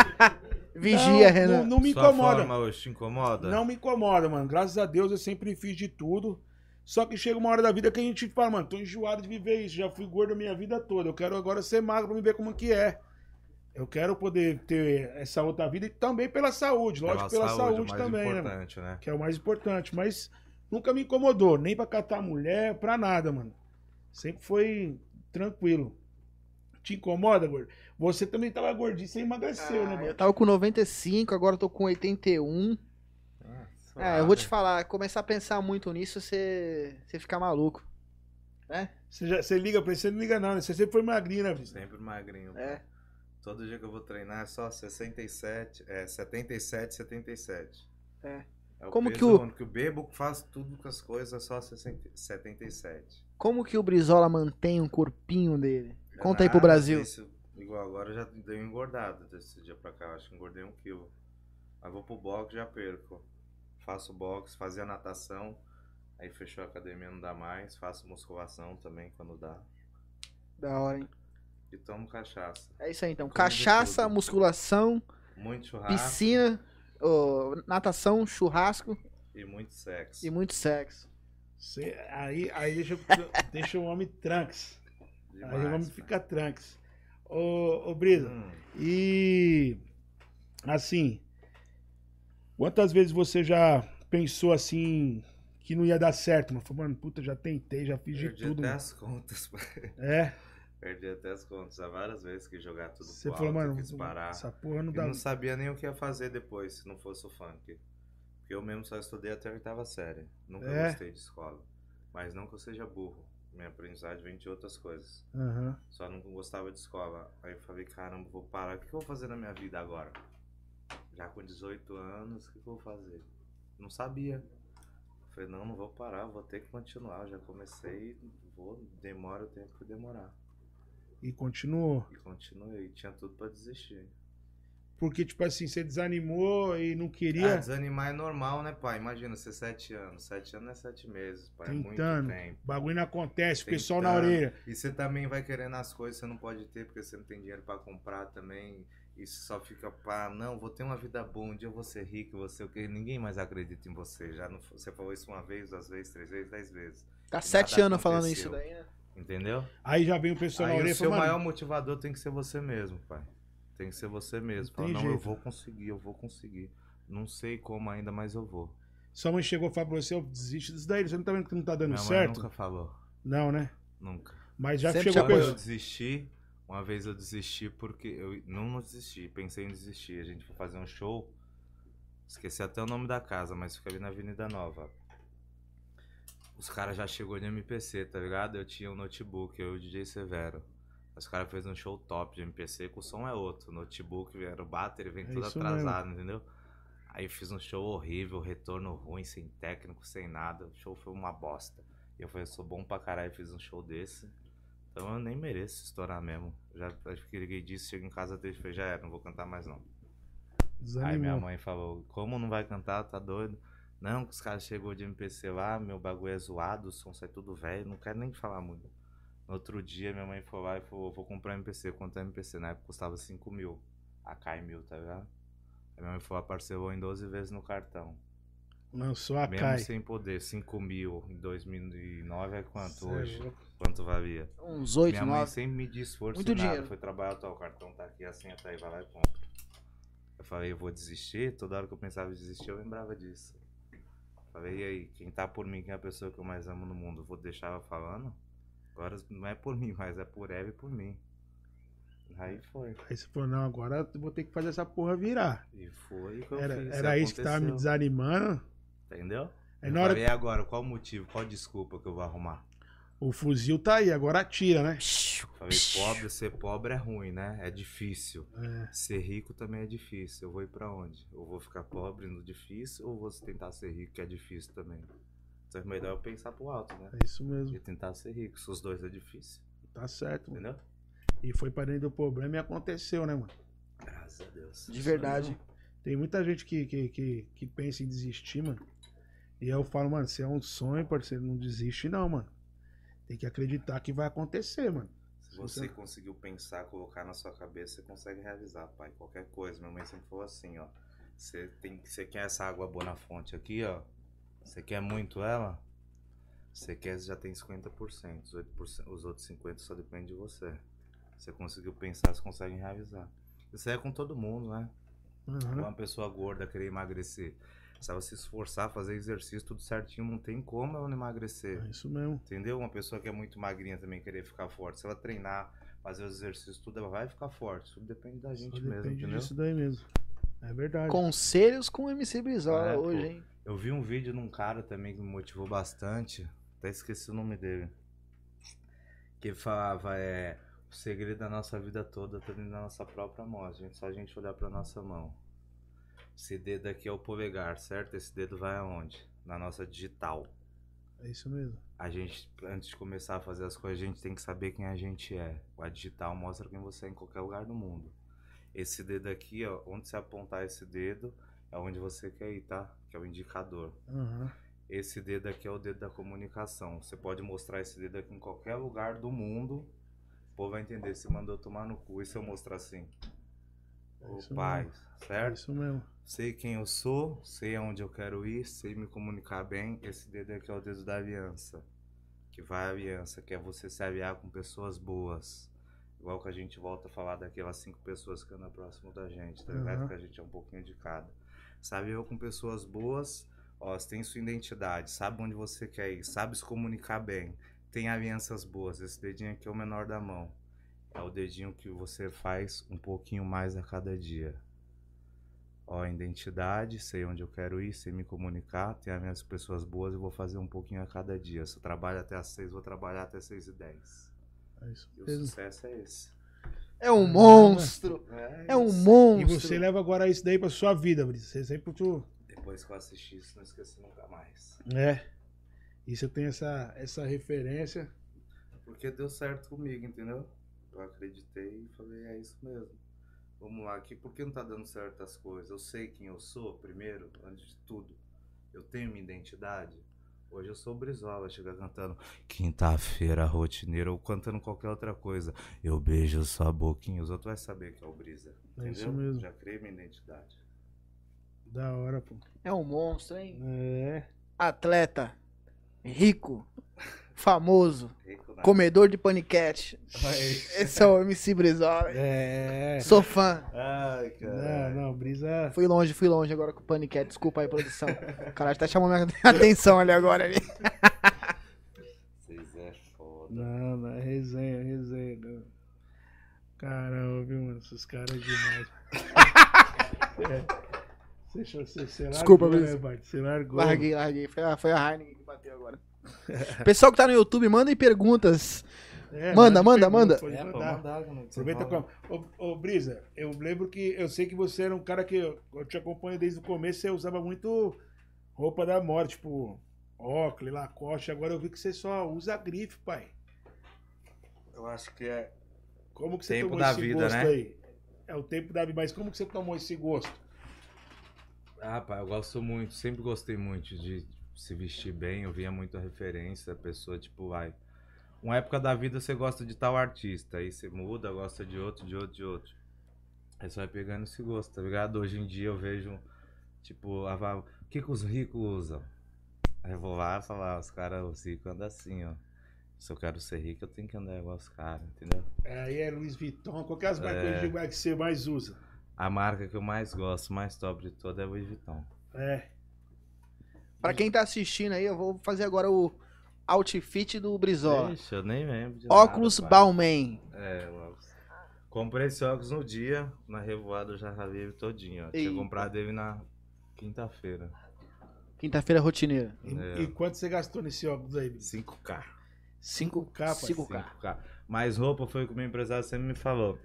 A: Vigia,
B: não,
A: Renan.
B: Não, [LAUGHS] não me
C: Sua
B: incomoda.
C: forma hoje te incomoda?
B: Não me incomoda, mano. Graças a Deus eu sempre fiz de tudo. Só que chega uma hora da vida que a gente fala, mano, tô enjoado de viver isso. Já fui gordo a minha vida toda. Eu quero agora ser magro pra me ver como que é. Eu quero poder ter essa outra vida e também pela saúde. Lógico, pela, saúde,
C: o mais
B: também, né, mano?
C: importante, né?
B: Que é o mais importante. Mas nunca me incomodou. Nem pra catar mulher, pra nada, mano. Sempre foi tranquilo. Te incomoda, gordo? Você também tava gordinho, você emagreceu, né,
A: Ah, eu
B: mano?
A: tava com 95, agora eu tô com 81.
C: Nossa, falar.
A: É, eu vou te
C: velho.
A: falar, começar a pensar muito nisso, você você fica maluco.
B: Você, já, você liga pra ele, você não liga não, né? Você sempre foi magrinho, né? Vitor?
C: Sempre magrinho. pô.
A: É.
C: Todo dia que eu vou treinar é só 67, é 77, 77.
A: É.
C: É
A: Como
C: peso
A: que o-
C: onde que eu bebo, que faço tudo com as coisas, é só 60, 77.
A: Como que o Brizola mantém o corpinho dele?
C: Não é
A: Conta aí pro
C: nada
A: Brasil.
C: disso. igual agora eu já dei uma engordada desse dia pra cá, eu acho que engordei um quilo. Mas vou pro boxe já perco. Faço boxe, fazia natação, aí fechou a academia, não dá mais. Faço musculação também quando dá.
A: Da hora, hein?
C: E tomo cachaça.
A: É isso aí então.
C: Como de
A: Cachaça,
C: tudo.
A: musculação,
C: Muito churrasco
A: piscina, ô, natação, churrasco
C: e muito sexo.
A: e muito sexo.
B: Você- aí, aí deixa, deixa o homem tranks. aí o homem
C: Demais,
B: fica tranks. Ô, ô Brisa,
C: Hum,
B: E assim, quantas vezes você já pensou assim que não ia dar certo? Mas falou, mano, puta, já tentei, já fiz de
C: perdi
B: tudo.
C: até
B: mano.
C: as contas. [LAUGHS]
B: É,
C: perdi até as contas. Há várias vezes que jogar tudo
B: você
C: pro
B: falou,
C: alto,
B: mano,
C: quis parar.
B: essa porra não
C: E
B: dá.
C: não sabia nem o que ia fazer depois se não fosse o funk. Porque eu mesmo só estudei até a oitava série. Nunca
B: É?
C: gostei de escola. Mas não que eu seja burro. Minha aprendizagem vem de outras coisas.
B: Aham.
C: Só não gostava de escola. Aí eu falei, caramba, vou parar. O que que eu vou fazer na minha vida agora? Já com 18 anos, o que que eu vou fazer? Não sabia. Falei, não, não vou parar, vou ter que continuar. Já comecei, vou, demora o tempo que demorar.
B: E continuou.
C: E continuei, tinha tudo pra desistir.
B: Porque, tipo assim, você desanimou e não
C: Ah,
B: queria.
C: desanimar é normal, né, pai? Imagina, você sete anos. Sete anos é sete meses, pai. É
B: Tentando.
C: muito tempo.
B: O bagulho não acontece, o pessoal na
C: Tentando.
B: orelha.
C: E você também vai querendo as coisas, que você não pode ter, porque você não tem dinheiro pra comprar também. E você só fica, pá, não, vou ter uma vida boa, um dia eu vou ser rico, você o quê? Ninguém mais acredita em você. Já não, você falou isso uma vez, duas vezes, três vezes, dez vezes.
A: Tá
C: Nada
A: sete anos falando isso
C: aconteceu.
A: daí, né?
C: Entendeu?
B: Aí já vem o pessoal na
C: Aí
B: orelha
C: o
B: e fala,
C: seu
B: mano,
C: maior motivador tem que ser você mesmo, pai. Tem que ser você mesmo.
B: Não
C: Fala,
B: tem
C: não, eu
B: jeito.
C: vou conseguir, eu vou conseguir. Não sei como ainda, mas eu vou.
B: sua mãe chegou e falou pra você, eu desisto disso daí, você não tá vendo que não tá dando
C: Minha mãe
B: certo?
C: nunca falou.
B: Não, né?
C: Nunca.
B: Mas já
A: Sempre
B: chegou
A: te
B: a
C: Quando eu
A: apoiou.
B: pessoa.
C: desisti, uma vez eu desisti porque eu não não desisti, pensei em desistir. A gente foi fazer um show, esqueci até o nome da casa, mas fica ali na Avenida Nova. Os caras já chegou de MPC, tá ligado? Eu tinha um notebook, eu e o DJ Severo. Os caras fez um show top de MPC, que o som é outro. O notebook era o bater, vem
B: É
C: tudo
B: isso
C: atrasado, entendeu? Aí fiz um show horrível, retorno ruim, sem técnico, sem nada. O show foi uma bosta. E eu falei, eu sou bom pra caralho, fiz um show desse. Então eu nem mereço estourar mesmo. Já adquiri disso, chego em casa triste, falei, já era, não vou cantar mais não. Aí minha
B: Desanimou.
C: mãe falou, como não vai cantar, tá doido? Não, que os caras chegou de MPC lá, meu bagulho é zoado, o som sai tudo velho, não quero nem falar muito. No outro dia minha mãe foi lá e falou, vou comprar MPC, quanto é MPC? Na época custava 5 mil, a cai mil, tá ligado? Aí minha mãe foi lá, parcelou em 12 vezes no cartão.
B: Lançou a
C: Mesmo assim,
B: Kai.
C: sem poder, 5 mil em 2009 é quanto
B: Cê é
C: hoje?
B: louco.
C: Quanto valia?
A: Uns oito,
C: Minha mãe
A: nove.
C: sempre me disse força
A: Muito
C: Muito nada.
A: dinheiro.
C: Foi trabalhar, tá, o cartão tá aqui, a senha tá aí, vai lá e compra. Eu falei, eu vou desistir. Toda hora que eu pensava em desistir, eu lembrava disso. Falei, e aí, quem tá por mim, quem é a pessoa que eu mais amo no mundo, vou deixar ela falando? Agora não é por mim, [LAUGHS] mas é por ela e por mim. Aí foi.
B: Aí você falou, não, agora eu vou ter que fazer essa porra virar.
C: E foi o que eu
B: Era,
C: fiz.
B: era isso que tava me
C: aconteceu.
B: desanimando.
C: Entendeu?
B: Aí
C: eu
B: na hora
C: falei, e agora, qual o motivo, qual desculpa que eu vou arrumar?
B: o fuzil tá aí, agora atira, né?
C: Eu Falei, pobre, ser pobre é ruim, né? É difícil. Ser rico também é difícil. Eu vou ir pra onde? Eu vou ficar pobre no difícil ou vou tentar ser rico, que é difícil também? Então é melhor eu pensar pro alto, né?
B: É isso mesmo,
C: E tentar ser rico. Se os dois é difícil,
B: tá certo. mano.
C: entendeu?
B: E foi pra dentro do problema e aconteceu, né, mano?
C: Graças a Deus.
A: De verdade.
B: Tem muita gente que, que, que, que pensa em desistir, mano. E eu falo, mano, se é um sonho, parceiro, não desiste não, mano. Tem que acreditar que vai acontecer, mano.
C: Se você conseguiu pensar, colocar na sua cabeça, você consegue realizar, pai. Qualquer coisa. Minha mãe sempre falou assim, ó. Você tem, você quer essa água boa na fonte aqui, ó. Você quer muito ela? Você quer, você já tem 50%. Os, 8%, os outros 50% só depende de você. Você conseguiu pensar, você consegue realizar. Isso aí é com todo mundo, né?
B: Aham.
C: Uma pessoa gorda querer emagrecer. Se ela se esforçar, fazer exercício, tudo certinho, não tem como ela não emagrecer.
B: É isso mesmo.
C: Entendeu? Uma pessoa que é muito magrinha também querer ficar forte. Se ela treinar, fazer os exercícios, tudo, ela vai ficar forte. Tudo depende da
B: Só
C: gente mesmo,
B: depende
C: entendeu?
B: disso daí mesmo. É verdade.
A: Conselhos com o MC Brizola
C: É, pô.
A: hoje, hein?
C: Eu vi um vídeo num cara também que me motivou bastante. Até esqueci o nome dele. Que falava, é. O segredo da nossa vida toda tá dentro da nossa própria mão. A gente, só a gente olhar pra nossa mão. Esse dedo aqui é o polegar, certo? Esse dedo vai aonde? Na nossa digital.
B: É isso mesmo.
C: A gente, antes de começar a fazer as coisas, a gente tem que saber quem a gente é. A digital mostra quem você é em qualquer lugar do mundo. Esse dedo aqui, ó, onde você apontar esse dedo, é onde você quer ir, tá? Que é o indicador.
B: Aham.
C: Esse dedo aqui é o dedo da comunicação. Você pode mostrar esse dedo aqui em qualquer lugar do mundo. O povo vai entender se mandou tomar no cu. E se eu mostrar assim?
B: É
C: Ô
B: isso
C: pai,
B: mesmo. É
C: certo?
B: isso mesmo.
C: Sei quem eu sou, sei aonde eu quero ir, sei me comunicar bem. Esse dedo aqui é o dedo da aliança. Que vai à aliança, que é você se aliar com pessoas boas. Igual que a gente volta a falar daquelas cinco pessoas que andam próximo da gente, tá ligado?
B: Aham.
C: Que a gente é um pouquinho de cada. Sabe eu com pessoas boas, ó, você tem sua identidade, sabe onde você quer ir, sabe se comunicar bem, tem alianças boas. Esse dedinho aqui é o menor da mão. É o dedinho que você faz um pouquinho mais a cada dia. Ó, identidade, sei onde eu quero ir, sei me comunicar, tenho as minhas pessoas boas e vou fazer um pouquinho a cada dia. Se eu trabalho até às seis, vou trabalhar até seis e dez.
B: É isso
C: E o
B: mesmo.
C: sucesso é esse.
A: É um monstro! É um
C: isso.
B: E
A: monstro!
B: você leva agora isso daí pra sua vida, Brisa. Você sempre tu.
C: Depois que eu assisti isso, não esqueci nunca mais.
B: É. E você tem essa, essa referência.
C: Porque deu certo comigo, entendeu? Eu acreditei e falei, é isso mesmo. Vamos lá, aqui por que não tá dando certo as coisas? Eu sei quem eu sou, primeiro, antes de tudo. Eu tenho minha identidade. Hoje eu sou o Brizola, chegar cantando quinta-feira rotineira ou cantando qualquer outra coisa. Eu beijo sua boquinha, os outros vai saber que é o Brisa.
B: É
C: Entendeu?
B: isso mesmo.
C: Já criei minha identidade.
B: Da hora, pô.
A: É um monstro, hein?
B: É.
A: Atleta, rico, famoso,
C: Rico, né?
A: comedor de paniquete.
C: Ai,
A: Esse é o MC Brizola.
B: É.
C: [LAUGHS]
A: Sou fã.
C: Ai,
B: Não,
C: cara.
B: não, Brisa.
A: Fui longe, fui longe agora com o Paniquete. Desculpa aí, produção. O cara tá chamando minha [LAUGHS] atenção ali agora. Ali.
C: Vocês é foda.
B: Não, não, é resenha, é resenha. Não. Caramba, viu, mano? Esses caras é
A: [LAUGHS]
B: demais. É. Você, achou- você, você largou,
A: Desculpa,
B: né,
A: Brisa.
B: Bart? Você largou.
A: Larguei, larguei. Foi a, foi a Heineken que bateu agora. Pessoal que tá no YouTube, mandem perguntas.
B: É,
A: Manda, manda,
B: pergunta,
A: manda.
B: pode
C: É, pô,
B: mandar.
C: mandar, não
B: Aproveita
C: desenrola.
B: com. Ô, ô, Brisa, eu lembro que eu sei que você era um cara que eu, eu te acompanho desde o começo, você usava muito roupa da morte, tipo Oakley, Lacoste. Agora eu vi que você só usa grife, pai.
C: Eu acho que é
B: Como que você
C: Tempo
B: tomou
C: da
B: esse
C: vida,
B: gosto
C: né?
B: aí? É o tempo da vida, mas como que você tomou esse gosto?
C: Ah, pai, eu gosto muito, sempre gostei muito de se vestir bem, eu via muita referência, a pessoa, tipo, vai. Uma época da vida você gosta de tal artista, aí você muda, gosta de outro, de outro, de outro. Aí você vai pegando esse gosto, tá ligado? Hoje em dia eu vejo, tipo, a va- o que, que os ricos usam? Aí eu vou lá falar, "Ah, os caras, os ricos andam assim, ó. Se eu quero ser rico, eu tenho que andar igual os caras, entendeu?
B: É, Aí é Luiz Vuitton, qual que é as
C: É.
B: marcas de igual que você mais usa?
C: A marca que eu mais gosto, mais top de toda é o Louis Vuitton.
B: É,
A: Pra quem tá assistindo aí, eu vou fazer agora o outfit do Brizola.
C: Ixi, eu nem lembro de nada,
A: Óculos
C: pai.
A: Balmain.
C: É, logo. Comprei esse óculos no dia, na revoada eu já ralei ele todinho. Ó. Tinha
A: Eita.
C: comprado ele na quinta-feira.
A: Quinta-feira rotineira.
B: e,
C: É.
B: e quanto você gastou nesse óculos aí? Luiz?
C: 5K.
A: 5K,
B: pai.
A: 5K.
C: 5K. Mas roupa foi o que o meu empresário sempre me falou.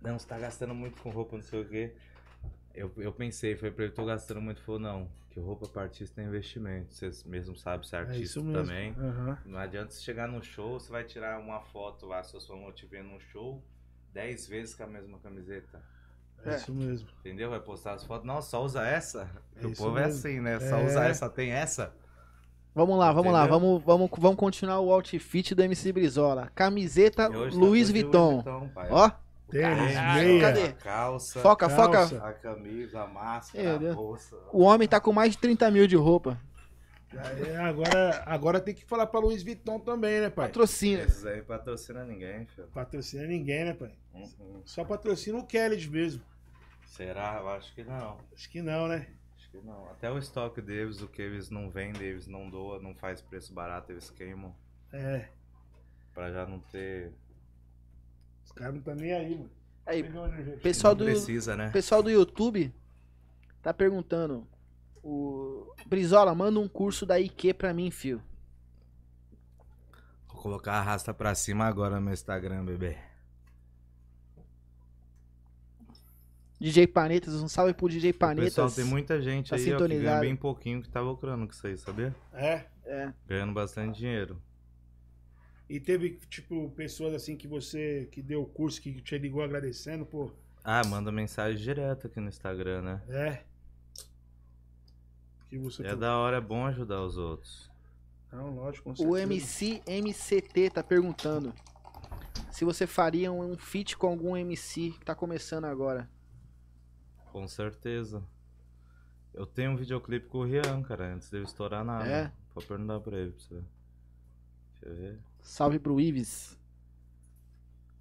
C: Não, você tá gastando muito com roupa, não sei o quê. Eu, eu pensei, falei pra ele, tô gastando muito. Ele falou, não, que roupa pra artista é investimento. Você mesmo sabe ser
B: É
C: artista
B: isso mesmo.
C: também.
B: Aham.
C: Não adianta você chegar num show, você vai tirar uma foto lá, se eu sou motivando num show, 10 vezes com a mesma camiseta.
B: É.
A: É.
B: isso mesmo.
C: Entendeu? Vai postar as fotos. Não, só usa essa.
B: É
C: o
B: isso
C: povo é
B: mesmo.
C: assim, né? Só
B: É.
C: usa essa, tem essa.
A: Vamos lá, vamos lá.
C: Entendeu?
A: Vamos, vamos, vamos continuar o outfit do MC Brizola. Camiseta
C: E hoje
A: É
C: tá
A: Luiz
C: tudo de
A: Vuitton.
C: então, pai.
A: Ó,
C: O
B: Tênis,
C: casaco,
A: meia.
C: A calça,
A: foca, É, né?
B: Calça.
A: foca.
C: a camisa, a
A: Meu
C: máscara, a
A: Deus.
C: bolsa.
A: O homem tá com mais de 30 mil de roupa.
B: É, agora, agora tem que falar pra Luiz Vuitton também, né, pai?
A: Patrocina.
C: Esses aí patrocina ninguém, filho.
B: Patrocina ninguém, né, pai?
C: Uhum.
B: Só patrocina o Kelly mesmo.
C: Será? Eu acho que não.
B: Acho que não, né?
C: Acho que não. Até o estoque deles, o que eles não vendem, eles não doam, não faz preço barato, eles queimam.
B: É.
C: Pra já não ter.
B: Os caras não tá nem aí, mano.
A: Aí,
B: Pegou, né, gente?
A: pessoal
C: não
A: do,
C: precisa, né?
A: pessoal do YouTube, Tá perguntando. O Brizola, manda um curso da IQ pra mim, fio.
C: Vou colocar a rasta pra cima agora no meu Instagram, bebê.
A: DJ Panetas, um salve pro DJ Panetas.
C: Pessoal, tem muita gente
A: tá
C: aí ó, que ganha
A: sintonizado.
C: bem pouquinho que tá lucrando com isso aí, sabia?
B: É.
A: É.
C: Ganhando bastante dinheiro.
B: E teve, tipo, pessoas assim que você, que deu o curso, que te ligou agradecendo, pô.
C: Ah, manda mensagem direto aqui no Instagram, né?
B: É. Que você
C: É da hora, é bom ajudar os outros.
B: Não, lógico, com
A: O
B: certeza.
A: MC MCT tá perguntando se você faria um, um feat com algum MC que tá começando agora.
C: Com certeza. Eu tenho um videoclipe com o Rian, cara, antes de eu estourar nada.
A: É?
C: Vou perguntar pra ele pra você. Deixa eu ver.
A: Salve pro Ives.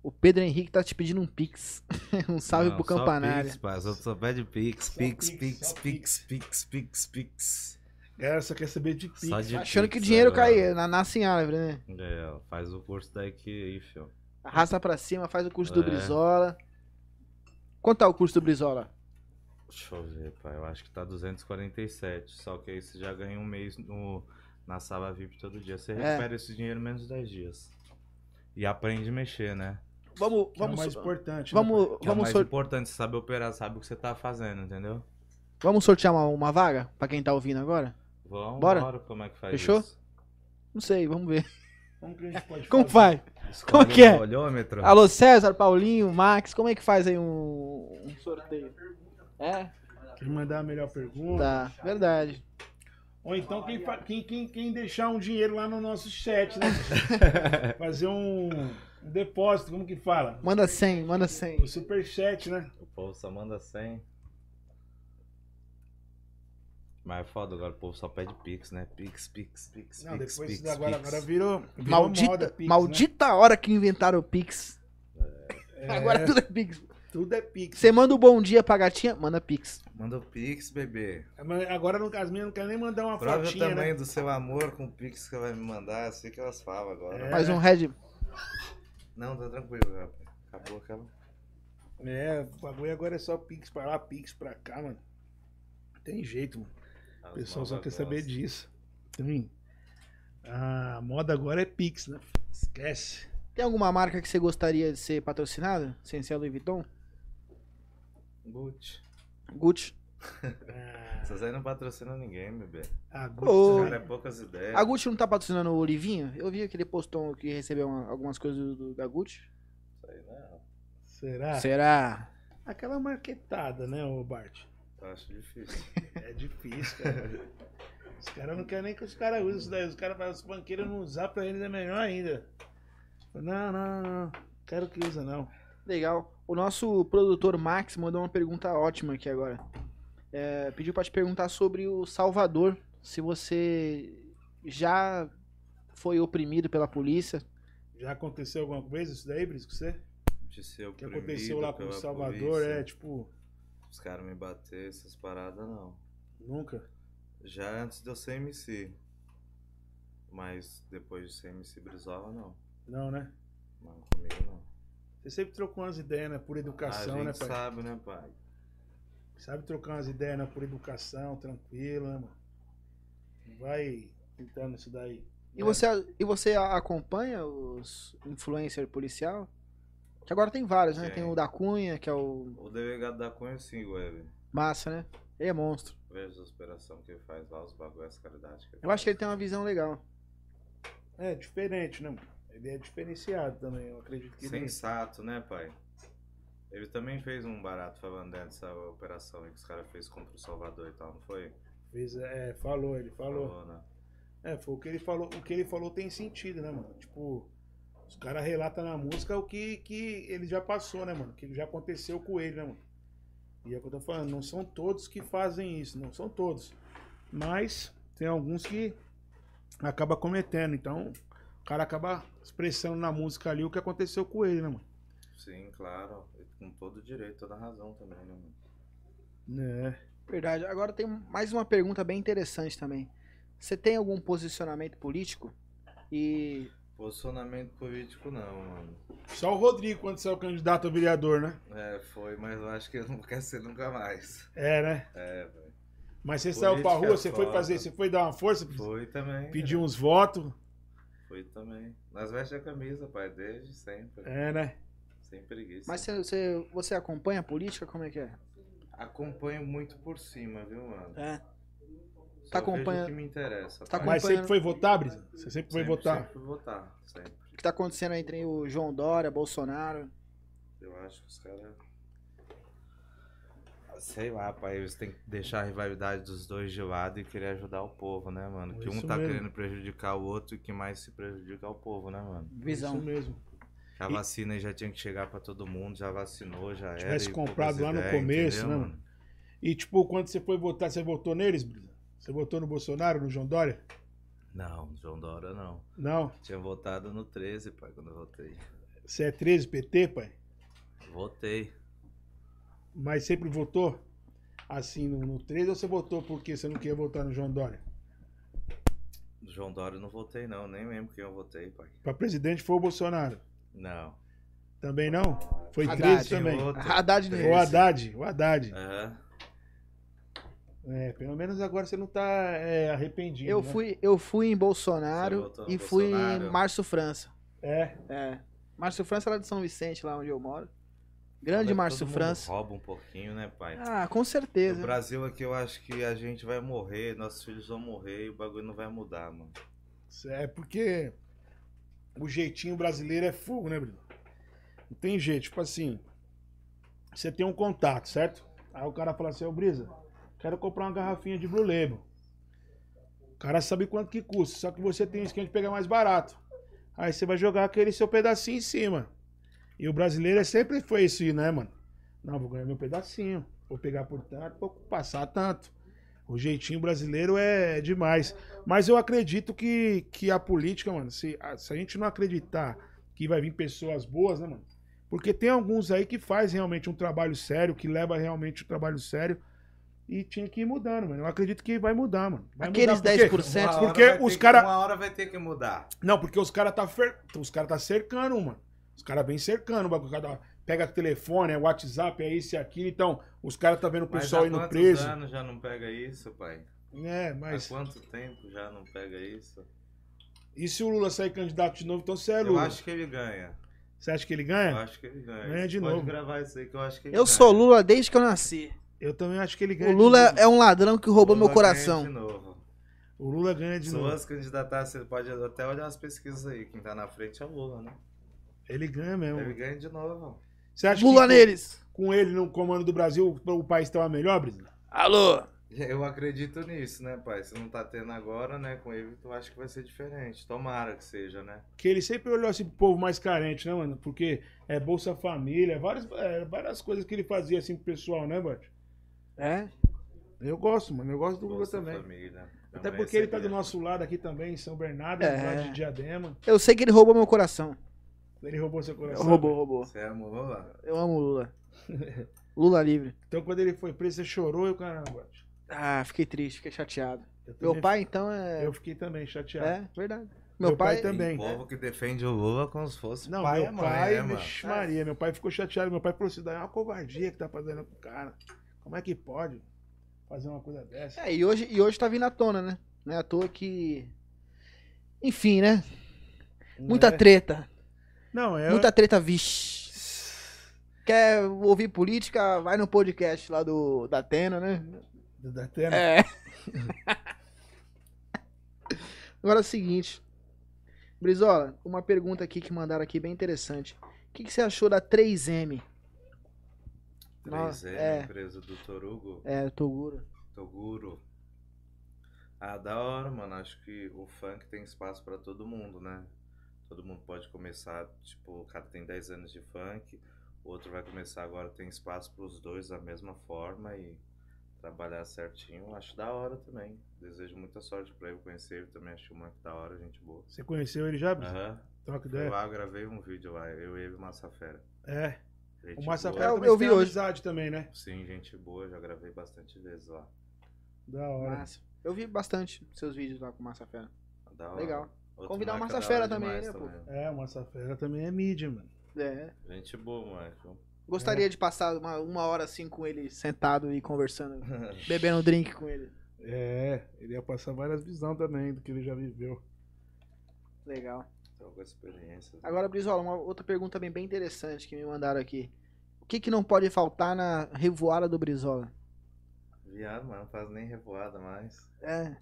A: O Pedro Henrique tá te pedindo um pix. [LAUGHS] um salve
C: Não,
A: pro
C: só
A: Campanária.
C: Pix, pai. Só, só pede pix,
B: Só
C: pix,
B: Pix,
C: pix,
B: só
C: pix, pix, pix, pix.
B: Galera só quer saber de Pix.
C: Só de
A: Tá Achando
C: Pix é
A: que o dinheiro
C: agora.
A: cai na, nasce em árvore, né?
C: É, ó, faz o curso daqui aí, fio.
A: Arrasta pra cima, faz o curso do
C: É.
A: Brizola. Quanto tá o curso do Brizola?
C: Deixa eu ver, pai. Eu acho que tá 247. Só que aí você já ganha um mês no, na sala VIP todo dia. Você
A: É.
C: recupera esse dinheiro em menos de 10 dias. E aprende a mexer, né?
A: Vamos,
B: Que é o
A: vamos,
B: mais importante. né,
A: vamos,
C: Que é o
A: vamos,
C: mais
A: sor-
C: importante, você saber operar, sabe o que você tá fazendo, entendeu?
A: vamos sortear uma, uma vaga pra quem tá ouvindo agora?
C: Vamos,
A: Bora.
C: bora, como é que faz
A: Fechou?
C: isso?
A: Não sei, vamos ver.
B: pai? Como que a gente
A: [LAUGHS]
B: pode
A: Como que
B: fazer?
A: faz?
C: Escolhe
A: que é?
C: Um olhômetro.
A: Alô, César, Paulinho, Max, como é que faz aí um, um sorteio? É?
B: Quem mandar a melhor pergunta.
A: Tá, verdade.
B: Ou então quem, fa- quem, quem, quem deixar um dinheiro lá no nosso chat, né? fazer um, um depósito, como que fala?
A: Manda 100, manda 100.
B: O superchat, né?
C: O povo só manda 100. Mas é foda agora, o povo só pede pix, né? Pix, pix, pix,
B: Não,
C: pix,
B: depois
C: pix,
B: disso agora,
C: pix.
B: agora virou, virou
A: Maldita,
B: moda, Pix, né?
A: maldita hora que inventaram o Pix.
B: É,
A: [LAUGHS] Agora tudo é Pix.
B: tudo é Pix.
A: Você manda um bom dia pra gatinha, manda Pix.
C: Manda o pix, bebê.
B: É, Mas Agora não, as minhas não querem nem mandar uma
C: Prove o
B: fotinha, né?
C: tamanho do seu amor com o pix que ela vai me mandar. Eu sei que elas falam agora.
B: É.
A: Faz um red.
C: Não, tá tranquilo, rapaz. Acabou aquela.
B: É, o bagulho agora é só Pix pra lá, Pix pra cá, mano. Não Tem jeito, mano. O pessoal só quer saber disso. Hum. A moda agora é Pix, né? Esquece.
A: Tem alguma marca que você gostaria de ser patrocinada? Sem ser a Louis Vuitton?
C: Gucci.
A: Gucci.
B: Ah,
C: Essas aí não patrocina ninguém, bebê.
B: agora
A: Ô.
C: Cara, é poucas ideias.
A: A Gucci não tá patrocinando o Olivinho? Eu vi que ele postou que recebeu uma- algumas coisas do- do- da Gucci.
C: Isso aí né? não,
B: será?
A: Será?
B: Aquela marquetada, né, ô Bart?
C: eu acho difícil.
B: É difícil,
C: [LAUGHS]
B: cara. os caras não querem nem que os caras usem isso daí. Os caras falam, os banqueiros não usar pra eles é melhor ainda. Não, não, não. Quero que usa, não.
A: Legal. O nosso produtor Max mandou uma pergunta ótima aqui agora. É, pediu pra te perguntar sobre o Salvador. Se você já foi oprimido pela polícia.
B: Já aconteceu alguma coisa isso daí, Brisco? Você?
C: De ser
B: O que
C: oprimido
B: aconteceu lá com o
C: pela
B: Salvador
C: polícia.
B: é tipo.
C: Os caras me bater, essas paradas não.
B: Nunca.
C: Já antes de eu ser MC. Mas depois de ser MC Brizola, não.
B: Não, né?
C: Não, comigo não.
B: Você sempre trocou umas ideias, né? Por educação,
C: a
B: né,
C: gente
B: pai? Sabe.
C: sabe, né, pai?
B: trocar umas ideias, né? Por educação, tranquilo, né, mano? Não Vai tentando isso daí.
A: E você, e você a- acompanha os influencer policial? Que agora tem vários, né? Tem
C: Sim.
A: o da Cunha, que é o
C: O delegado da Cunha, sim, Web.
A: Massa, né? Ele é monstro.
C: Veja as operações que ele faz lá, os bagulho, as caridades que ele
A: Eu acho que
C: faz.
A: ele tem uma visão legal.
B: É diferente, né, mano? Ele é diferenciado também, eu acredito que ele.
C: Sensato, né, pai? Ele também fez um barato falando dentro dessa operação aí que os caras fez contra o Salvador e tal, não foi?
B: Fez, é, falou, ele falou.
C: né?
B: É, foi o que ele falou. O que ele falou tem sentido, né, mano? Tipo, os caras relatam na música o que, que ele já passou, né, mano? O que já aconteceu com ele, né, mano? E é o que eu tô falando, não são todos que fazem isso, não são todos. Mas tem alguns que acaba cometendo. Então, o cara acaba expressando na música ali o que aconteceu com ele, né, mano?
C: Sim, claro. Com todo direito, toda razão também, né, mano?
B: É.
A: Verdade. Agora tem mais uma pergunta bem interessante também. Você tem algum posicionamento político? E
C: Posicionamento político não, mano.
B: Só o Rodrigo quando saiu candidato a vereador, né?
C: É, foi, mas eu acho que eu [LAUGHS] não quero ser nunca mais.
B: É, né?
C: É, velho.
B: Mas você saiu pra
C: Política
B: rua, você foi
C: é foda.
B: fazer, você foi dar uma força,
C: Foi né? também.
B: pedir uns votos.
C: Foi também. Nós veste a camisa, pai, desde sempre.
B: É, né?
C: Sem preguiça.
A: Mas você, você, você acompanha a política? Como é que é?
C: Acompanho muito por cima, viu, mano?
A: É. Tá
C: Só vejo
A: acompanhando-
C: o que me interessa.
A: tá
C: pai.
B: Mas
A: Acompanhando.
B: sempre foi votar, Brisa? Você sempre foi
C: Sempre,
B: votar?
C: Sempre fui votar, sempre.
A: O que tá acontecendo entre o João Dória, Bolsonaro?
C: Eu acho que os caras. Sei lá, pai, eles têm que deixar a rivalidade dos dois de lado e querer ajudar o povo, né, mano? Que
B: Isso
C: um tá
B: mesmo.
C: querendo prejudicar o outro e que mais se prejudica é o povo, né, mano?
A: Visão.
B: É Isso mesmo.
C: A
B: E-
C: vacina aí já tinha que chegar pra todo mundo, já vacinou, já era.
B: Tivesse
C: e poucas
B: comprado lá no
C: ideias,
B: começo,
C: entendeu,
B: né, mano? E tipo, quando você foi votar, você votou neles, Brisa? Você votou no Bolsonaro, no João Dória?
C: Não, no João Dória não.
B: Não.
C: Tinha votado no 13, pai, quando eu votei.
B: Você é 13 PT, pai?
C: Votei.
B: Mas sempre votou assim no, no 13 ou você votou porque você não queria votar no João Dória?
C: No João Dória eu não votei, não. Nem lembro quem eu votei, pai.
B: Pra presidente foi o Bolsonaro.
C: Não.
B: Também não? Foi
A: Haddad. né?
B: 13 também. Ah,
C: Tinha é outro.
A: Haddad
C: Treze.
B: O Haddad, o Haddad.
C: Aham.
B: É, pelo menos agora você não tá é, arrependido.
A: Eu
B: né?
A: fui, eu fui em Bolsonaro
C: Você votou no
A: e fui em
C: Bolsonaro?
A: Márcio França.
B: É,
A: É. Márcio França lá de São Vicente, lá onde eu moro.
C: Olha
A: Grande
C: que
A: Márcio
C: Ah, todo mundo
A: França.
C: Rouba um pouquinho, né, pai?
A: Ah, com
C: No
A: certeza.
C: Brasil aqui eu acho que a gente vai morrer, nossos filhos vão morrer e o bagulho não vai mudar, mano.
B: é porque o jeitinho brasileiro é fogo, né, Bruno? Não tem jeito. Tipo assim, você tem um contato, certo? Aí o cara fala assim, ô Brisa, quero comprar uma garrafinha de Blue Label. O cara sabe quanto que custa, só que você tem um esquema de pegar mais barato. Aí você vai jogar aquele seu pedacinho em cima. E o brasileiro é sempre foi isso, aí, né, mano? Não, vou ganhar meu pedacinho. Vou pegar por tanto, vou passar tanto. O jeitinho brasileiro é demais. Mas eu acredito que, que a política, mano, se a, se a gente não acreditar que vai vir pessoas boas, né, mano? Porque tem alguns aí que faz realmente um trabalho sério, que leva realmente um trabalho sério. E tinha que ir mudando, mano. Eu acredito que vai mudar, mano. Vai
A: Aqueles
B: mudar, por quê?
A: 10%.
C: Uma hora
B: Porque
C: vai ter
B: os
C: que-
B: cara-
C: Uma hora vai ter que mudar.
B: Não, porque os caras tá, fer... os cara tá cercando, mano. Os caras vem cercando o bagulho. Cada... Pega telefone, é WhatsApp, é isso e aquilo. Então, os caras tá vendo o
C: Mas
B: pessoal
C: há
B: indo
C: quantos
B: preso.
C: anos já não pega isso, pai?
B: É, mas.
C: Há quanto tempo já não pega isso?
B: E se o Lula sair candidato de novo, então você é
C: eu
B: Lula.
C: acho que ele ganha.
B: Você acha que ele
C: Eu
B: ganha?
C: acho que ele ganha.
B: Ganha de
C: Pode
B: novo.
C: gravar isso aí que eu acho que ele
A: Eu
C: ganha.
A: sou Lula desde que eu nasci.
B: Eu também acho que ele ganha.
A: O Lula
B: de novo.
A: é um ladrão que roubou meu
C: Lula né? ganha
A: coração.
C: De novo.
B: O Lula ganha de
C: Se
B: novo.
C: você candidatar, você pode até olhar as pesquisas aí. Quem tá na frente é o Lula, né?
B: Ele ganha mesmo.
C: Ele ganha de novo.
B: Você acha
A: Lula
B: que com-
A: neles.
B: com ele no comando do Brasil, o país tá uma melhor, Brisa?
A: Alô.
C: [LAUGHS] Eu acredito nisso, né, pai? Se não tá tendo agora, né, com ele, tu acha que vai ser diferente. Tomara que seja, né?
B: que ele sempre olhou assim pro povo mais carente, né, mano? Porque é Bolsa Família, várias, é, várias coisas que ele fazia assim pro pessoal, né, Bart?
A: É?
B: Eu gosto, mano. Eu gosto do Lula
C: Bolsa
B: também.
C: Família.
B: Até
C: Também é
B: porque ele tá do
C: seria.
B: nosso lado aqui também, em São Bernardo,
A: É.
B: do lado de Diadema.
A: Eu sei que ele roubou meu coração.
B: Ele roubou seu coração.
A: Roubou, roubou.
C: Você é ama o Lula?
A: Eu amo o Lula. Lula livre.
B: Então quando ele foi preso, você chorou e o cara, Bart.
A: Ah, fiquei triste, fiquei chateado.
B: Eu também-
A: Meu pai, então, é.
B: Eu fiquei também chateado.
A: É, verdade.
B: Meu
A: Meu,
B: pai
A: pai.
B: também.
C: O povo que defende o Lula como se fosse
B: Não,
C: pai
B: meu
C: e mãe,
B: pai,
C: né, mano?
B: vixe Maria, meu pai ficou chateado. Meu pai falou assim: "Daí é uma covardia que tá fazendo com o cara. Como é que pode fazer uma coisa dessa?
A: É, e hoje, e hoje tá vindo à tona, né? Não é à toa que. Enfim, né? Muita
B: treta.
A: treta.
B: é. Não, é.
A: Muita treta, vixe. Quer ouvir política? Vai no podcast lá do da Atena, né?
B: Da Atena.
A: É. [LAUGHS] Agora é o seguinte. Brizola, uma pergunta aqui que mandaram aqui bem interessante. O que, que você achou da 3M?
C: Três
A: é.
C: é. empresa do Torugo,
A: É, Toguro.
C: Toguro. Ah, da hora, mano. Acho que o funk tem espaço pra todo mundo, né? Todo mundo pode começar, tipo, o cara tem 10 anos de funk, o outro vai começar agora, tem espaço pros dois da mesma forma e trabalhar certinho. Acho da hora também. Desejo muita sorte pra ele conhecer ele também, acho muito da hora, gente boa.
B: Você conheceu ele já, Bruno?
C: Aham.
B: Troca
C: Fui
B: ideia.
C: lá, gravei um vídeo lá, eu e ele e o Massafera.
B: É.
C: Gente
B: O Massa
C: boa.
B: Fera é
A: Eu-
B: também
A: eu
B: tem
A: vi hoje.
B: amizade também, né?
C: Sim, gente boa, já gravei bastante vezes lá.
B: Da hora.
A: Massa. Eu vi bastante seus vídeos lá com Massa Fera.
C: Da hora.
A: Legal.
C: O Outro
A: Convidar o
C: Michael
A: Márcio
C: da hora
A: Fera também,
C: demais
A: né, pô?
B: É, o Massa Fera também é mídia, mano.
A: É.
C: Gente boa, Michael.
A: Gostaria de passar uma, uma hora assim com ele sentado e [LAUGHS] conversando, bebendo um drink com ele.
B: É, ele ia passar várias visões também do que ele já viveu.
A: Legal.
C: Troca experiências.
A: Agora, Brizola, uma outra pergunta também bem interessante que me mandaram aqui. O que, que não pode faltar na revoada do Brizola?
C: Viado, mano, não faz nem revoada mais.
A: É.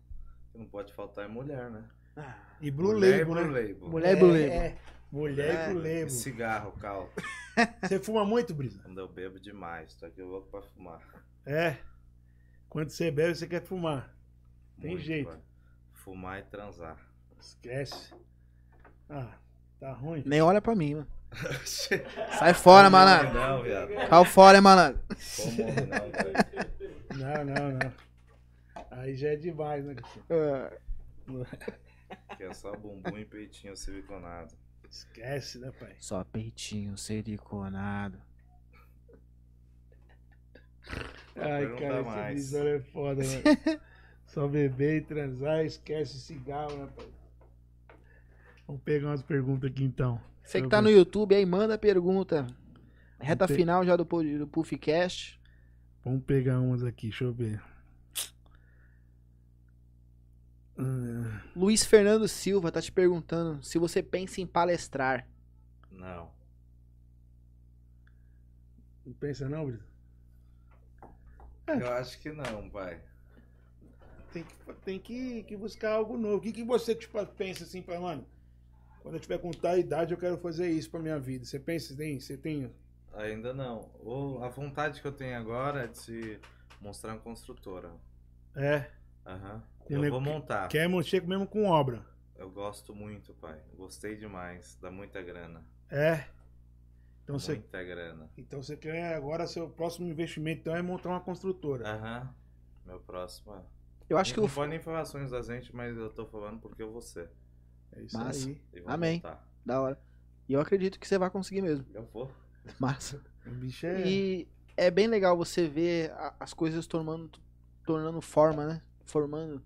C: Não pode faltar é mulher, né?
A: Ah,
B: E Blue
C: mulher
B: Label,
C: e
B: né?
C: Blue Label.
A: Mulher e Blue Label.
B: É, mulher e Blue
C: E
B: Label.
C: Cigarro, caldo.
B: Você fuma muito, Brisa?
C: Quando eu bebo demais, tô aqui louco pra fumar.
B: É. Quando você bebe, você quer fumar. Tem jeito.
C: mano. Fumar e
B: [LAUGHS]
C: transar.
B: Esquece. Ah, tá ruim.
A: Nem olha pra mim, mano. Sai fora, malandro.
C: Não, viado.
A: Sai fora, hein, malandro.
C: Como não, velho?
B: Não, não, não. Aí já é demais, né, Cristiano?
A: Ah,
C: Que é só bumbum e peitinho siliconado.
B: Esquece, né, pai?
A: Só peitinho siliconado.
B: Ai,
C: pergunta
B: cara, esse
C: mais.
B: Brizola é foda, mano. [LAUGHS] Só beber e transar, esquece o cigarro, né, pai? Vamos pegar umas perguntas aqui então.
A: Você que tá no YouTube aí, manda pergunta. Reta
B: Tem-
A: final já do, pod- do Puffcast.
B: Vamos pegar umas aqui, deixa eu ver. Ah,
A: Luiz Fernando Silva tá te perguntando se você pensa em palestrar.
C: Não.
B: Não pensa não, Brito? É.
C: Eu acho que não, pai.
B: Tem, que, tem que, que buscar algo novo. O que, que você tipo, pensa assim, pra, mano? Quando eu tiver com tal idade, eu quero fazer isso pra minha vida. Você pensa, tem, você tem.
C: Ainda não. Ou a vontade que eu tenho agora é de se mostrar uma construtora.
B: É.
C: Aham.
B: Com
C: Eu
B: ne-
C: vou montar.
B: Quer mexer mesmo com obra.
C: Eu gosto muito, pai. Gostei demais. Dá muita grana.
B: É. Então você,
C: Muita grana.
B: então você quer agora seu próximo investimento então é montar uma construtora.
C: Aham. Meu próximo é.
A: Eu acho que
C: não
A: o.
C: não foi nem informações da gente, mas eu tô falando porque eu vou ser.
B: É isso
A: Massa.
B: aí.
C: E vou
A: Amém.
C: montar.
A: Da hora. E eu acredito que você vai conseguir mesmo. [LAUGHS]
C: Eu vou.
A: Massa.
B: O bicho é.
A: E é bem legal você ver a- as coisas tomando, tornando forma, né? Formando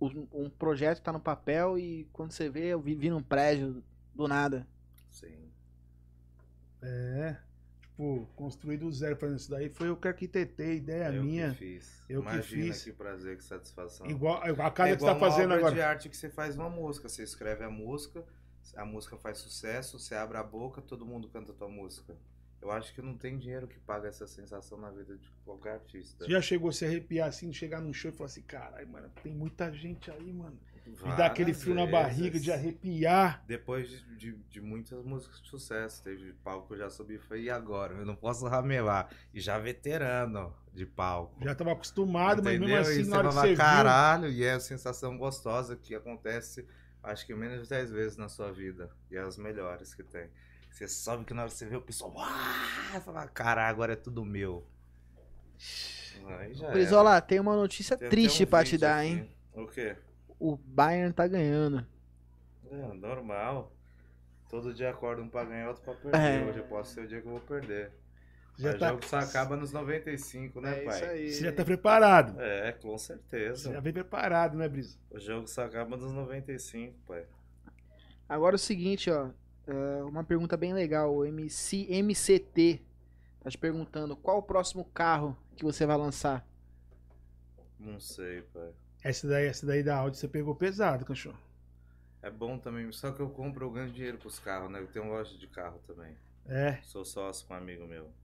A: um, um projeto que tá no papel e quando você vê, eu vi- vira um prédio do nada.
C: Sim.
B: É. Tipo, construir do zero fazendo isso daí foi eu que arquitetei, ideia
C: É, eu
B: É minha.
C: que fiz.
B: eu que
C: Imagina
B: fiz.
C: que prazer, que satisfação.
B: Igual a casa
C: é
B: que você
C: igual
B: tá
C: uma
B: fazendo
C: obra
B: agora.
C: de arte que você faz uma música. Você escreve a música, a música faz sucesso, você abre a boca, todo mundo canta a tua música. Eu acho que não tem dinheiro que paga essa sensação na vida de qualquer artista.
B: Você já chegou a se arrepiar assim, de chegar num show e falar assim, caralho, mano, tem muita gente aí, mano. E
C: Várias
B: dá aquele frio na
C: vezes.
B: barriga de arrepiar.
C: Depois de, de- de muitas músicas de sucesso, teve palco que eu já subi e falei, e agora? Eu não posso ramelar. E já veterano de palco.
B: Já tava acostumado, mas
C: Entendeu?
B: mesmo
C: e
B: assim,
C: você
B: na hora que
C: fala,
B: você viu,
C: caralho, e é a sensação gostosa que acontece, acho que menos de 10 vezes na sua vida. E é as melhores que tem. Você sabe que na hora que você vê o pessoal, uau, fala, caralho, agora é tudo meu. Aí já
A: Brizola, tem uma notícia
B: é
C: era. É. Tem até
A: triste
C: um
A: pra te
C: vídeo
A: dar,
C: aqui.
A: hein?
C: O quê?
A: O Bayern tá ganhando.
C: É, normal. Todo dia acorda um pra ganhar, outro pra perder.
A: É.
C: Hoje pode ser o dia que eu vou perder.
B: já
C: o
B: tá,
C: jogo só acaba nos 95, né, pai?
B: você já tá preparado.
C: É, com
B: Você
C: certeza.
B: já vem preparado, né, Brisa?
C: O jogo só acaba nos 95, pai.
A: Agora é o seguinte, ó. é, uma pergunta bem legal. O MC, MCT tá te perguntando qual o próximo carro que você vai lançar.
C: Não sei, pai.
B: Essa daí, essa daí da Audi você pegou pesado, cachorro.
C: É bom também, só que eu compro, eu ganho dinheiro pros carros, né? Eu tenho loja de carro também.
B: É,
C: Sou sócio com um amigo meu. Aí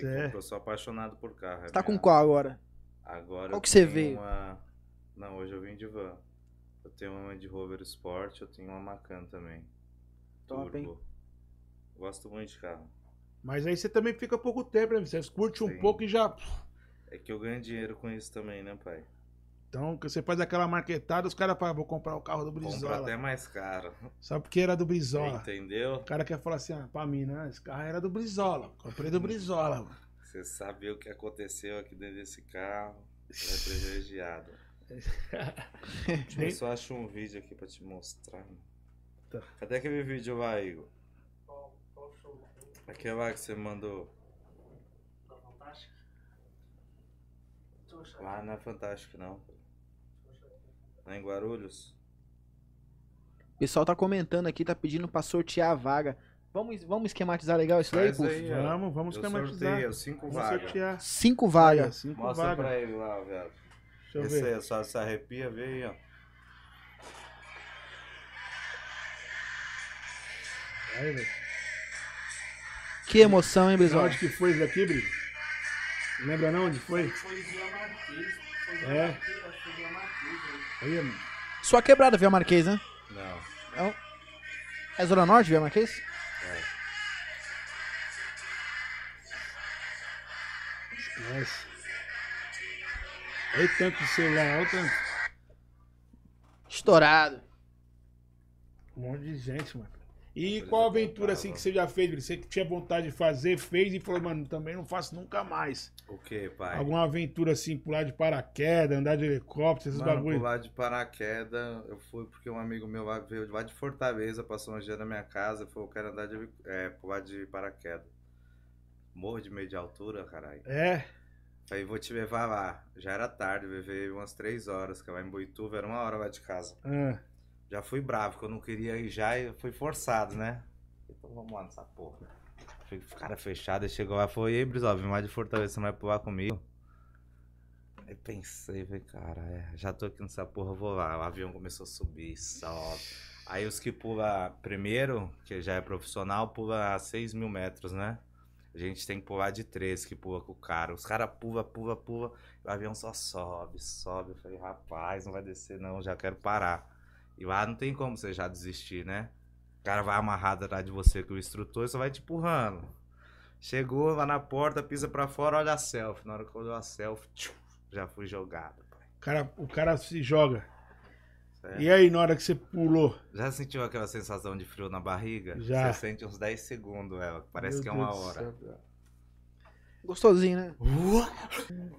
B: você
C: compro, eu sou apaixonado por carro. é
A: Você tá com qual agora?
C: Agora
A: Qual
C: eu
A: que você
C: tenho
A: veio?
C: uma- Não, hoje eu vim de van. Eu tenho uma de Rover Sport, eu tenho uma Macan também.
A: Top, hein?
C: Turbo. Gosto muito de carro.
B: Mas aí você também fica pouco tempo, né? Você curte um
C: Sim.
B: pouco e já.
C: É que eu ganho dinheiro com isso também, né, pai?
B: Então, que você faz aquela marquetada, os caras falam, vou comprar o carro do
C: Compro
B: Brizola.
C: até mais caro.
B: Só porque era do Brizola.
C: Entendeu?
B: O cara quer falar assim, ah, pra mim, né? Esse carro era do Brizola. Comprei do Brizola, mano.
C: Você sabe o que aconteceu aqui dentro desse carro. Você é
B: [LAUGHS]
C: privilegiado. Deixa eu só acho um vídeo aqui pra te mostrar.
B: Tá.
C: Cadê aquele vídeo lá, Igor?
D: Qual, qual show?
C: Aquele lá que você mandou
D: Da Fantástica? Deixa eu achar
C: lá
D: aqui.
C: não é fantástico, não.
D: Deixa eu achar aqui.
C: Lá em Guarulhos.
A: O pessoal tá comentando aqui, tá pedindo pra sortear a vaga. Vamos, vamos esquematizar legal isso daí,
C: Faz
A: Puf?
C: aí, ó.
B: Vamos, vamos
C: Eu
B: esquematizar.
C: sorteio, cinco
B: Vamos
C: vagas.
B: sortear.
A: Cinco vagas.
B: Cinco
C: Mostra
B: vagas.
C: pra ele lá, velho.
B: Deixa eu
C: Esse
B: ver.
C: aí, só se arrepia, vê aí, ó. é.
B: Aí, velho.
A: Que emoção, hein,
C: é.
B: Sabe
A: Brizola?
B: onde que foi isso daqui, Brito? Lembra não onde foi?
D: Foi Vila Marquês. Foi Vila
B: É?
D: Marquês, acho que foi Vila Marquês. né?
B: Aí, mano.
A: Sua quebrada, Via Marquês, né?
C: Não.
B: um-
A: É Zona Norte, Via Marquês?
B: Nossa. Olha o tanto de celular, olha o tanto.
A: Estourado.
B: Um monte de gente, mano. E qual aventura assim que você já fez, Brito? Você que tinha vontade de fazer, fez e falou, mano, também não faço nunca mais.
C: O que, pai?
B: Alguma aventura assim, pular de paraquedas, andar de helicóptero, esses
C: Mano,
B: bagulho.
C: pular de paraquedas, eu fui porque um amigo meu lá veio lá de Fortaleza, passou um dia na minha casa, falou, eu quero andar de, heli- é, pular de paraquedas. Morro de meio de altura, caralho.
B: É,
C: Aí vou te levar lá. Já era tarde, eu levei umas três horas, que lá em Boituva era uma hora lá de casa.
B: ah,
C: Já fui bravo, que eu não queria ir já e fui forçado, né? Então vamos lá nessa porra. Fui com o cara fechado, ele chegou lá e falou, ei, Brisol, vim mais de Fortaleza, você não vai pular comigo? Aí pensei, falei, cara, é, já tô aqui nessa porra, eu vou lá. O avião começou a subir, sobe. Aí os que pula primeiro, que já é profissional, pula a 6 mil metros, né? A gente tem que pular de 3, que pula com o cara. Os caras pula, pula, pula. O avião só sobe, sobe. Eu falei, rapaz, não vai descer não, já quero parar. E lá não tem como você já desistir, né? O cara vai amarrado atrás de você com o instrutor e só vai te empurrando. Chegou lá na porta, pisa pra fora, olha a selfie. Na hora que eu olhei a selfie, tchum, já fui jogado, pai.
B: o cara, o cara se joga.
C: Certo?
B: E aí, na hora que você pulou?
C: Já sentiu aquela sensação de frio na barriga?
B: Já.
C: Você sente uns 10 segundos ela, que
B: Meu
C: parece que é
B: Deus
C: uma
B: do
C: hora.
B: céu.
A: Gostosinho, né?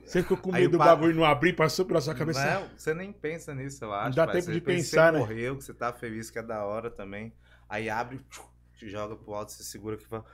B: Você ficou com
C: Aí
B: medo
C: o
B: do
C: pa-
B: bagulho não abrir, passou pela sua cabeça.
C: Não, é? você nem pensa nisso, eu acho.
B: dá
C: pai.
B: tempo
C: Você
B: de
C: pensa que
B: pensar,
C: você
B: né?
C: Morreu, que você tá feliz, que é da hora também. Aí abre, tchum, te joga pro alto, se segura aqui e fala.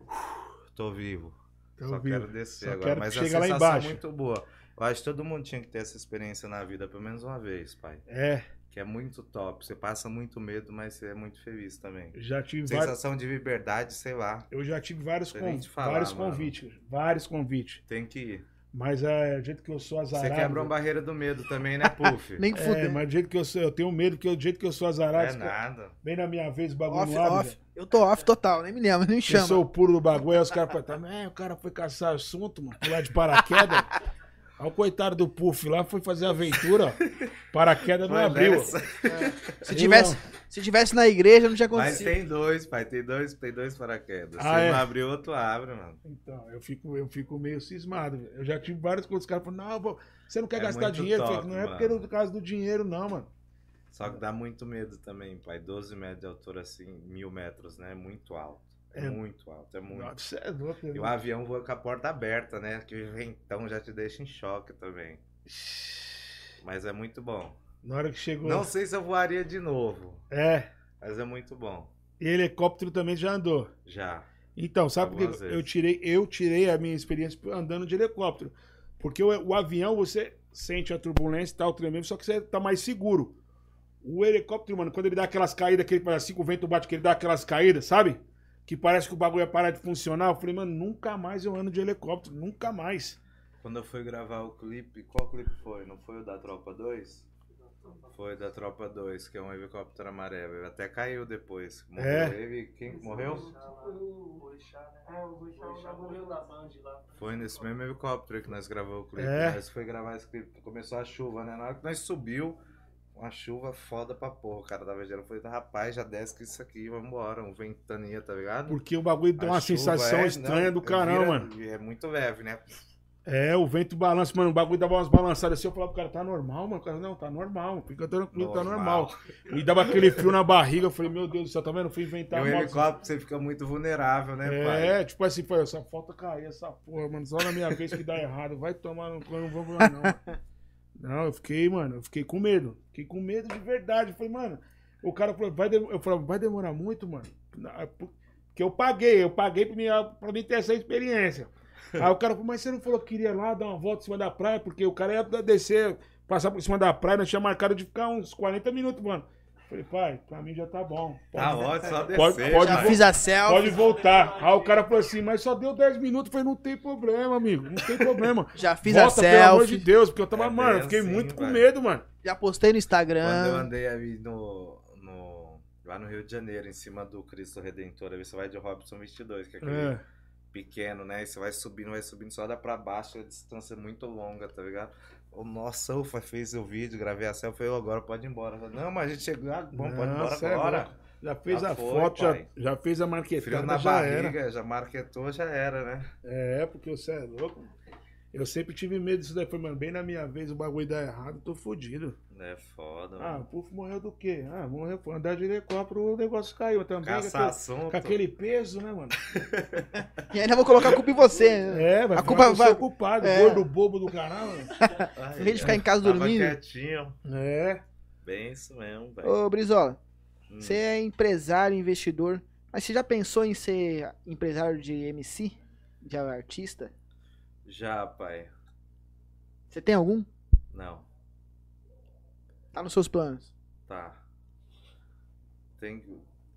C: "Uf, Tô vivo.
B: Então Eu
C: Só
B: vi.
C: quero descer
B: Só
C: agora.
B: quero
C: Mas
B: que
C: a
B: chegue lá
C: sensação
B: embaixo.
C: é muito boa. Eu acho que todo mundo tinha que ter essa experiência na vida, pelo menos uma vez, pai.
B: É,
C: Que é muito top. Você passa muito medo, mas você é muito feliz também.
B: já tive vários.
C: Sensação de liberdade, sei lá.
B: Eu já tive vários,
C: Não sei nem
B: con-
C: te falar,
B: vários
C: mano.
B: convites. Vários convites.
C: Tem que ir.
B: Mas é, do jeito que eu sou
C: Você
B: azarado.
C: quebra uma barreira do medo também, né, Puff?
B: [LAUGHS]
A: Nem que
B: É,
A: fuder.
B: mas do jeito que eu sou, eu tenho medo, porque do jeito que eu sou
C: Não
B: azarado,
C: é
B: fica-
C: nada.
B: bem na minha vez o bagulho
A: Off,
B: não tá abre.
A: off.
B: velho.
A: Eu tô off total, nem me lembro, nem me
B: Eu
A: chama.
B: sou o puro do bagulho, aí os caras falam, também, o cara foi caçar assunto, mano, pular de
C: [LAUGHS]
B: paraquedas. aí o coitado do Puff lá foi fazer aventura, ó. paraquedas não
C: é, Mas
B: abriu.
C: essa-
A: Se
B: Eu
A: tivesse, se tivesse na igreja, não tinha
C: Mas
A: acontecido.
C: tem dois, pai. Tem dois, tem dois paraquedas.
B: Ah,
C: Se
B: é?
C: um abrir, o outro abre, mano.
B: Então, eu fico, eu fico meio cismado. velho. Eu já tive vários contos, os caras falam, não, vô, você não quer
C: É
B: gastar
C: muito
B: dinheiro? Eu
C: top,
B: falei, não é
C: mano.
B: porque é por causa do dinheiro, não, mano.
C: Só
B: É.
C: que dá muito medo também, pai. 12 metros de altura, assim, mil metros, né? Muito alto.
B: É.
C: Muito alto, é muito.
B: Nossa, você é louco.
C: E
B: né?
C: o avião voa com a porta aberta, né? Que o ventão já te deixa em choque também. Mas é muito bom.
B: Na hora que chegou.
C: Não sei se eu voaria de novo,
B: É,
C: mas é muito bom.
B: e helicóptero também já andou.
C: Já.
B: Então, sabe por
C: Algumas
B: que
C: vezes.
B: eu tirei, eu tirei a minha experiência andando de helicóptero? Porque o, o avião, você sente a turbulência e tal, tremendo, só que você tá mais seguro. O helicóptero, mano, quando ele dá aquelas caídas, que ele parece assim, que o vento bate, que ele dá aquelas caídas, sabe? Que parece que o bagulho ia parar de funcionar. Eu falei, mano, nunca mais eu ando de helicóptero, nunca mais.
C: Quando eu fui gravar o clipe, qual clipe foi? Não foi o da Tropa 2? Foi da Tropa 2, que é um helicóptero amarelo. Ele até caiu depois. Morreu
B: É.
C: ele. Quem que morreu?
D: Foi o Orixá, né? É, o Orixá, morreu na Band lá.
C: Foi nesse mesmo helicóptero que nós gravamos o clipe. né?
B: É.
C: Nós foi gravar esse clipe, começou a chuva, né? Na hora que nós subiu, uma chuva foda pra porra. O cara tava gerando, eu falei, rapaz, já desce com isso aqui, vambora. Um ventania, tá ligado?
B: Porque o bagulho dá
C: A
B: uma
C: chuva
B: sensação
C: é-
B: estranha
C: não,
B: do caramba,
C: vira-
B: mano.
C: É muito leve, né?
B: É, o vento balança, mano, o bagulho dava umas balançadas assim. Eu falava, pro cara, tá normal, mano. O cara, não, tá normal, fica tranquilo, tá normal. Me dava aquele frio na barriga. Eu falei, meu Deus do céu, tá vendo? Eu fui inventar
C: E o
B: moto.
C: helicóptero você fica muito vulnerável, né, pai?
B: É, tipo assim, falei, só falta cair essa porra, mano. Só na minha vez que dá errado. Vai tomar no cu, eu não vou voar, não. mano. Não, eu fiquei, mano, eu fiquei com medo. Fiquei com medo de verdade. Eu Falei, mano, o cara falou, vai, dem- eu falava, vai demorar muito, mano. Na- por- Porque eu paguei, eu paguei pra mim, pra mim ter essa experiência. Aí o cara falou, mas você não falou que queria ir lá dar uma volta em cima da praia? Porque o cara ia descer, passar por cima da praia, nós tinha marcado de ficar uns 40 minutos, mano. Falei, pai, pra mim já tá bom. Pode,
C: Tá ótimo, só descer.
B: Pode- pode-
A: Já
C: pai.
B: vo-
A: fiz a selfie.
B: pode voltar. Aí o cara falou assim, mas só deu 10 minutos. Eu falei, não tem problema, amigo. Não tem problema.
A: Já [LAUGHS] fiz a
B: Volta, pelo amor
A: selfie.
B: de Deus, porque eu tava,
C: É
B: mano, eu
C: bem
B: fiquei
C: assim,
B: muito com
C: velho.
B: medo, mano.
A: Já postei no
C: Quando eu
A: Instagram.
C: andei ali no, no- lá no Rio de Janeiro, em cima do Cristo Redentor, aí você vai de Robson 22, que é aquele
B: É.
C: pequeno, né? E você vai subindo, vai subindo, só dá pra baixo, a distância é muito longa, tá ligado? Oh, nossa, ufa, fez o vídeo, gravei a selfie, eu agora pode ir embora. Eu falei, Não, mas a gente chegou, ah, bom, pode ir embora
B: Nossa, é
C: agora.
B: louco. Já fez
C: Já
B: a
C: foi,
B: foto, já,
C: pai.
B: já fez a
C: Frio na
B: marquetada, já era.
C: barriga, já marquetou, já era, né?
B: É, porque você é louco. Eu sempre tive medo disso daí. Falei, mano, bem na minha vez o bagulho dá errado, tô fudido.
C: É foda,
B: Ah,
C: mano.
B: o Puf morreu do quê? Ah, morreu por andar de helicóptero, o negócio caiu também. com
C: Caçar assunto.
B: aquele- Com aquele peso, né, mano?
A: E ainda vou colocar a culpa em você. né?
B: É, vai
A: A
B: ficar
A: culpa
B: com o seu
A: vai-
B: culpado,
A: é.
B: gordo bobo do canal.
C: Ai,
A: Em vez de ficar em casa
B: Ah,
C: tava
A: dormindo.
C: quietinho.
B: É.
C: Bem isso mesmo, velho.
A: Ô, Brizola,
C: Hum.
A: você é empresário, investidor, mas você já pensou em ser empresário de MC? De artista?
C: Já, pai.
A: Você tem algum?
C: Não,
A: Tá nos seus planos?
C: tá. Tem,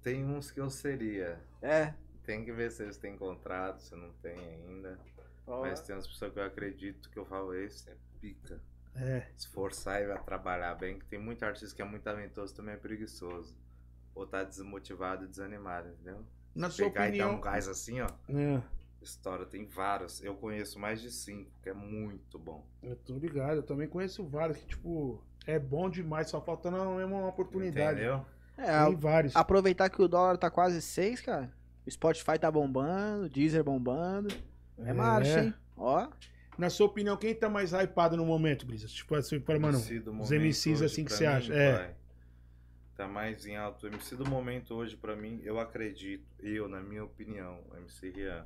C: tem uns que eu seria.
A: É.
C: Tem que ver se eles têm contrato, se não tem ainda. Mas tem umas pessoas que eu acredito que eu falo, esse é pica.
B: É.
C: Esforçar e vai trabalhar bem, que tem muito artista que é muito talentoso também é preguiçoso. Ou tá desmotivado e desanimado, entendeu?
B: Na sua
C: Pegar e dar um
B: opinião.
C: gás assim, ó.
B: É,
C: História, tem vários. Eu conheço mais de cinco, que é muito bom.
B: eu tô ligado. Eu também conheço vários que, tipo, é bom demais, só falta não é uma oportunidade.
C: Entendeu?
A: É,
B: Tem
A: a-
B: vários.
A: aproveitar que o dólar tá quase 6, cara. O Spotify tá bombando, o Deezer bombando. É, marcha, hein? Ó.
B: Na sua opinião, quem tá mais hypado no momento, Brisa? Tipo assim, para, mano.
C: MC do
B: os
C: momento
B: MCs
C: hoje
B: assim que
C: pra
B: você
C: mim,
B: acha, é.
C: pai, Tá mais em alto. O MC do momento hoje, pra mim, eu acredito, eu, na minha opinião, o MC Rian.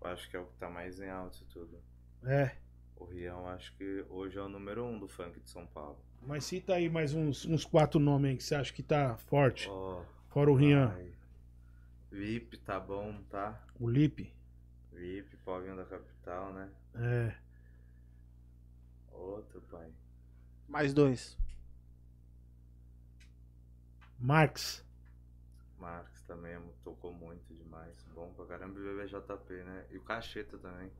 C: Eu acho que é o que tá mais em alto de tudo.
B: É.
C: O Rian, eu acho que hoje é o número um do funk de São Paulo.
B: Mas cita aí mais uns, uns quatro nomes aí que você acha que tá forte.
C: Ó,
B: Fora o Rian,
C: vai. VIP tá bom, tá?
B: o Lipe.
C: VIP, Paulinho da Capital, né?
B: É.
C: Outro, pai.
A: Mais dois.
B: Marx.
C: Marques também tocou muito demais. Bom pra caramba. E o BBJP, né? E o Cacheta também.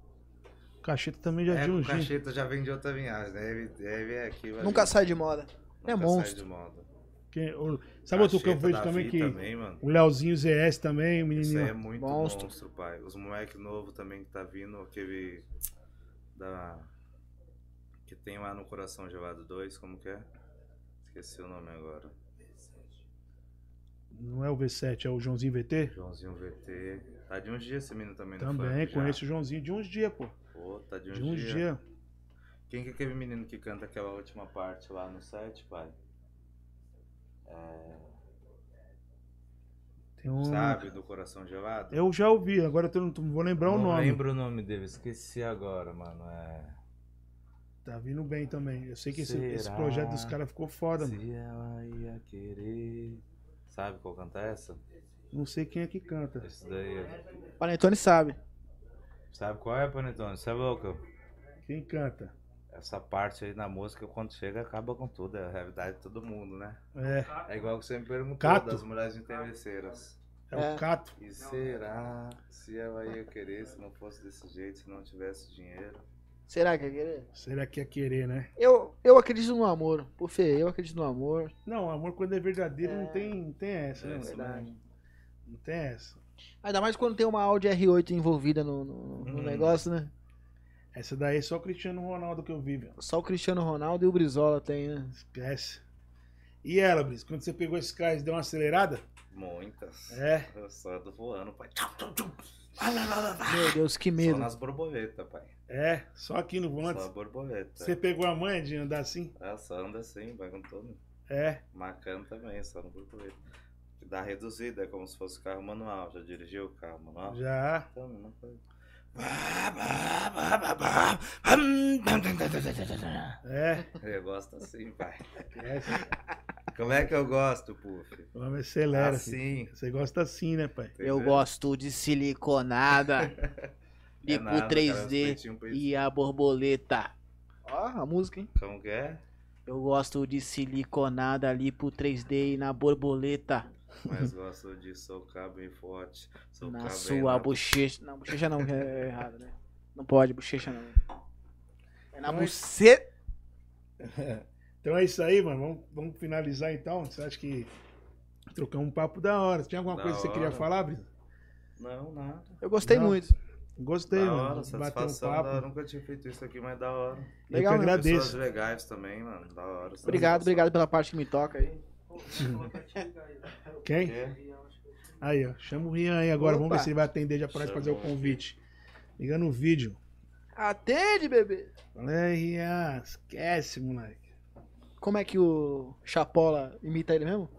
B: Cacheta também já
C: É,
B: de um
C: o
B: jeito.
C: Cacheta já vem de outra linhagem, né? Ele, ele é aqui, vai
A: Nunca
C: ali.
A: sai de moda. É
C: Nunca
A: monstro.
C: sai de moda.
B: Que- o- Sabe outro que eu
C: Cacheta,
B: vejo também
C: Davi
B: que.
C: também, mano.
B: O Leozinho ZS também, o
C: Isso aí é
B: menininho.
C: muito
A: Monstro.
C: monstro, pai. Os moleque novo também que tá vindo, aquele da que tem lá no Coração Gelado 2, como que é? Esqueci o nome agora.
B: Não é o V7, é o Joãozinho VT?
C: Joãozinho VT. Tá de uns dias esse menino também no
B: Também,
C: funk já.
B: conheço o Joãozinho de uns dias, pô.
C: Pô, tá de uns,
B: De um uns
C: dias.
B: dias.
C: Quem que é aquele menino que canta aquela última parte lá no set, pai?
B: Tem um.
C: Sabe, do Coração Gelado?
B: Eu já ouvi, agora eu não, não vou lembrar o
C: não
B: nome.
C: lembro o nome dele, esqueci agora, mano. É...
B: Tá vindo bem também. Eu sei que esse, esse
C: Será?
B: projeto dos caras ficou foda, mano.
C: Se ela ia querer. Sabe qual canta essa?
B: Não sei quem é que canta.
C: Esse daí. é-
A: Panetone sabe.
C: Sabe qual é, Panetone? Você é louco?
B: Quem canta?
C: Essa parte aí na música, quando chega, acaba com tudo. É a realidade de todo mundo, né?
B: É,
C: É igual que você me perguntou
B: Cato?
C: das mulheres interesseiras.
B: é,
A: É.
B: o Cato.
C: E será se ela ia querer se não fosse desse jeito, se não tivesse dinheiro?
A: Será que é querer?
B: Será que é querer, né?
A: Eu, eu acredito no amor. Por Fê, eu acredito no amor.
B: Não, amor quando é verdadeiro não, tem, não tem essa, né?
C: É,
B: mano?
A: verdade.
B: Não tem essa.
A: Ainda mais quando tem uma Audi R8 envolvida no, no- no
C: Hum.
A: negócio, né?
B: Essa daí é só o Cristiano Ronaldo que eu vi, velho.
A: Só o Cristiano Ronaldo e o Brizola tem, né?
B: Esquece. E ela, Brice, quando você pegou esses caras e deu uma acelerada?
C: Muitas.
B: É.
C: Eu só tô voando, pai.
A: Meu Deus, que
C: Só
A: medo.
C: nas borboletas, pai.
B: É, só aqui no volante.
C: Só borboleta.
B: Você pegou a manha de andar assim?
C: Ah, só anda assim, vai com todo.
B: É.
C: Macan também, só no borboleta. Dá reduzida, é como se fosse carro manual. Já dirigiu o carro manual?
B: Já.
C: Então, não foi.
B: É.
C: Eu gosto assim, pai.
B: Esquece.
C: Como é que eu gosto, Puff?
B: O homem acelera. filho.
C: assim.
B: Você gosta assim, né, pai?
C: entendeu?
A: Eu gosto de siliconada.
C: É
A: Bico
C: nada, um cara, os
A: 3D
C: peitinhos pra isso.
A: e a borboleta. Ó, a música, hein?
C: Como que é?
A: Eu gosto de siliconada ali pro 3D e na borboleta.
C: Mas gosto de socar bem forte.
A: na
C: Socar bem
A: sua
C: na-
A: bochecha. Não, bochecha não, que é errado, né? Não pode, bochecha não. É na
B: Mas-
A: buceta.
B: Então é isso aí, mano. Vamos, vamos finalizar então. Você acha que trocamos um papo da hora? Tinha alguma
C: Da
B: coisa que você queria
C: hora.
B: falar, Brito?
C: Não, nada.
A: Eu gostei
B: Não.
A: muito.
B: Gostei,
C: da
B: mano.
C: hora,
B: Bater um
C: satisfação. da hora.
B: papo.
C: Nunca tinha feito isso aqui, mas da hora.
A: Legal,
B: eu que
A: né?
C: Pessoas
B: agradeço.
C: legais também, mano. Da hora.
A: Obrigado,
C: satisfação.
A: obrigado pela parte que me toca aí.
D: Pô, coloca a Tiga aí, né?
B: Quem?
C: É.
D: E eu acho que eu-
B: Aí, ó. Chama o Rian aí agora. Vamos
A: Opa.
B: ver se ele vai atender já pra nós fazer o
C: Chamou.
B: convite. Liga no vídeo.
A: Atende, bebê!
B: Fala aí, Rian. Esquece, moleque.
A: Como é que o Chapola imita ele mesmo?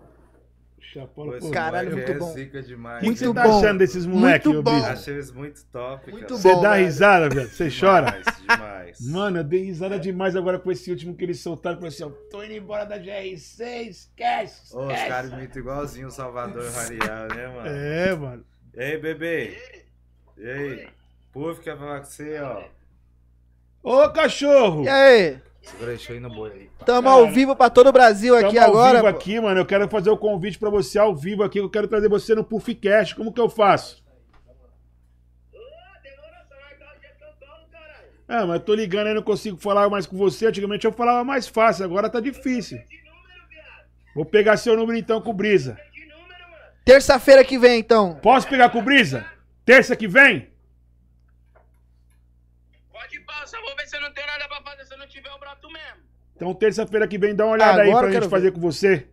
B: Chapola,
C: Esse
B: pô.
A: Caralho,
C: moleque
A: muito
C: é
A: bom.
C: zica demais.
B: O que
A: Muito
B: você tá
A: bom.
B: achando desses moleques,
A: Muito
B: ô
A: bom.
B: bicho?
C: Achei eles muito top,
A: Muito
C: cara.
A: bom.
B: Você dá
A: velho.
B: risada, velho. Você chora.
C: Demais, demais.
B: [LAUGHS] Mano, eu dei risada demais agora com esse último que eles soltaram. Falei assim, ó, tô indo embora da GR6, esquece,
C: Ô, os caras
B: esquece.
C: imitam igualzinho
B: [LAUGHS]
C: o Salvador Rarial, né, mano?
B: É, mano.
C: Ei, bebê. Ei. Puff, quer falar com você, ó.
B: Ô, cachorro!
A: E aí?
C: Segurei no boi aí.
A: Tamo
B: Cara,
A: ao vivo pra todo o Brasil aqui
B: Tamo tá ao
A: agora.
B: vivo
A: pô.
B: aqui, mano. Eu quero fazer o convite pra você ao vivo aqui. Eu quero trazer você no Puffcast. Como que eu faço? Ah, mas eu tô ligando aí, não consigo falar mais com você. Antigamente eu falava mais fácil, agora tá difícil. Vou pegar seu número então com o Brisa.
A: Terça-feira que vem, então.
B: Posso pegar com o Brisa? Terça que vem?
E: Pode passar, vou ver se eu não tenho nada pra fazer. Se eu não tiver, eu broto mesmo.
B: Então, terça-feira que vem, dá uma olhada
A: Agora eu
B: aí pra
A: quero
B: gente fazer com você.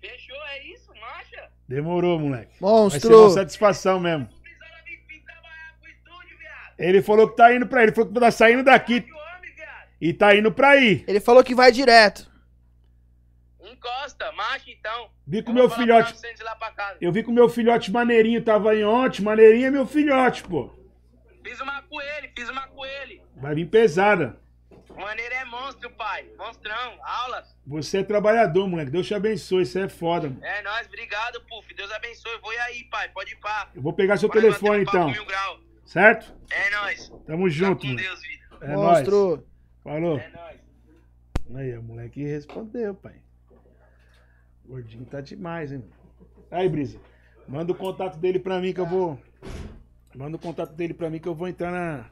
E: Fechou, é isso, marcha?
B: Demorou, moleque. Vai ser uma
A: Monstro.
B: satisfação mesmo.
E: Não precisava vir, vir trabalhar pro estúdio, viado.
B: Ele falou que tá indo pra aí. Ele falou que tá saindo daqui
E: Que homem, viado.
B: e tá indo pra aí.
A: Ele falou que vai direto.
E: Encosta, marcha então.
B: Vi com
E: Eu
B: meu
E: vou falar pra
B: filhote.
E: Vicente lá pra casa.
B: Eu vi com meu filhote maneirinho, tava aí ontem. Maneirinho é meu filhote, pô.
E: Fiz uma com ele, fiz uma com ele.
B: Vai vir pesada.
E: Maneiro é monstro, pai. Monstrão, aulas.
B: Você é trabalhador, moleque. Deus te abençoe. Você é foda, mano.
E: É nóis, obrigado, Puf. Deus abençoe. Vou aí, pai. Pode ir pá.
B: Eu vou pegar seu
E: Bora
B: telefone
E: bater um papo
B: então,
E: mil grau.
B: certo?
E: É nóis.
B: Tamo
E: Tá
B: junto,
E: com
B: mano.
E: Deus, vida.
B: É nóis.
A: Monstro.
B: Falou.
E: É nóis.
B: Aí, o moleque respondeu, pai. O gordinho tá demais, hein? Aí, Brisa, manda o contato dele pra mim que eu vou. Manda o contato dele pra mim que eu vou entrar na.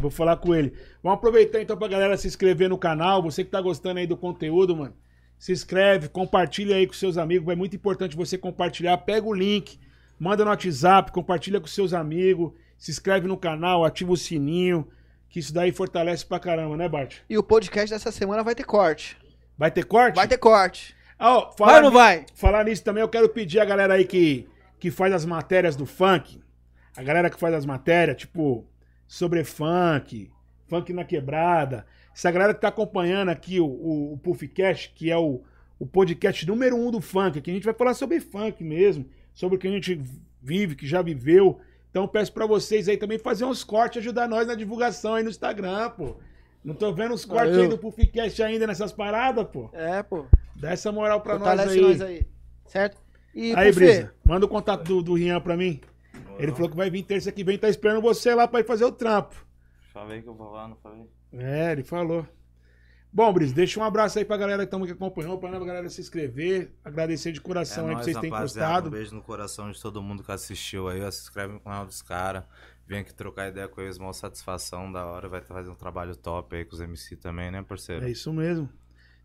B: Vou falar com ele. Vamos aproveitar então pra galera se inscrever no canal. Você que tá gostando aí do conteúdo, mano. Se inscreve, compartilha aí com seus amigos. É muito importante você compartilhar. Pega o link, manda no WhatsApp, compartilha com seus amigos. Se inscreve no canal, ativa o sininho. Que isso daí fortalece pra caramba, né, Bart?
A: E o podcast dessa semana vai ter corte.
B: Vai ter corte?
A: Vai ter corte.
B: Ah, ó,
A: Vai ou
B: falar,
A: não
B: ni-
A: vai?
B: falar nisso também, eu quero pedir a galera aí que, que faz as matérias do funk, a galera que faz as matérias, tipo, sobre funk, funk na quebrada, essa galera que tá acompanhando aqui o, o, o Puffcast, que é o, o podcast número um do funk, que a gente vai falar sobre funk mesmo, sobre o que a gente vive, que já viveu. Então peço pra vocês aí também fazer uns cortes, ajudar nós na divulgação aí no Instagram, pô. Não tô vendo os cortes
A: Valeu.
B: aí do Puffcast ainda nessas paradas, pô.
A: É, pô.
B: Dá essa moral pra nós
A: Fortalece
B: aí.
A: nós aí. Certo? E,
B: Aí,
A: Pufê,
B: Brisa, manda o contato do, do Rian pra mim. Ele falou que vai vir terça que vem, tá esperando você lá pra ir fazer o trampo.
C: Falei que eu vou lá, não falei?
B: É, ele falou. Bom, Brisa, deixa um abraço aí pra galera que, tamo, que acompanhou, pra nova galera se inscrever. Agradecer de coração aí
C: É
B: pra
C: nóis,
B: vocês terem
C: rapaziada. Um
B: gostado.
C: beijo no coração de todo mundo que assistiu aí. ó. Se inscreve no canal dos caras. Vem aqui trocar ideia com eles, maior satisfação da hora. Vai estar fazendo um trabalho top aí com os MC também, né, parceiro?
B: É isso mesmo.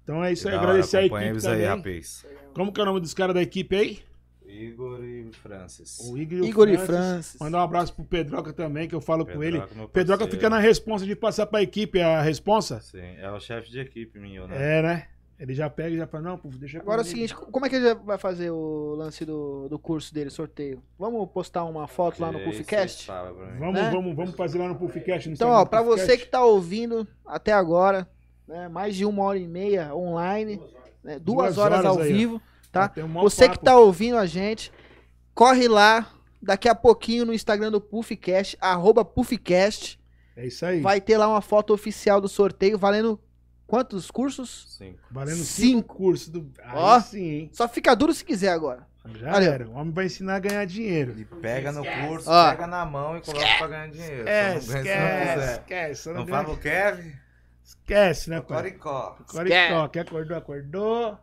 B: Então é isso aí,
C: Da hora,
B: agradecer a
C: acompanha
B: equipe
C: eles
B: também.
C: aí, rapaz.
B: Como que é o nome dos caras da equipe aí?
C: Igor e Francis.
B: O Igor e o
A: Igor e
B: Francis.
A: Francis.
B: Mandar um abraço pro Pedroca também, que eu falo com ele.
C: meu
B: Pedroca
C: parceiro.
B: fica na responsa de passar pra equipe a responsa.
C: Sim, é o chefe de equipe, meu, né?
B: É, né? Ele já pega e já fala, não, pô, deixa
A: Agora é o
B: comigo.
A: seguinte, como é que ele vai fazer o lance do, do curso dele, sorteio? Vamos postar uma foto lá no
C: Isso,
A: Puffcast?
C: fala pra mim.
B: Vamos,
A: né?
B: vamos, vamos fazer lá no Puffcast. No
A: Então,
B: Instagram
A: ó,
B: do
A: pra
B: Puffcast.
A: você que tá ouvindo até agora, né, mais de uma hora e meia online, né, duas,
B: Duas
A: horas,
B: horas
A: ao
B: aí, ó.
A: vivo, tá?
B: Tem um maior
A: Você que
B: papo.
A: tá ouvindo a gente, corre lá, daqui a pouquinho no Instagram do Puffcast, arroba Puffcast,
B: É isso aí.
A: vai ter lá uma foto oficial do sorteio, valendo quantos cursos?
C: Sim.
B: Valendo
A: Cinco.
B: cinco cursos do. Aí
A: Ó.
B: sim, hein?
A: Só fica duro se quiser agora.
B: Já
A: Olha.
B: era. O homem vai ensinar a ganhar dinheiro.
C: Ele pega no curso,
A: Ó.
C: pega na mão e coloca pra ganhar dinheiro. Só É, não ganha se não quiser.
B: esquece. só
C: Não
B: ganha-
C: fala o Kevin?
B: Esquece, né, pai?
C: Coricó.
B: Coricó. Quem acordou, acordou.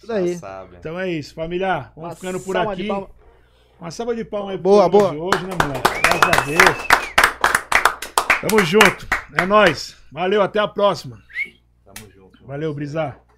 A: Tudo aí.
C: Já sabe. né?
B: Então é isso, família. Vamos
A: Uma
B: ficando por
A: salva de
B: aqui.
A: palmas.
B: Uma salva de palmas aí pro
A: Boa,
B: programa de hoje, né, moleque? Graças a Deus. Tamo junto. É nóis. Valeu, até a próxima.
C: Tamo junto.
B: Valeu, Brisar.